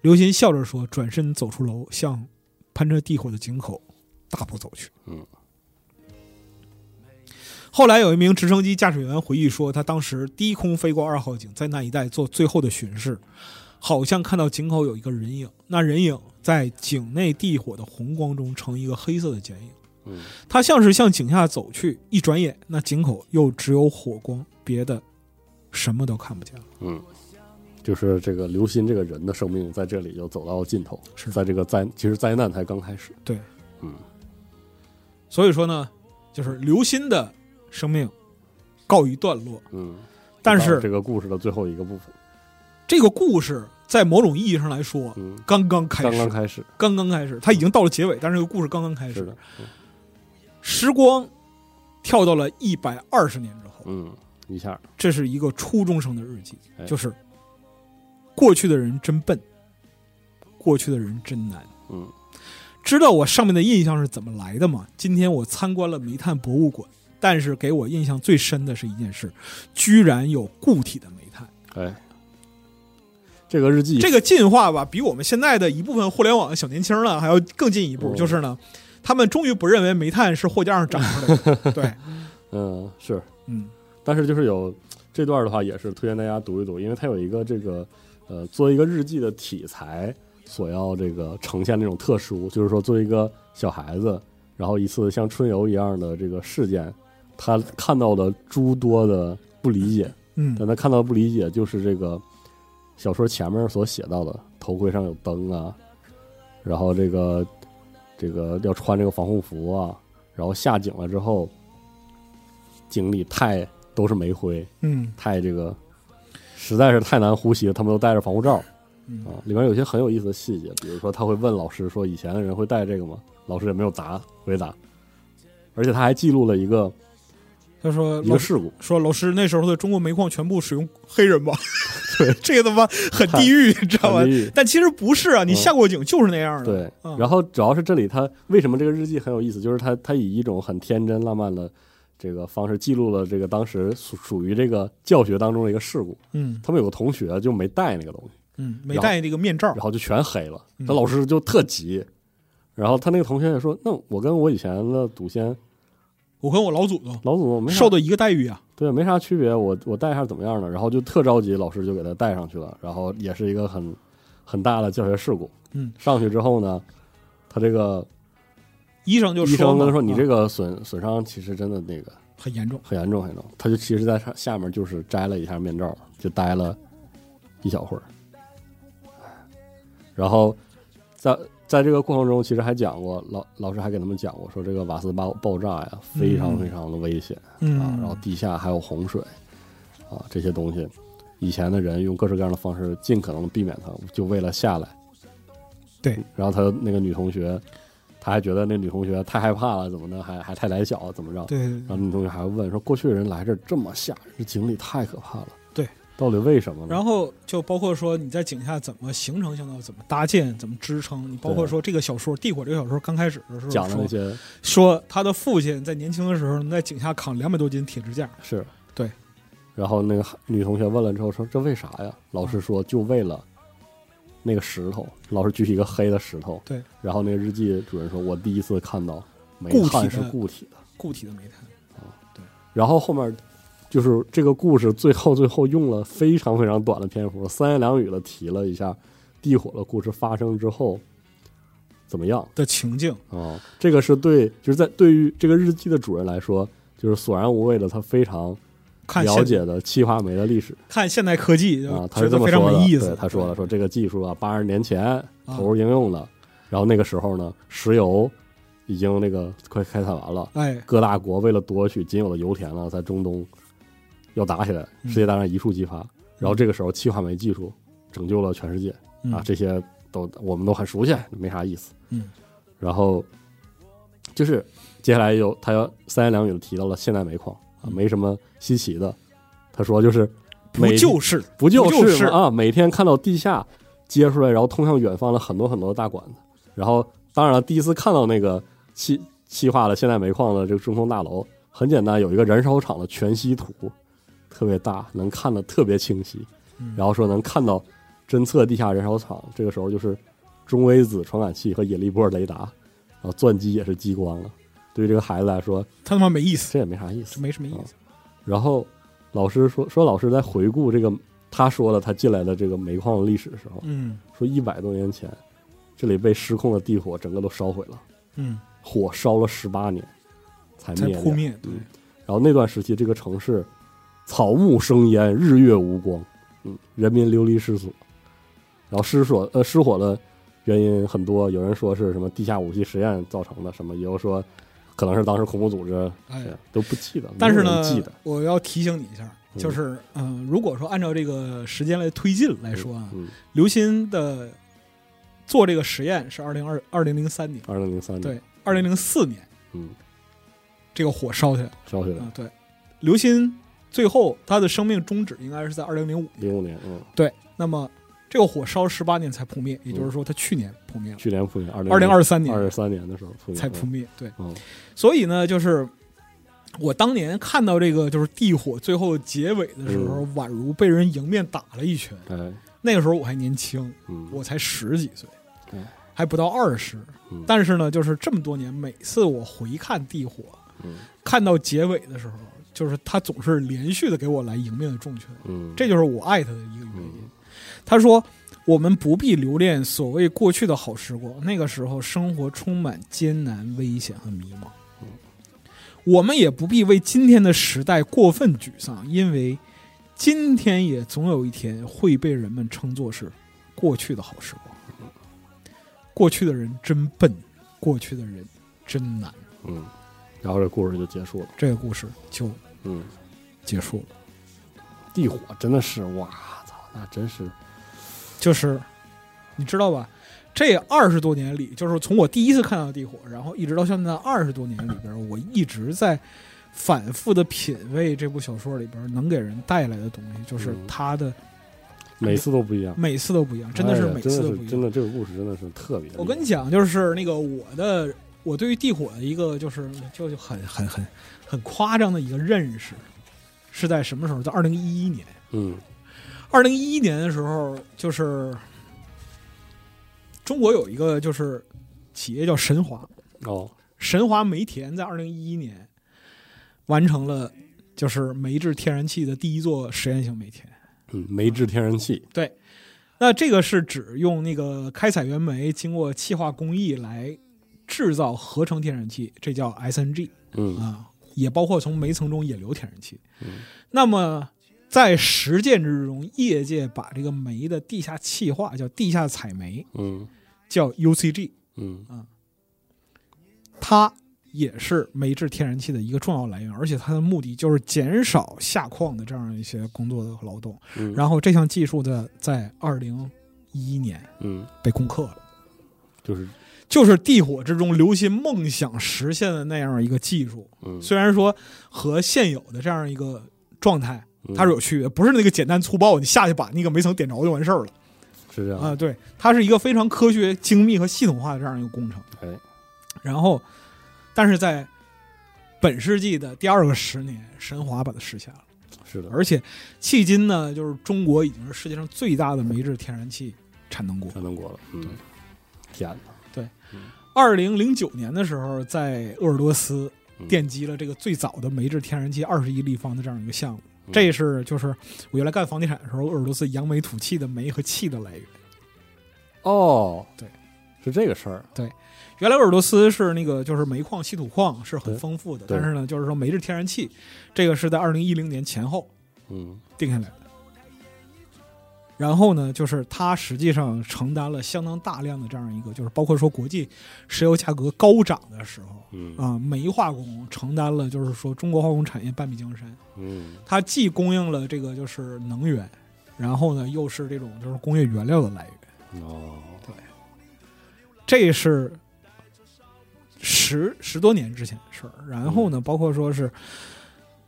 C: 刘鑫笑着说，转身走出楼，向攀着地火的井口大步走去。后来有一名直升机驾驶员回忆说，他当时低空飞过二号井，在那一带做最后的巡视，好像看到井口有一个人影，那人影在井内地火的红光中呈一个黑色的剪影。
B: 嗯
C: 他像是向井下走去，一转眼，那井口又只有火光，别的什么都看不见了。
B: 嗯，就是这个刘鑫这个人的生命在这里就走到了尽头，
C: 是
B: 在这个灾，其实灾难才刚开始。
C: 对，
B: 嗯，
C: 所以说呢，就是刘鑫的生命告一段落，
B: 嗯，
C: 但
B: 到
C: 是
B: 这个故事的最后一个部分，
C: 这个故事在某种意义上来说，
B: 嗯，
C: 刚刚开始，
B: 刚刚开始，
C: 刚刚开始，它已经到了结尾，但是这个故事刚刚开
B: 是
C: 始
B: 的。，
C: 时光跳到了一百二十年之后，
B: 嗯，一下，
C: 这是一个初中生的日记，
B: 哎
C: 就是过去的人真笨，过去的人真难。
B: 嗯
C: 知道我上面的印象是怎么来的吗？今天我参观了煤炭博物馆，但是给我印象最深的是一件事，居然有固体的煤炭。
B: 哎，这个日记，
C: 这个进化吧，比我们现在的一部分互联网的小年轻呢还要更进一步，
B: 嗯
C: 就是呢，他们终于不认为煤炭是货架上长出来 的。对，
B: 嗯是，
C: 嗯，
B: 但是就是有这段的话，也是推荐大家读一读，因为它有一个这个呃，作为一个日记的题材所要这个呈现那种特殊，就是说作为一个小孩子，然后一次像春游一样的这个事件，他看到了诸多的不理解，
C: 嗯
B: 但他看到的不理解就是这个小说前面所写到的，头盔上有灯啊，然后这个这个要穿这个防护服啊，然后下井了之后，井里太都是煤灰，
C: 嗯
B: 太这个实在是太难呼吸了，他们都戴着防护罩
C: 嗯
B: 啊。里面有些很有意思的细节，比如说他会问老师说：“以前的人会戴这个吗？”老师也没有答回答，而且他还记录了一个
C: 他说
B: 一个
C: 老师
B: 事故，
C: 说老师那时候的中国煤矿全部使用黑人吧，对， 这个他妈很地狱，你知道吗
B: 很？地狱
C: 但其实不是啊，你
B: 嗯
C: 下过井就是那样的。
B: 对
C: 嗯，
B: 然后主要是这里他为什么这个日记很有意思，就是他他以一种很天真浪漫的这个方式记录了这个当时属属于这个教学当中的一个事故。
C: 嗯
B: 他们有个同学就没带那个东西，
C: 嗯，没戴那个面罩
B: 然，后就全黑了，
C: 嗯
B: 他老师就特急。然后他那个同学也说：“那我跟我以前的祖先
C: 我跟我老祖宗
B: 老祖宗没啥
C: 受的一个待遇啊。
B: 对没啥区别，我我带一下怎么样呢？”然后就特着急，老师就给他带上去了。然后也是一个很很大的教学事故。
C: 嗯，
B: 上去之后呢，他这个
C: 医生就
B: 医生跟
C: 嘛
B: 他说：“你
C: 啊
B: 这个损损伤其实真的那个
C: 很严重。
B: 很严重，很严重。”他就其实在上下面就是摘了一下面罩，就待了一小会儿。然后在在这个过程中，其实还讲过老老师还给他们讲过，说这个瓦斯爆爆炸呀，非常
C: 嗯
B: 非常的危险、
C: 嗯，
B: 啊。然后地下还有洪水啊，这些东西，以前的人用各式各样的方式尽可能避免它，就为了下来。
C: 对，
B: 然后他那个女同学，他还觉得那女同学太害怕了，怎么的，还还太胆小，怎么着？
C: 对对
B: 然
C: 对
B: 后女同学还问说，过去的人来这儿这么吓人，这井里太可怕了。
C: 对，
B: 到底为什么呢？
C: 然后就包括说你在井下怎么形成巷道，怎么搭建，怎么支撑。你包括
B: 对
C: 说这个小说《地火》这个小说刚开始的时候
B: 讲的那
C: 说
B: 些
C: 说他的父亲在年轻的时候能在井下扛两百多斤铁支架，
B: 是，
C: 对。
B: 然后那个女同学问了之后说：“这为啥呀？”老师说：“就为了那个石头。”老师举起一个黑的石头。
C: 对。
B: 然后那个日记主人说：“我第一次看到煤
C: 固体
B: 炭
C: 的
B: 是固体的。
C: 固体的煤炭。”
B: 然后后面就是这个故事最后最后用了非常非常短的篇幅，三言两语的提了一下地火的故事发生之后怎么样。
C: 的情境，
B: 哦，这个是对，就是在对于这个日记的主人来说，就是索然无味的，他非常
C: 看
B: 了
C: 现
B: 解的气化煤的历史。
C: 看现代科技，
B: 啊，他
C: 觉
B: 是这
C: 得
B: 么
C: 非常
B: 说的
C: 没意
B: 对
C: 思。
B: 他说了，说这个技术啊，八十年前
C: 啊
B: 投入应用的，然后那个时候呢，石油已经那个快开采完了，
C: 哎，
B: 各大国为了夺取仅有的油田呢，在中东要打起来，
C: 嗯
B: 世界大战一触即发。然后这个时候，气化煤技术拯救了全世界
C: 嗯
B: 啊，这些都我们都很熟悉，没啥意思。
C: 嗯，
B: 然后就是接下来有他要三言两语的提到了现代煤矿啊，
C: 嗯
B: 没什么稀奇的。他说就是
C: 不
B: 每
C: 就是
B: 不就
C: 不就是
B: 是吗啊？每天看到地下接出来，然后通向远方的很多很多的大管子。然后，当然了，第一次看到那个气气化的现代煤矿的这个中控大楼，很简单，有一个燃烧厂的全息图，特别大，能看得特别清晰。然后说能看到侦测地下燃烧厂，这个时候就是中微子传感器和引力波雷达，然后钻机也是激光了。对于这个孩子来说，
C: 他他妈没意思，
B: 这也没啥意思
C: 这。没什么意思。
B: 啊然后老师说说老师在回顾这个他说的他进来的这个煤矿的历史的时候，
C: 嗯
B: 说一百多年前，这里被失控的地火整个都烧毁了，
C: 嗯，
B: 火烧了十八年才
C: 才
B: 灭
C: 扑
B: 掉
C: 灭。对，
B: 嗯然后那段时期，这个城市草木生烟，日月无光，嗯，人民流离失所。然后失所呃失火的原因很多，有人说是什么地下武器实验造成的，什么也有说可能是当时恐怖组织，
C: 哎，
B: 都不记得，
C: 但是
B: 没有人
C: 呢
B: 记得，
C: 我要提醒你一下，
B: 嗯
C: 就是嗯、如果说按照这个时间来推进来说啊，
B: 嗯，
C: 刘鑫的做这个实验是二零二二零零三年，
B: 二零零三年，
C: 对，二零零四年
B: 嗯，
C: 这个火烧起来了
B: 烧起来
C: 啊、，对，刘鑫最后他的生命终止应该是在二零零五，
B: 零五年，嗯，
C: 对，那么这个火烧十八年才扑灭，也就是说他去年扑灭了，
B: 去年复年二零
C: 二零嗯二三年
B: 二三年的时候复
C: 才扑灭，对，
B: 嗯，
C: 所以呢，就是我当年看到这个就是地火最后结尾的时候，宛如被人迎面打了一拳。
B: 哎，
C: 那个时候我还年轻，
B: 嗯，
C: 我才十几岁
B: 嗯，
C: 还不到二十
B: 嗯。
C: 但是呢，就是这么多年，每次我回看地火，
B: 嗯
C: 看到结尾的时候，就是他总是连续的给我来迎面的重拳，
B: 嗯，
C: 这就是我爱他的一个原因
B: 嗯。
C: 他说。我们不必留恋所谓过去的好时光，那个时候生活充满艰难、危险和迷茫。我们也不必为今天的时代过分沮丧，因为今天也总有一天会被人们称作是过去的好时光。过去的人真笨，过去的人真难。
B: 嗯，然后这故事就结束了，
C: 这个故事就
B: 嗯，
C: 结束了，
B: 地火真的是，哇操，那真是，
C: 就是你知道吧？这二十多年里，就是从我第一次看到地火，然后一直到现在二十多年里边，我一直在反复的品味这部小说里边能给人带来的东西，就是
B: 嗯
C: 它的
B: 每次都不一样，
C: 每次都不一样，嗯真的是
B: 哎呀
C: 每
B: 真
C: 次
B: 的
C: 都
B: 是
C: 不一
B: 真
C: 样。
B: 的这个故事真的是特别厉害，
C: 我跟你讲，就是那个我的，我对于地火的一个就是就就很很很很夸张的一个认识，是在什么时候？在二零一一年。
B: 嗯
C: 二零一一年的时候，就是中国有一个就是企业叫神华，
B: 哦，
C: 神华煤田在二零一一年完成了就是煤制天然气的第一座实验性煤田。
B: 嗯，煤制天然气，
C: 对，那这个是指用那个开采原煤经过气化工艺来制造合成天然气，这叫 SNG
B: 嗯
C: 啊，也包括从煤层中引流天然气。
B: 嗯
C: 那么在实践之中，业界把这个煤的地下气化叫地下采煤，
B: 嗯
C: 叫 UCG，
B: 嗯
C: 它也是煤制天然气的一个重要来源，而且它的目的就是减少下矿的这样一些工作的劳动。
B: 嗯，
C: 然后这项技术的在二零一一年
B: 嗯，
C: 被攻克了。
B: 就是
C: 就是地火之中刘鑫梦想实现的那样一个技术，
B: 嗯，
C: 虽然说和现有的这样一个状态
B: 嗯
C: 它是有区别，不是那个简单粗暴，你下去把那个煤层点着就完事儿了
B: 是这样
C: 啊、，对，它是一个非常科学、精密和系统化的这样一个工程。
B: 哎，
C: 然后，但是在本世纪的第二个十年，神华把它实现了，
B: 嗯是的，
C: 而且迄今呢，就是中国已经是世界上最大的煤制天然气产能国。
B: 山东国了，嗯，天哪，
C: 二零零九年的时候，在鄂尔多斯
B: 嗯
C: 奠基了这个最早的煤制天然气二十一立方的这样一个项目。
B: 嗯
C: 这是就是我原来干房地产的时候，鄂尔多斯扬煤吐气的煤和气的来源。
B: 哦，
C: 对，
B: 是这个事儿，
C: 原来鄂尔多斯是那个就是煤矿、稀土矿是很
B: 对
C: 丰富的，
B: 对
C: 但是呢，就是说煤制天然气，这个是在二零一零年前后
B: 嗯
C: 定下来的。然后呢，就是它实际上承担了相当大量的这样一个，就是包括说国际石油价格高涨的时候
B: 嗯
C: 啊、煤化工承担了就是说中国化工产业半壁江山。
B: 嗯
C: 它既供应了这个就是能源，然后呢又是这种就是工业原料的来源，
B: 哦，
C: 这是十十多年之前的事儿。然后呢，
B: 嗯
C: 包括说是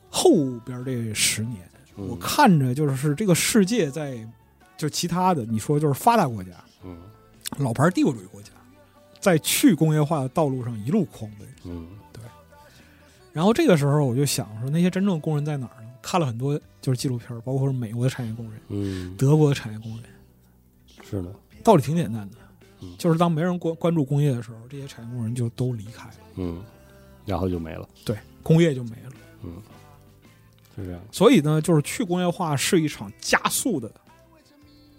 C: 后边儿这十年，
B: 嗯
C: 我看着就是这个世界在就其他的你说就是发达国家、
B: 嗯
C: 老牌帝国主义国家，在去工业化的道路上一路狂奔。
B: 嗯
C: 然后这个时候我就想说，那些真正工人在哪儿呢？看了很多就是纪录片儿，包括是美国的产业工人、
B: 嗯，
C: 德国的产业工人。
B: 是的，
C: 道理挺简单的
B: 嗯，
C: 就是当没人关关注工业的时候，这些产业工人就都离开了，
B: 嗯，然后就没了，
C: 对，工业就没了。
B: 嗯，是这样的，
C: 所以呢，就是去工业化是一场加速的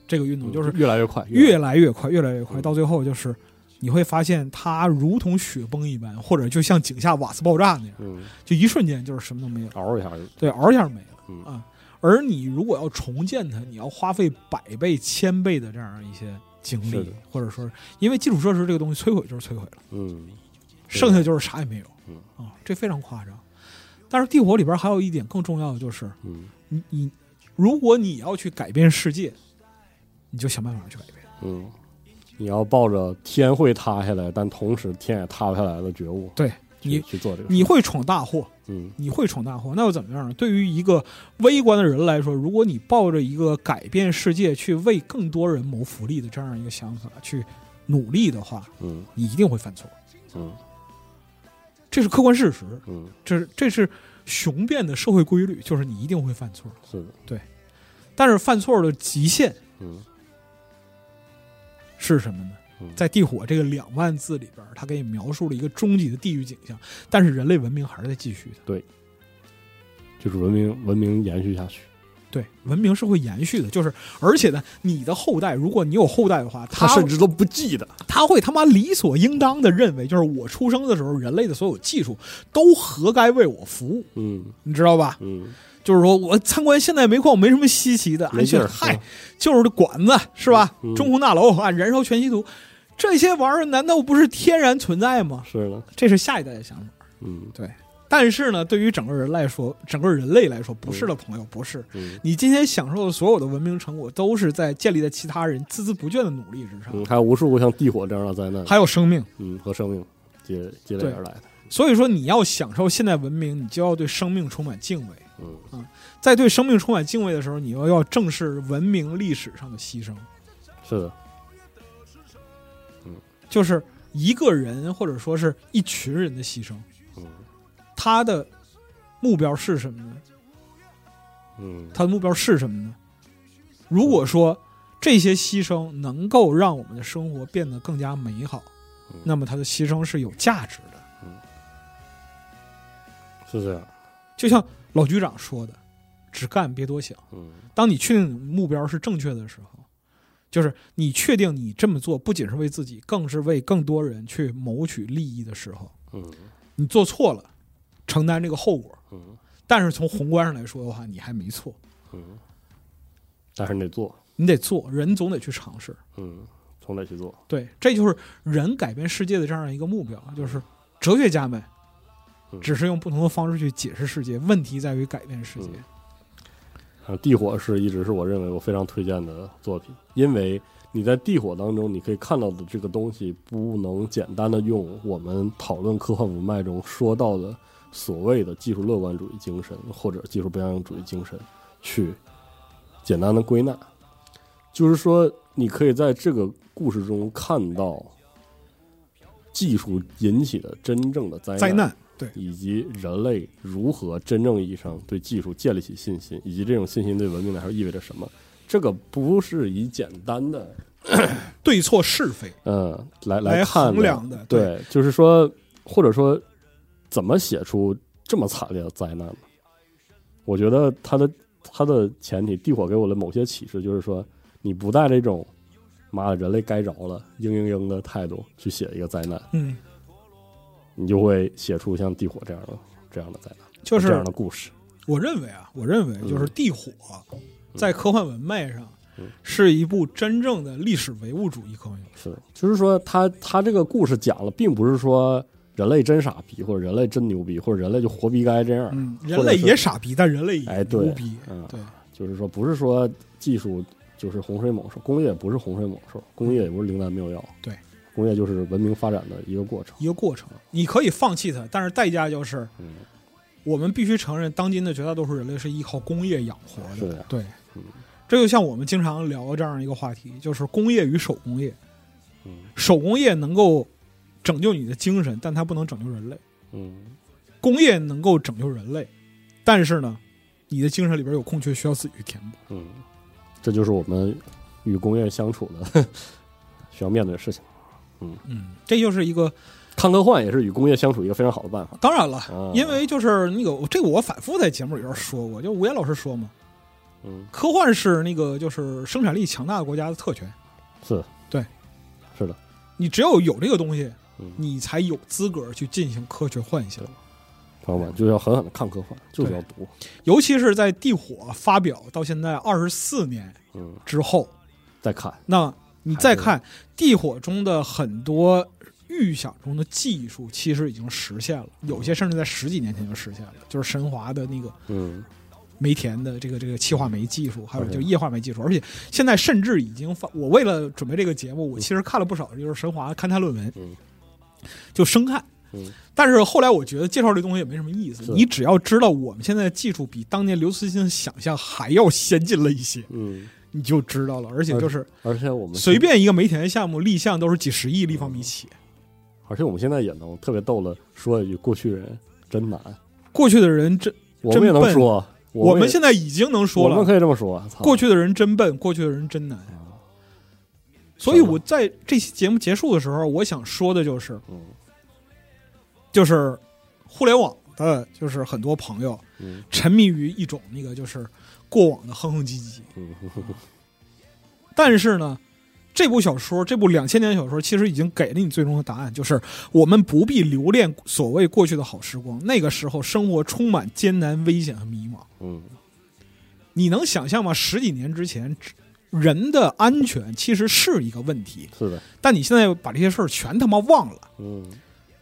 C: 这个运动，
B: 嗯
C: 就是
B: 越来越快，
C: 越来越快，越来越快，
B: 嗯
C: 到最后就是你会发现它如同雪崩一般，或者就像井下瓦斯爆炸那样，
B: 嗯，
C: 就一瞬间就是什么都没有，
B: 嗷一下就，
C: 对，嗷一下没了。啊
B: 嗯
C: 而你如果要重建它，你要花费百倍、千倍的这样一些精
B: 是
C: 力
B: 的，
C: 或者说是，因为基础设施这个东西摧毁就是摧毁了。
B: 嗯
C: 剩下就是啥也没有。
B: 嗯
C: 啊，这非常夸张。但是帝国里边还有一点更重要的就是，
B: 嗯
C: 你你如果你要去改变世界，你就想办法去改变。
B: 嗯，你要抱着天会塌下来，但同时天也塌不下来的觉悟，
C: 对
B: 去
C: 你
B: 去做这个事，
C: 你会闯大祸，
B: 嗯
C: 你会闯大祸，那又怎么样呢？对于一个微观的人来说，如果你抱着一个改变世界、去为更多人谋福利的这样一个想法去努力的话，
B: 嗯
C: 你一定会犯错，
B: 嗯
C: 这是客观事实，
B: 嗯，
C: 这是这是雄辩的社会规律，就是你一定会犯错。
B: 是的，
C: 但是犯错的极限
B: 嗯
C: 是什么呢
B: 嗯？
C: 在《地火》这个两万字里边，他给你描述了一个终极的地狱景象，但是人类文明还是在继续的。
B: 就是文明文明延续下去，
C: 对，文明是会延续的，就是而且呢，你的后代，如果你有后代的话，他
B: 甚至都不记得，
C: 他会他妈理所应当的认为，就是我出生的时候，人类的所有技术都活该为我服务，
B: 嗯
C: 你知道吧？
B: 嗯
C: 就是说我参观现代煤矿没什么稀奇的，
B: 没
C: 俺
B: 劲
C: 去
B: 儿
C: 嗨
B: 嗯，
C: 就是这管子是吧？
B: 嗯
C: 中红大楼啊，燃烧全息图，这些玩意儿难道不是天然存在吗？
B: 是的，
C: 这是下一代的想法。
B: 嗯
C: 但是呢，对于整个人来说，整个人类来说，不是的朋友，不是。
B: 嗯
C: 你今天享受的所有的文明成果，都是在建立在其他人孜孜不倦的努力之上，
B: 嗯，还有无数个像地火这样的灾难，
C: 还有生命。
B: 嗯和生命积积累
C: 对
B: 而来的，
C: 所以说，你要享受现代文明，你就要对生命充满敬畏。
B: 嗯
C: 在对生命充满敬畏的时候，你又要正视文明历史上的牺牲。
B: 是的，
C: 就是一个人或者说是一群人的牺牲，
B: 嗯
C: 他的目标是什么呢？
B: 嗯
C: 他的目标是什么呢？如果说这些牺牲能够让我们的生活变得更加美好
B: 嗯，
C: 那么他的牺牲是有价值的。
B: 是这样，
C: 就像老局长说的，只干别多想。
B: 嗯
C: 当你确定你目标是正确的时候，就是你确定你这么做不仅是为自己，更是为更多人去谋取利益的时候，
B: 嗯
C: 你做错了，承担这个后果。
B: 嗯
C: 但是从宏观上来说的话，你还没错，
B: 嗯，但是你得做，
C: 你得做，人总得去尝试。
B: 嗯，从得去做，
C: 对，这就是人改变世界的这样一个目标，啊就是哲学家们
B: 嗯
C: 只是用不同的方式去解释世界，问题在于改变世界。
B: 嗯啊，地火是一直是我认为我非常推荐的作品，因为你在地火当中，你可以看到的这个东西，不能简单的用我们讨论科幻文脉中说到的所谓的技术乐观主义精神或者技术表扬主义精神去简单的归纳。就是说，你可以在这个故事中看到技术引起的真正的
C: 灾难，对，
B: 以及人类如何真正意义上对技术建立起信心，以及这种信心对文明来说意味着什么。这个不是以简单的
C: 对错是非，
B: 嗯来
C: 来
B: 看
C: 衡量的
B: 对，
C: 对
B: 就是说，或者说怎么写出这么惨烈的灾难呢？我觉得它的它的前提，地火给我的某些启示就是说，你不带这种妈的人类该着了嘤嘤嘤的态度去写一个灾难，
C: 嗯，
B: 你就会写出像地火这样的这样的灾难，
C: 就
B: 这
C: 是
B: 样的故事。
C: 我认为啊，我认为就是地火在科幻文脉上
B: 嗯
C: 是一部真正的历史唯物主义科幻小说。
B: 是，就是说他他这个故事讲了，并不是说人类真傻逼，或者人类真牛逼，或者人类就活逼该这样。
C: 嗯，
B: 者
C: 人类
B: 是
C: 也傻逼，但人类也
B: 哎，
C: 牛
B: 对
C: 逼。，
B: 嗯，
C: 对，
B: 就是说不是说技术就是洪水猛兽，工业不是洪水猛兽，工业也不是灵丹妙药，
C: 对，
B: 工业就是文明发展的一个过程。
C: 一个过程，你可以放弃它，但是代价就是
B: 嗯，
C: 我们必须承认，当今的绝大多数人类是依靠工业养活
B: 是
C: 的。
B: 的
C: 对
B: 嗯，
C: 这就像我们经常聊这样一个话题，就是工业与手工业。
B: 嗯
C: 手工业能够拯救你的精神，但它不能拯救人类。
B: 嗯，
C: 工业能够拯救人类，但是呢，你的精神里边有空缺，需要自己去填补。
B: 嗯，这就是我们与工业相处的 需要面对的事情。
C: 嗯，这就是一个
B: 看科幻也是与工业相处一个非常好的办法。
C: 当然了，
B: 啊
C: 因为就是那个这个我反复在节目里边说过，就吴岩老师说嘛，
B: 嗯，
C: 科幻是那个就是生产力强大的国家的特权，
B: 是，
C: 对，
B: 是的，
C: 你只有有这个东西，
B: 嗯，
C: 你才有资格去进行科学幻想
B: 对。朋友们就是要狠狠的看科幻，就是要读。
C: 尤其是在地火发表到现在二十四年
B: 嗯，
C: 之后，
B: 再看，
C: 那你再看地火中的很多预想中的技术，其实已经实现了，有些甚至在十几年前就实现了，就是神华的那个
B: 嗯，
C: 煤田的这个这个气化煤技术，还有
B: 嗯
C: 就液化煤技术，而且现在甚至已经发，我为了准备这个节目，我其实看了不少，就是神华勘探论文，
B: 嗯
C: 就生看。
B: 嗯
C: 但是后来我觉得介绍这东西也没什么意思
B: 是，
C: 你只要知道我们现在的技术比当年刘慈欣的想象还要先进了一些，
B: 嗯，
C: 你就知道了，而且就是
B: 而且我们嗯
C: 随，便一个煤田项目立项都是几十亿立方米起。
B: 而且我们现在也能特别逗了，说一句过去人真难，
C: 过去的人真，
B: 我们也能说，
C: 我
B: 们
C: 们现在已经能说
B: 我们
C: 了，
B: 可以这么说，操
C: 过去的人真笨，过去的人真难。
B: 啊
C: 所以我在这期节目结束的时候，我想说的就是，
B: 嗯
C: 就是互联网的，就是很多朋友
B: 嗯
C: 沉迷于一种那个就是过往的哼哼唧唧，
B: 嗯
C: 但是呢。这部小说，这部两千年小说，其实已经给了你最终的答案，就是我们不必留恋所谓过去的好时光。那个时候，生活充满艰难、危险和迷茫。
B: 嗯
C: 你能想象吗？十几年之前，人的安全其实是一个问题，
B: 是的，
C: 但你现在把这些事儿全他妈忘了。
B: 嗯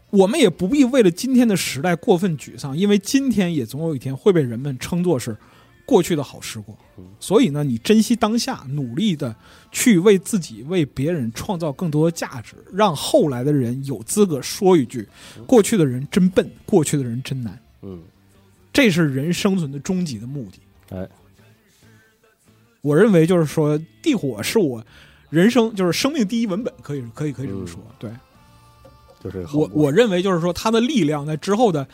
C: 我们也不必为了今天的时代过分沮丧，因为今天也总有一天会被人们称作是过去的好时光
B: 嗯。
C: 所以呢，你珍惜当下，努力的去为自己、为别人创造更多的价值，让后来的人有资格说一句：过去的人真笨，过去的人真难。
B: 嗯，
C: 这是人生存的终极的目的。
B: 哎，
C: 我认为就是说，地火是我人生就是生命第一文本，可以可以可以这么说。对
B: 就是好
C: 我
B: 过
C: 我认为就是说，它的力量在之后的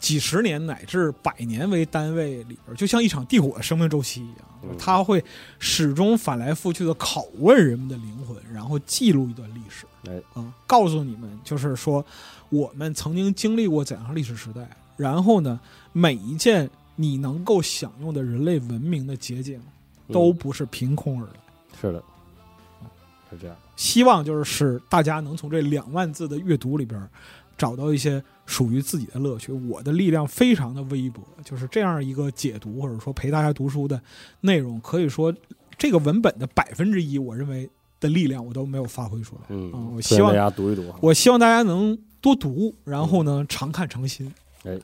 C: 几十年乃至百年为单位里边，就像一场地火的生命周期一样，
B: 嗯
C: 就是它会始终反来覆去的拷问人们的灵魂，然后记录一段历史。
B: 哎
C: 啊、告诉你们，就是说我们曾经经历过怎样的历史时代，然后呢，每一件你能够享用的人类文明的捷径，
B: 嗯
C: 都不是凭空而来。
B: 是的，是这样，
C: 希望就是使大家能从这两万字的阅读里边儿找到一些属于自己的乐趣。我的力量非常的微薄，就是这样一个解读或者说陪大家读书的内容，可以说这个文本的百分之一，我认为的力量我都没有发挥出来。
B: 嗯，
C: 嗯我
B: 推荐
C: 希望
B: 大家读一读啊，
C: 我希望大家能多读，然后呢常看常新。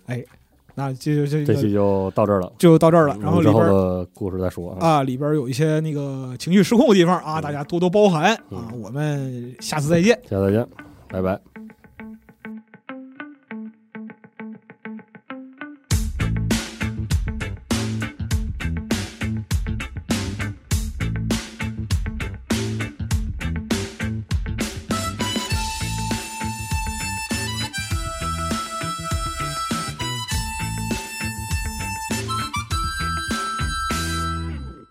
B: 哎
C: 那这就这
B: 这
C: 个
B: 期就到这儿了，
C: 就到这儿了
B: 嗯。
C: 然后
B: 之
C: 里
B: 后
C: 边儿
B: 的故事再说啊，
C: 啊，里边有一些那个情绪失控的地方啊，
B: 嗯
C: 大家多多包涵
B: 嗯
C: 啊。我们下次再见。
B: 下次再见，拜拜。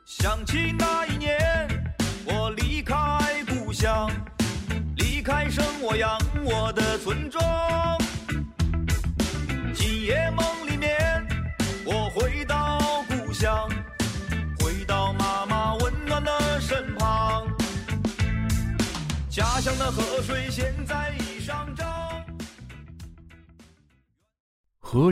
A: 想起那一年，我离开故乡，离开生我养我的村庄。今夜梦里面，我回到故乡，回到妈妈温暖的身旁。家乡的河水现在已上涨。
D: 核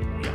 D: 模样。